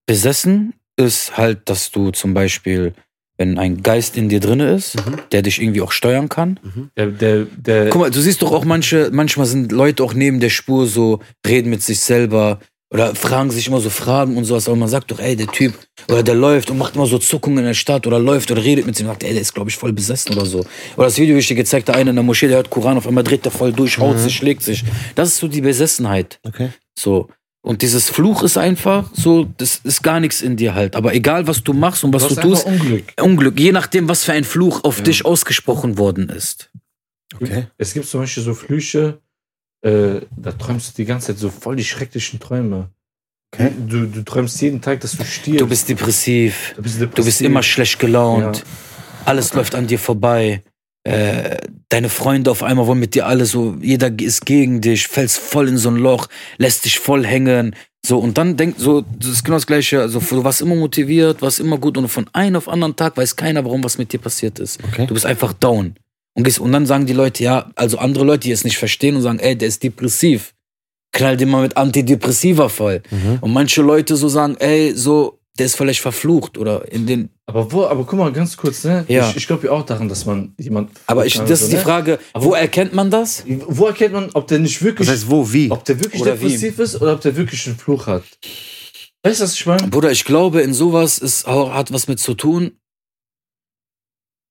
[SPEAKER 2] Besessen ist halt, dass du zum Beispiel, wenn ein Geist in dir drinne ist, der dich irgendwie auch steuern kann.
[SPEAKER 1] Der, der, der,
[SPEAKER 2] Guck mal, du siehst doch auch manche, manchmal sind Leute auch neben der Spur so, reden mit sich selber oder fragen sich immer so Fragen und sowas. Aber man sagt doch, ey, der Typ, oder der läuft und macht immer so Zuckungen in der Stadt oder läuft oder redet mit sich und sagt, ey, der ist, glaube ich, voll besessen oder so. Oder das Video, wie ich dir gezeigt habe, einer in der Moschee, der hört Koran, auf einmal dreht der voll durch,
[SPEAKER 1] Mhm.
[SPEAKER 2] haut sich, schlägt sich. Das ist so die Besessenheit.
[SPEAKER 3] Okay.
[SPEAKER 2] So. Und dieses Fluch ist einfach so, das ist gar nichts in dir halt. Aber egal, was du machst und was
[SPEAKER 1] du
[SPEAKER 2] du,
[SPEAKER 1] hast einfach
[SPEAKER 2] tust,
[SPEAKER 1] Unglück.
[SPEAKER 2] Unglück, je nachdem, was für ein Fluch auf dich ausgesprochen worden ist.
[SPEAKER 3] Okay.
[SPEAKER 1] Es gibt zum Beispiel so Flüche, äh, da träumst du die ganze Zeit so voll die schrecklichen Träume.
[SPEAKER 3] Okay.
[SPEAKER 1] Du, du träumst jeden Tag, dass du stirbst.
[SPEAKER 2] Du bist depressiv,
[SPEAKER 1] du bist,
[SPEAKER 2] du bist
[SPEAKER 1] depressiv.
[SPEAKER 2] immer schlecht gelaunt,
[SPEAKER 1] Ja.
[SPEAKER 2] alles läuft an dir vorbei. Äh, deine Freunde auf einmal wollen mit dir alle so, jeder ist gegen dich, fällst voll in so ein Loch, lässt dich voll hängen. So, und dann denkt so, das ist genau das Gleiche. Also, du warst immer motiviert, warst immer gut und von einem auf anderen Tag weiß keiner, warum was mit dir passiert ist.
[SPEAKER 3] Okay.
[SPEAKER 2] Du bist einfach down. Und, gehst, und dann sagen die Leute, ja, also andere Leute, die es nicht verstehen und sagen, ey, der ist depressiv. Knall den mal mit Antidepressiva voll.
[SPEAKER 3] Mhm.
[SPEAKER 2] Und manche Leute so sagen, ey, so, der ist vielleicht verflucht oder in den.
[SPEAKER 1] Aber wo, aber guck mal ganz kurz, ne?
[SPEAKER 2] Ja.
[SPEAKER 1] Ich, ich glaube ja auch daran, dass man jemand.
[SPEAKER 2] Aber ich, das ist die Frage,
[SPEAKER 1] Aber-
[SPEAKER 2] wo erkennt man das?
[SPEAKER 1] Ne? Wo erkennt man, ob der nicht wirklich,
[SPEAKER 3] Das heißt, wo, wie?
[SPEAKER 1] ob der wirklich
[SPEAKER 2] Oder wie?
[SPEAKER 1] depressiv ist oder ob der wirklich einen Fluch hat? Weißt du, was ich meine?
[SPEAKER 2] Bruder, ich glaube, in sowas ist, auch- hat was mit zu tun,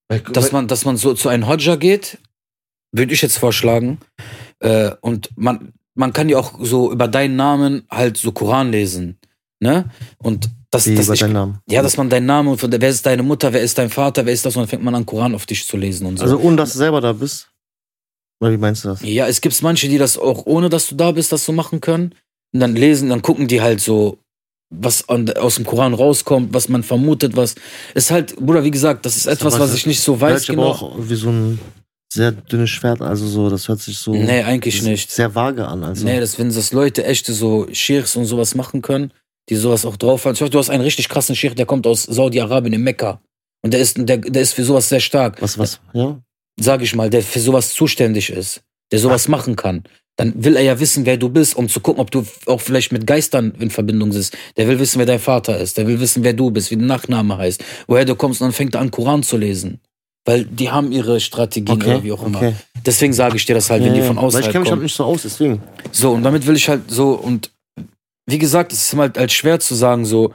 [SPEAKER 1] Weil-
[SPEAKER 2] dass
[SPEAKER 1] weil-
[SPEAKER 2] man, dass man so zu einem Hodja geht, würde ich jetzt vorschlagen. Äh, und man, man kann ja auch so über deinen Namen halt so Koran lesen. Ne? Und das,
[SPEAKER 3] Wie
[SPEAKER 2] das
[SPEAKER 3] über
[SPEAKER 2] ich,
[SPEAKER 3] deinen Namen.
[SPEAKER 2] Ja, dass man deinen Namen und von der, wer ist deine Mutter, wer ist dein Vater, wer ist das und dann fängt man an, Koran auf dich zu lesen und so.
[SPEAKER 3] Also ohne dass du selber da bist. Oder wie meinst du das?
[SPEAKER 2] ja, es gibt manche, die das auch ohne, dass du da bist, das so machen können. Und dann lesen, dann gucken die halt so, was an, aus dem Koran rauskommt, was man vermutet, was. Ist halt, Bruder, wie gesagt, das ist etwas,
[SPEAKER 3] aber
[SPEAKER 2] was
[SPEAKER 3] das-
[SPEAKER 2] ich nicht so
[SPEAKER 3] Hört
[SPEAKER 2] weiß
[SPEAKER 3] sich aber
[SPEAKER 2] genau.
[SPEAKER 3] auch wie so ein sehr dünnes Schwert, also so, das hört sich so
[SPEAKER 2] Nee, eigentlich nicht.
[SPEAKER 3] sehr vage an. Also.
[SPEAKER 2] Nee, das, wenn das Leute echte so Schirks und sowas machen können, die sowas auch drauf haben. Ich hoffe, du hast einen richtig krassen Schirk, der kommt aus Saudi-Arabien in Mekka. Und der ist, der, der ist für sowas sehr stark.
[SPEAKER 3] was, was, ja?
[SPEAKER 2] sag ich mal, der für sowas zuständig ist, der sowas machen kann, dann will er ja wissen, wer du bist, um zu gucken, ob du f- auch vielleicht mit Geistern in Verbindung bist. Der will wissen, wer dein Vater ist, der will wissen, wer du bist, wie dein Nachname heißt, woher du kommst und dann fängt er an, Koran zu lesen. Weil die haben ihre Strategien oder wie auch immer.
[SPEAKER 3] okay.
[SPEAKER 2] Deswegen sage ich dir das halt, wenn
[SPEAKER 3] Ja,
[SPEAKER 2] die von
[SPEAKER 3] ja. Weil
[SPEAKER 2] außen
[SPEAKER 3] ich
[SPEAKER 2] halt
[SPEAKER 3] kenne mich halt
[SPEAKER 2] kommen.
[SPEAKER 3] nicht so aus, deswegen.
[SPEAKER 2] So, und damit will ich halt so, und wie gesagt, es ist immer halt, halt schwer zu sagen, so,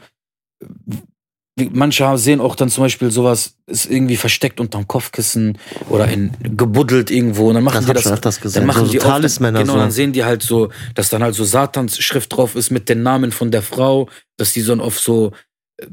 [SPEAKER 2] wie- manche haben- sehen auch dann zum Beispiel sowas, ist irgendwie versteckt unterm Kopfkissen oder in, gebuddelt irgendwo und dann machen
[SPEAKER 3] Das
[SPEAKER 2] die
[SPEAKER 3] hab
[SPEAKER 2] das
[SPEAKER 3] ich schon öfters
[SPEAKER 2] dann
[SPEAKER 3] gesehen.
[SPEAKER 2] machen
[SPEAKER 3] so,
[SPEAKER 2] die
[SPEAKER 3] so
[SPEAKER 2] oft-
[SPEAKER 3] Talismänner
[SPEAKER 2] Genau, dann
[SPEAKER 3] so.
[SPEAKER 2] sehen die halt so, dass dann halt so Satans Schrift drauf ist mit den Namen von der Frau, dass die so auf so äh,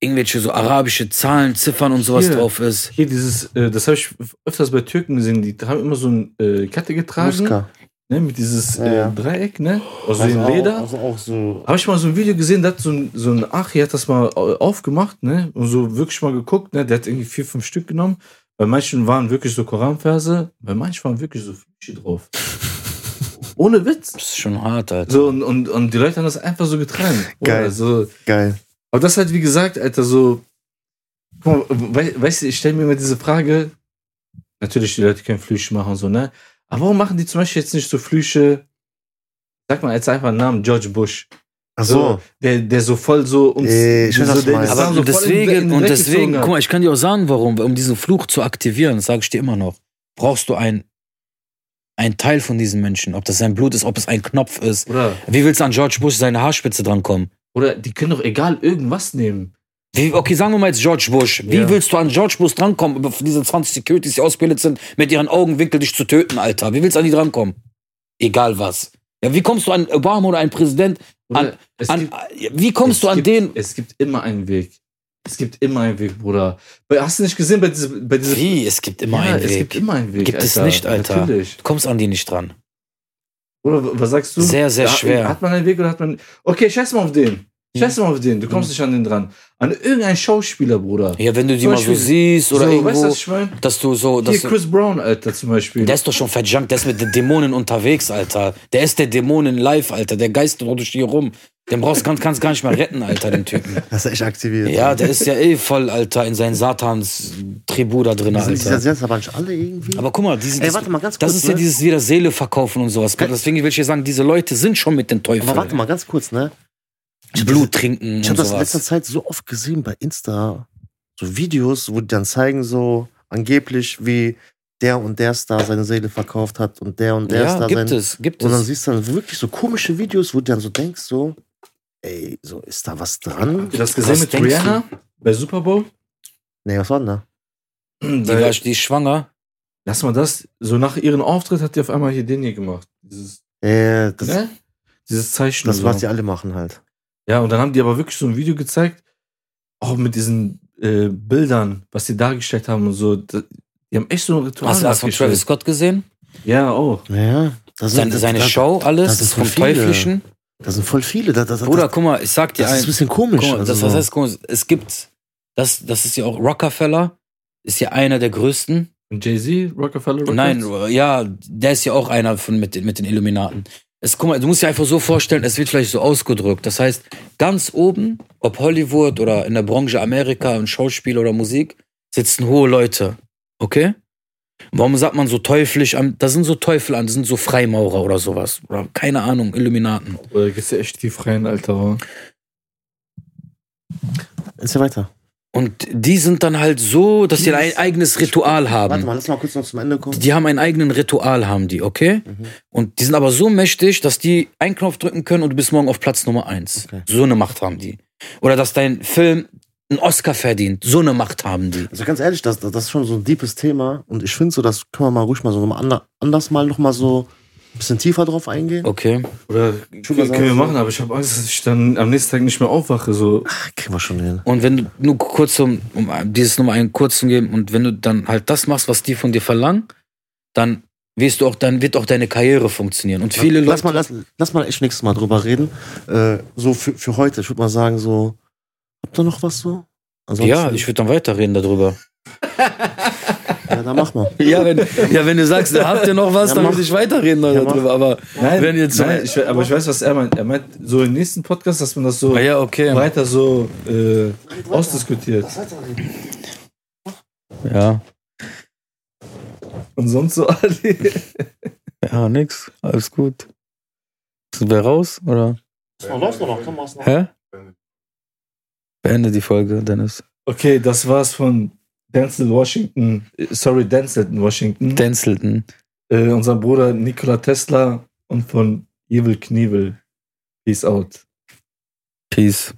[SPEAKER 2] irgendwelche so arabische Zahlen, Ziffern und sowas
[SPEAKER 1] Hier.
[SPEAKER 2] drauf ist.
[SPEAKER 1] hier dieses, äh, das habe ich öfters bei Türken gesehen, die haben immer so eine äh, Kette getragen,
[SPEAKER 3] Muska.
[SPEAKER 1] ne, mit dieses
[SPEAKER 3] Ja, ja.
[SPEAKER 1] äh, Dreieck, ne? Aus
[SPEAKER 3] Also
[SPEAKER 1] dem
[SPEAKER 3] auch-
[SPEAKER 1] Leder.
[SPEAKER 3] Also auch so.
[SPEAKER 1] Habe ich mal so ein Video gesehen, da hat so ein, so ein Achi hat das mal au- aufgemacht, ne? Und so wirklich mal geguckt, ne? Der hat irgendwie vier, fünf Stück genommen. Bei manchen waren wirklich so Koranverse, bei manchen waren wirklich so Fische
[SPEAKER 3] [LAUGHS]
[SPEAKER 1] drauf. Ohne Witz.
[SPEAKER 2] Das ist schon hart, Alter.
[SPEAKER 1] So, und, und, und die Leute haben das einfach so getragen. Oder
[SPEAKER 3] Geil.
[SPEAKER 1] So.
[SPEAKER 3] Geil.
[SPEAKER 1] Aber das halt, wie gesagt, Alter, so. Guck mal, wei- weißt du, ich stelle mir immer diese Frage. Natürlich, die Leute können Flüche machen, so, ne? Aber warum machen die zum Beispiel jetzt nicht so Flüche? Sag mal jetzt einfach einen Namen, George Bush.
[SPEAKER 3] Ach
[SPEAKER 1] So,
[SPEAKER 3] so.
[SPEAKER 1] der, der so voll so uns.
[SPEAKER 3] Ey, ich weiß,
[SPEAKER 1] so,
[SPEAKER 3] was du
[SPEAKER 1] der-
[SPEAKER 3] meinst.
[SPEAKER 1] der
[SPEAKER 2] aber
[SPEAKER 1] so voll in den- in
[SPEAKER 2] deswegen,
[SPEAKER 1] den
[SPEAKER 2] und
[SPEAKER 1] Dreck
[SPEAKER 2] deswegen,
[SPEAKER 1] gezogen hat.
[SPEAKER 2] guck mal, ich kann dir auch sagen, warum. Um diesen Fluch zu aktivieren, das sage ich dir immer noch, brauchst du ein, ein Teil von diesen Menschen. Ob das sein Blut ist, ob es ein Knopf ist.
[SPEAKER 1] Oder,
[SPEAKER 2] Wie willst du an George Bush seine Haarspitze drankommen?
[SPEAKER 1] oder die können doch egal irgendwas nehmen.
[SPEAKER 2] Wie, okay, sagen wir mal jetzt George Bush. Wie
[SPEAKER 1] Ja.
[SPEAKER 2] willst du an George Bush drankommen, über diese 20 Securities, die ausgebildet sind, mit ihren Augenwinkel dich zu töten, Alter? Wie willst du an die drankommen? Egal was. Ja, wie kommst du an Obama oder einen Präsident?
[SPEAKER 1] Oder
[SPEAKER 2] An-
[SPEAKER 1] es
[SPEAKER 2] An,
[SPEAKER 1] gibt-
[SPEAKER 2] wie kommst
[SPEAKER 1] es
[SPEAKER 2] du an
[SPEAKER 1] gibt,
[SPEAKER 2] den?
[SPEAKER 1] Es gibt immer einen Weg. Es gibt immer einen Weg, Bruder. Bei- Hast du nicht gesehen, bei dieser. Bei dieser
[SPEAKER 2] Wie? Es gibt immer
[SPEAKER 1] ja,
[SPEAKER 2] einen
[SPEAKER 1] es
[SPEAKER 2] Weg.
[SPEAKER 1] gibt immer einen Weg.
[SPEAKER 2] Gibt es nicht, Alter.
[SPEAKER 1] Natürlich.
[SPEAKER 2] du kommst an die nicht dran.
[SPEAKER 1] Oder wa- was sagst du?
[SPEAKER 2] Sehr, sehr
[SPEAKER 1] Da-
[SPEAKER 2] schwer.
[SPEAKER 1] Hat man einen Weg oder hat man. Okay, scheiß mal auf den. Scheiß mal auf den, du kommst nicht an den dran. An irgendeinen Schauspieler, Bruder.
[SPEAKER 2] Mhm. Ja, wenn du die
[SPEAKER 1] Zum
[SPEAKER 2] mal so
[SPEAKER 1] Beispiel-
[SPEAKER 2] siehst oder
[SPEAKER 1] so,
[SPEAKER 2] irgendwo,
[SPEAKER 1] weißt du, was ich meine?
[SPEAKER 2] dass du so, dass
[SPEAKER 1] Hier
[SPEAKER 2] du,
[SPEAKER 1] Chris Brown, Alter, zum Beispiel.
[SPEAKER 2] der ist doch schon verjunkt, der ist mit den Dämonen unterwegs, Alter. Der ist der Dämonen live, Alter. Der geist doch durch die rum. Den brauchst kannst, kannst gar nicht mehr retten, Alter, den
[SPEAKER 3] [LAUGHS]
[SPEAKER 2] Typen.
[SPEAKER 3] Das ist echt aktiviert.
[SPEAKER 2] Ja, der ist ja eh voll, Alter, in seinen Satans-Tribu da drin,
[SPEAKER 3] Sind dieser
[SPEAKER 2] Alter.
[SPEAKER 3] Sensorband alle irgendwie?
[SPEAKER 2] Aber guck mal, diese,
[SPEAKER 3] Ey, warte mal ganz
[SPEAKER 2] das
[SPEAKER 3] kurz,
[SPEAKER 2] ist ja
[SPEAKER 3] ne?
[SPEAKER 2] dieses wieder Seele verkaufen und sowas. Deswegen will ich dir sagen, diese Leute sind schon mit den Teufeln.
[SPEAKER 3] Aber warte mal ganz kurz, ne?
[SPEAKER 2] Blut trinken
[SPEAKER 3] Ich
[SPEAKER 2] und
[SPEAKER 3] habe das in
[SPEAKER 2] sowas.
[SPEAKER 3] letzter Zeit so oft gesehen bei Insta, so Videos, wo die dann zeigen, so angeblich, wie der und der Star seine Seele verkauft hat und der und der
[SPEAKER 2] ja,
[SPEAKER 3] Star
[SPEAKER 2] gibt
[SPEAKER 3] sein.
[SPEAKER 2] es, gibt
[SPEAKER 3] Und dann
[SPEAKER 2] es.
[SPEAKER 3] siehst du dann wirklich so komische Videos, wo du dann so denkst, so, ey, so ist da was dran?
[SPEAKER 1] Habt ihr das gesehen
[SPEAKER 2] Was
[SPEAKER 1] mit
[SPEAKER 2] denkst du?
[SPEAKER 1] Rihanna bei Super Bowl?
[SPEAKER 3] Nee, was war denn da?
[SPEAKER 2] [CLEARS THROAT] Die, war, die ist schwanger.
[SPEAKER 1] Lass mal das, so nach ihrem Auftritt hat die auf einmal hier den hier gemacht. Dieses,
[SPEAKER 3] Äh, das,
[SPEAKER 1] ne? Dieses Zeichen.
[SPEAKER 3] das
[SPEAKER 1] so.
[SPEAKER 3] was die alle machen halt.
[SPEAKER 1] Ja, und dann haben die aber wirklich so ein Video gezeigt, auch mit diesen äh, Bildern, was die dargestellt haben und so. Da- Die haben echt so ein Ritual.
[SPEAKER 2] Hast du das von Travis
[SPEAKER 1] dargestellt.
[SPEAKER 2] Scott gesehen?
[SPEAKER 1] Ja, auch.
[SPEAKER 3] Ja, das
[SPEAKER 2] Seine, seine
[SPEAKER 3] das,
[SPEAKER 2] Show, alles,
[SPEAKER 3] das
[SPEAKER 2] das
[SPEAKER 3] ist
[SPEAKER 2] ist vom
[SPEAKER 3] so viele.
[SPEAKER 2] Teuflischen.
[SPEAKER 3] Das sind voll viele. Das, das, das,
[SPEAKER 2] Bruder, guck mal, ich sag dir
[SPEAKER 3] das ist ein
[SPEAKER 2] ein.
[SPEAKER 3] bisschen komisch.
[SPEAKER 2] Guck mal,
[SPEAKER 3] also
[SPEAKER 2] das,
[SPEAKER 3] so.
[SPEAKER 2] das heißt, guck mal, es gibt, das, das ist ja auch Rockefeller, ist ja einer der größten.
[SPEAKER 1] Und Jay-Z, Rockefeller Records?
[SPEAKER 2] Nein, ja, der ist ja auch einer von mit, den- mit den Illuminaten. Es, guck mal, du musst dir einfach so vorstellen, es wird vielleicht so ausgedrückt. Das heißt, ganz oben, ob Hollywood oder in der Branche Amerika und Schauspiel oder Musik, sitzen hohe Leute. Okay? Warum sagt man so teuflisch? an- Da sind so Teufel an, das sind so Freimaurer oder sowas. Oder keine Ahnung, Illuminaten.
[SPEAKER 1] Oder gehst du echt tief rein, Alter. wa?
[SPEAKER 3] Ist ja weiter.
[SPEAKER 2] Und die sind dann halt so, dass sie ein eigenes Ritual
[SPEAKER 3] Warte
[SPEAKER 2] haben.
[SPEAKER 3] mal, lass mal kurz noch zum Ende kommen.
[SPEAKER 2] Die haben einen eigenen Ritual, haben die, okay?
[SPEAKER 3] Mhm.
[SPEAKER 2] Und die sind aber so mächtig, dass die einen Knopf drücken können und du bist morgen auf Platz Nummer eins.
[SPEAKER 3] Okay.
[SPEAKER 2] So eine Macht haben die. Oder dass dein Film einen Oscar verdient. So eine Macht haben die.
[SPEAKER 3] Also ganz ehrlich, das, das ist schon so ein deepes Thema und ich finde so, das können wir mal ruhig mal so mal ander, anders mal noch mal so ein bisschen tiefer drauf eingehen.
[SPEAKER 2] Okay.
[SPEAKER 1] Oder
[SPEAKER 3] Sugar
[SPEAKER 1] können wir
[SPEAKER 3] Samson.
[SPEAKER 1] machen, aber ich habe Angst, dass ich dann am nächsten Tag nicht mehr aufwache. So.
[SPEAKER 3] Ach, kriegen wir schon hin.
[SPEAKER 2] Und wenn du nur kurz um, um dieses Nummer einen kurzen geben und wenn du dann halt das machst, was die von dir verlangen, dann wirst du auch, dann wird auch deine Karriere funktionieren. Und viele
[SPEAKER 3] lass
[SPEAKER 2] Leute.
[SPEAKER 3] mal, lass, lass mal echt nächstes Mal drüber reden. Äh, so für, für heute, ich würde mal sagen so, habt ihr noch was so? Ansonsten-
[SPEAKER 2] Ja, ich würde dann weiterreden darüber.
[SPEAKER 3] ja, dann mach mal.
[SPEAKER 2] Ja, wenn, ja, wenn du sagst, da habt ihr noch was,
[SPEAKER 3] Ja,
[SPEAKER 2] dann
[SPEAKER 3] mach.
[SPEAKER 2] würde ich weiterreden
[SPEAKER 3] Ja, mach.
[SPEAKER 2] darüber. Aber wenn jetzt.
[SPEAKER 1] nein ich, we- aber ich weiß, was er meint. Er meint so im nächsten Podcast, dass man das so
[SPEAKER 2] Ah ja, okay.
[SPEAKER 1] weiter so äh, ausdiskutiert.
[SPEAKER 2] Ja.
[SPEAKER 1] Und sonst so, [LAUGHS] Ali.
[SPEAKER 2] Ja, nix. Alles gut. Sind wir raus, oder?
[SPEAKER 3] Oh, Läuft doch noch, komm, mach's noch.
[SPEAKER 2] Hä? Beende die Folge, Dennis.
[SPEAKER 1] Okay, das war's von Denzel Washington, äh, sorry, Denzel Washington,
[SPEAKER 2] Denzelton.
[SPEAKER 1] äh, unserem Bruder Nikola Tesla und von Evil Knievel. Peace out.
[SPEAKER 2] Peace.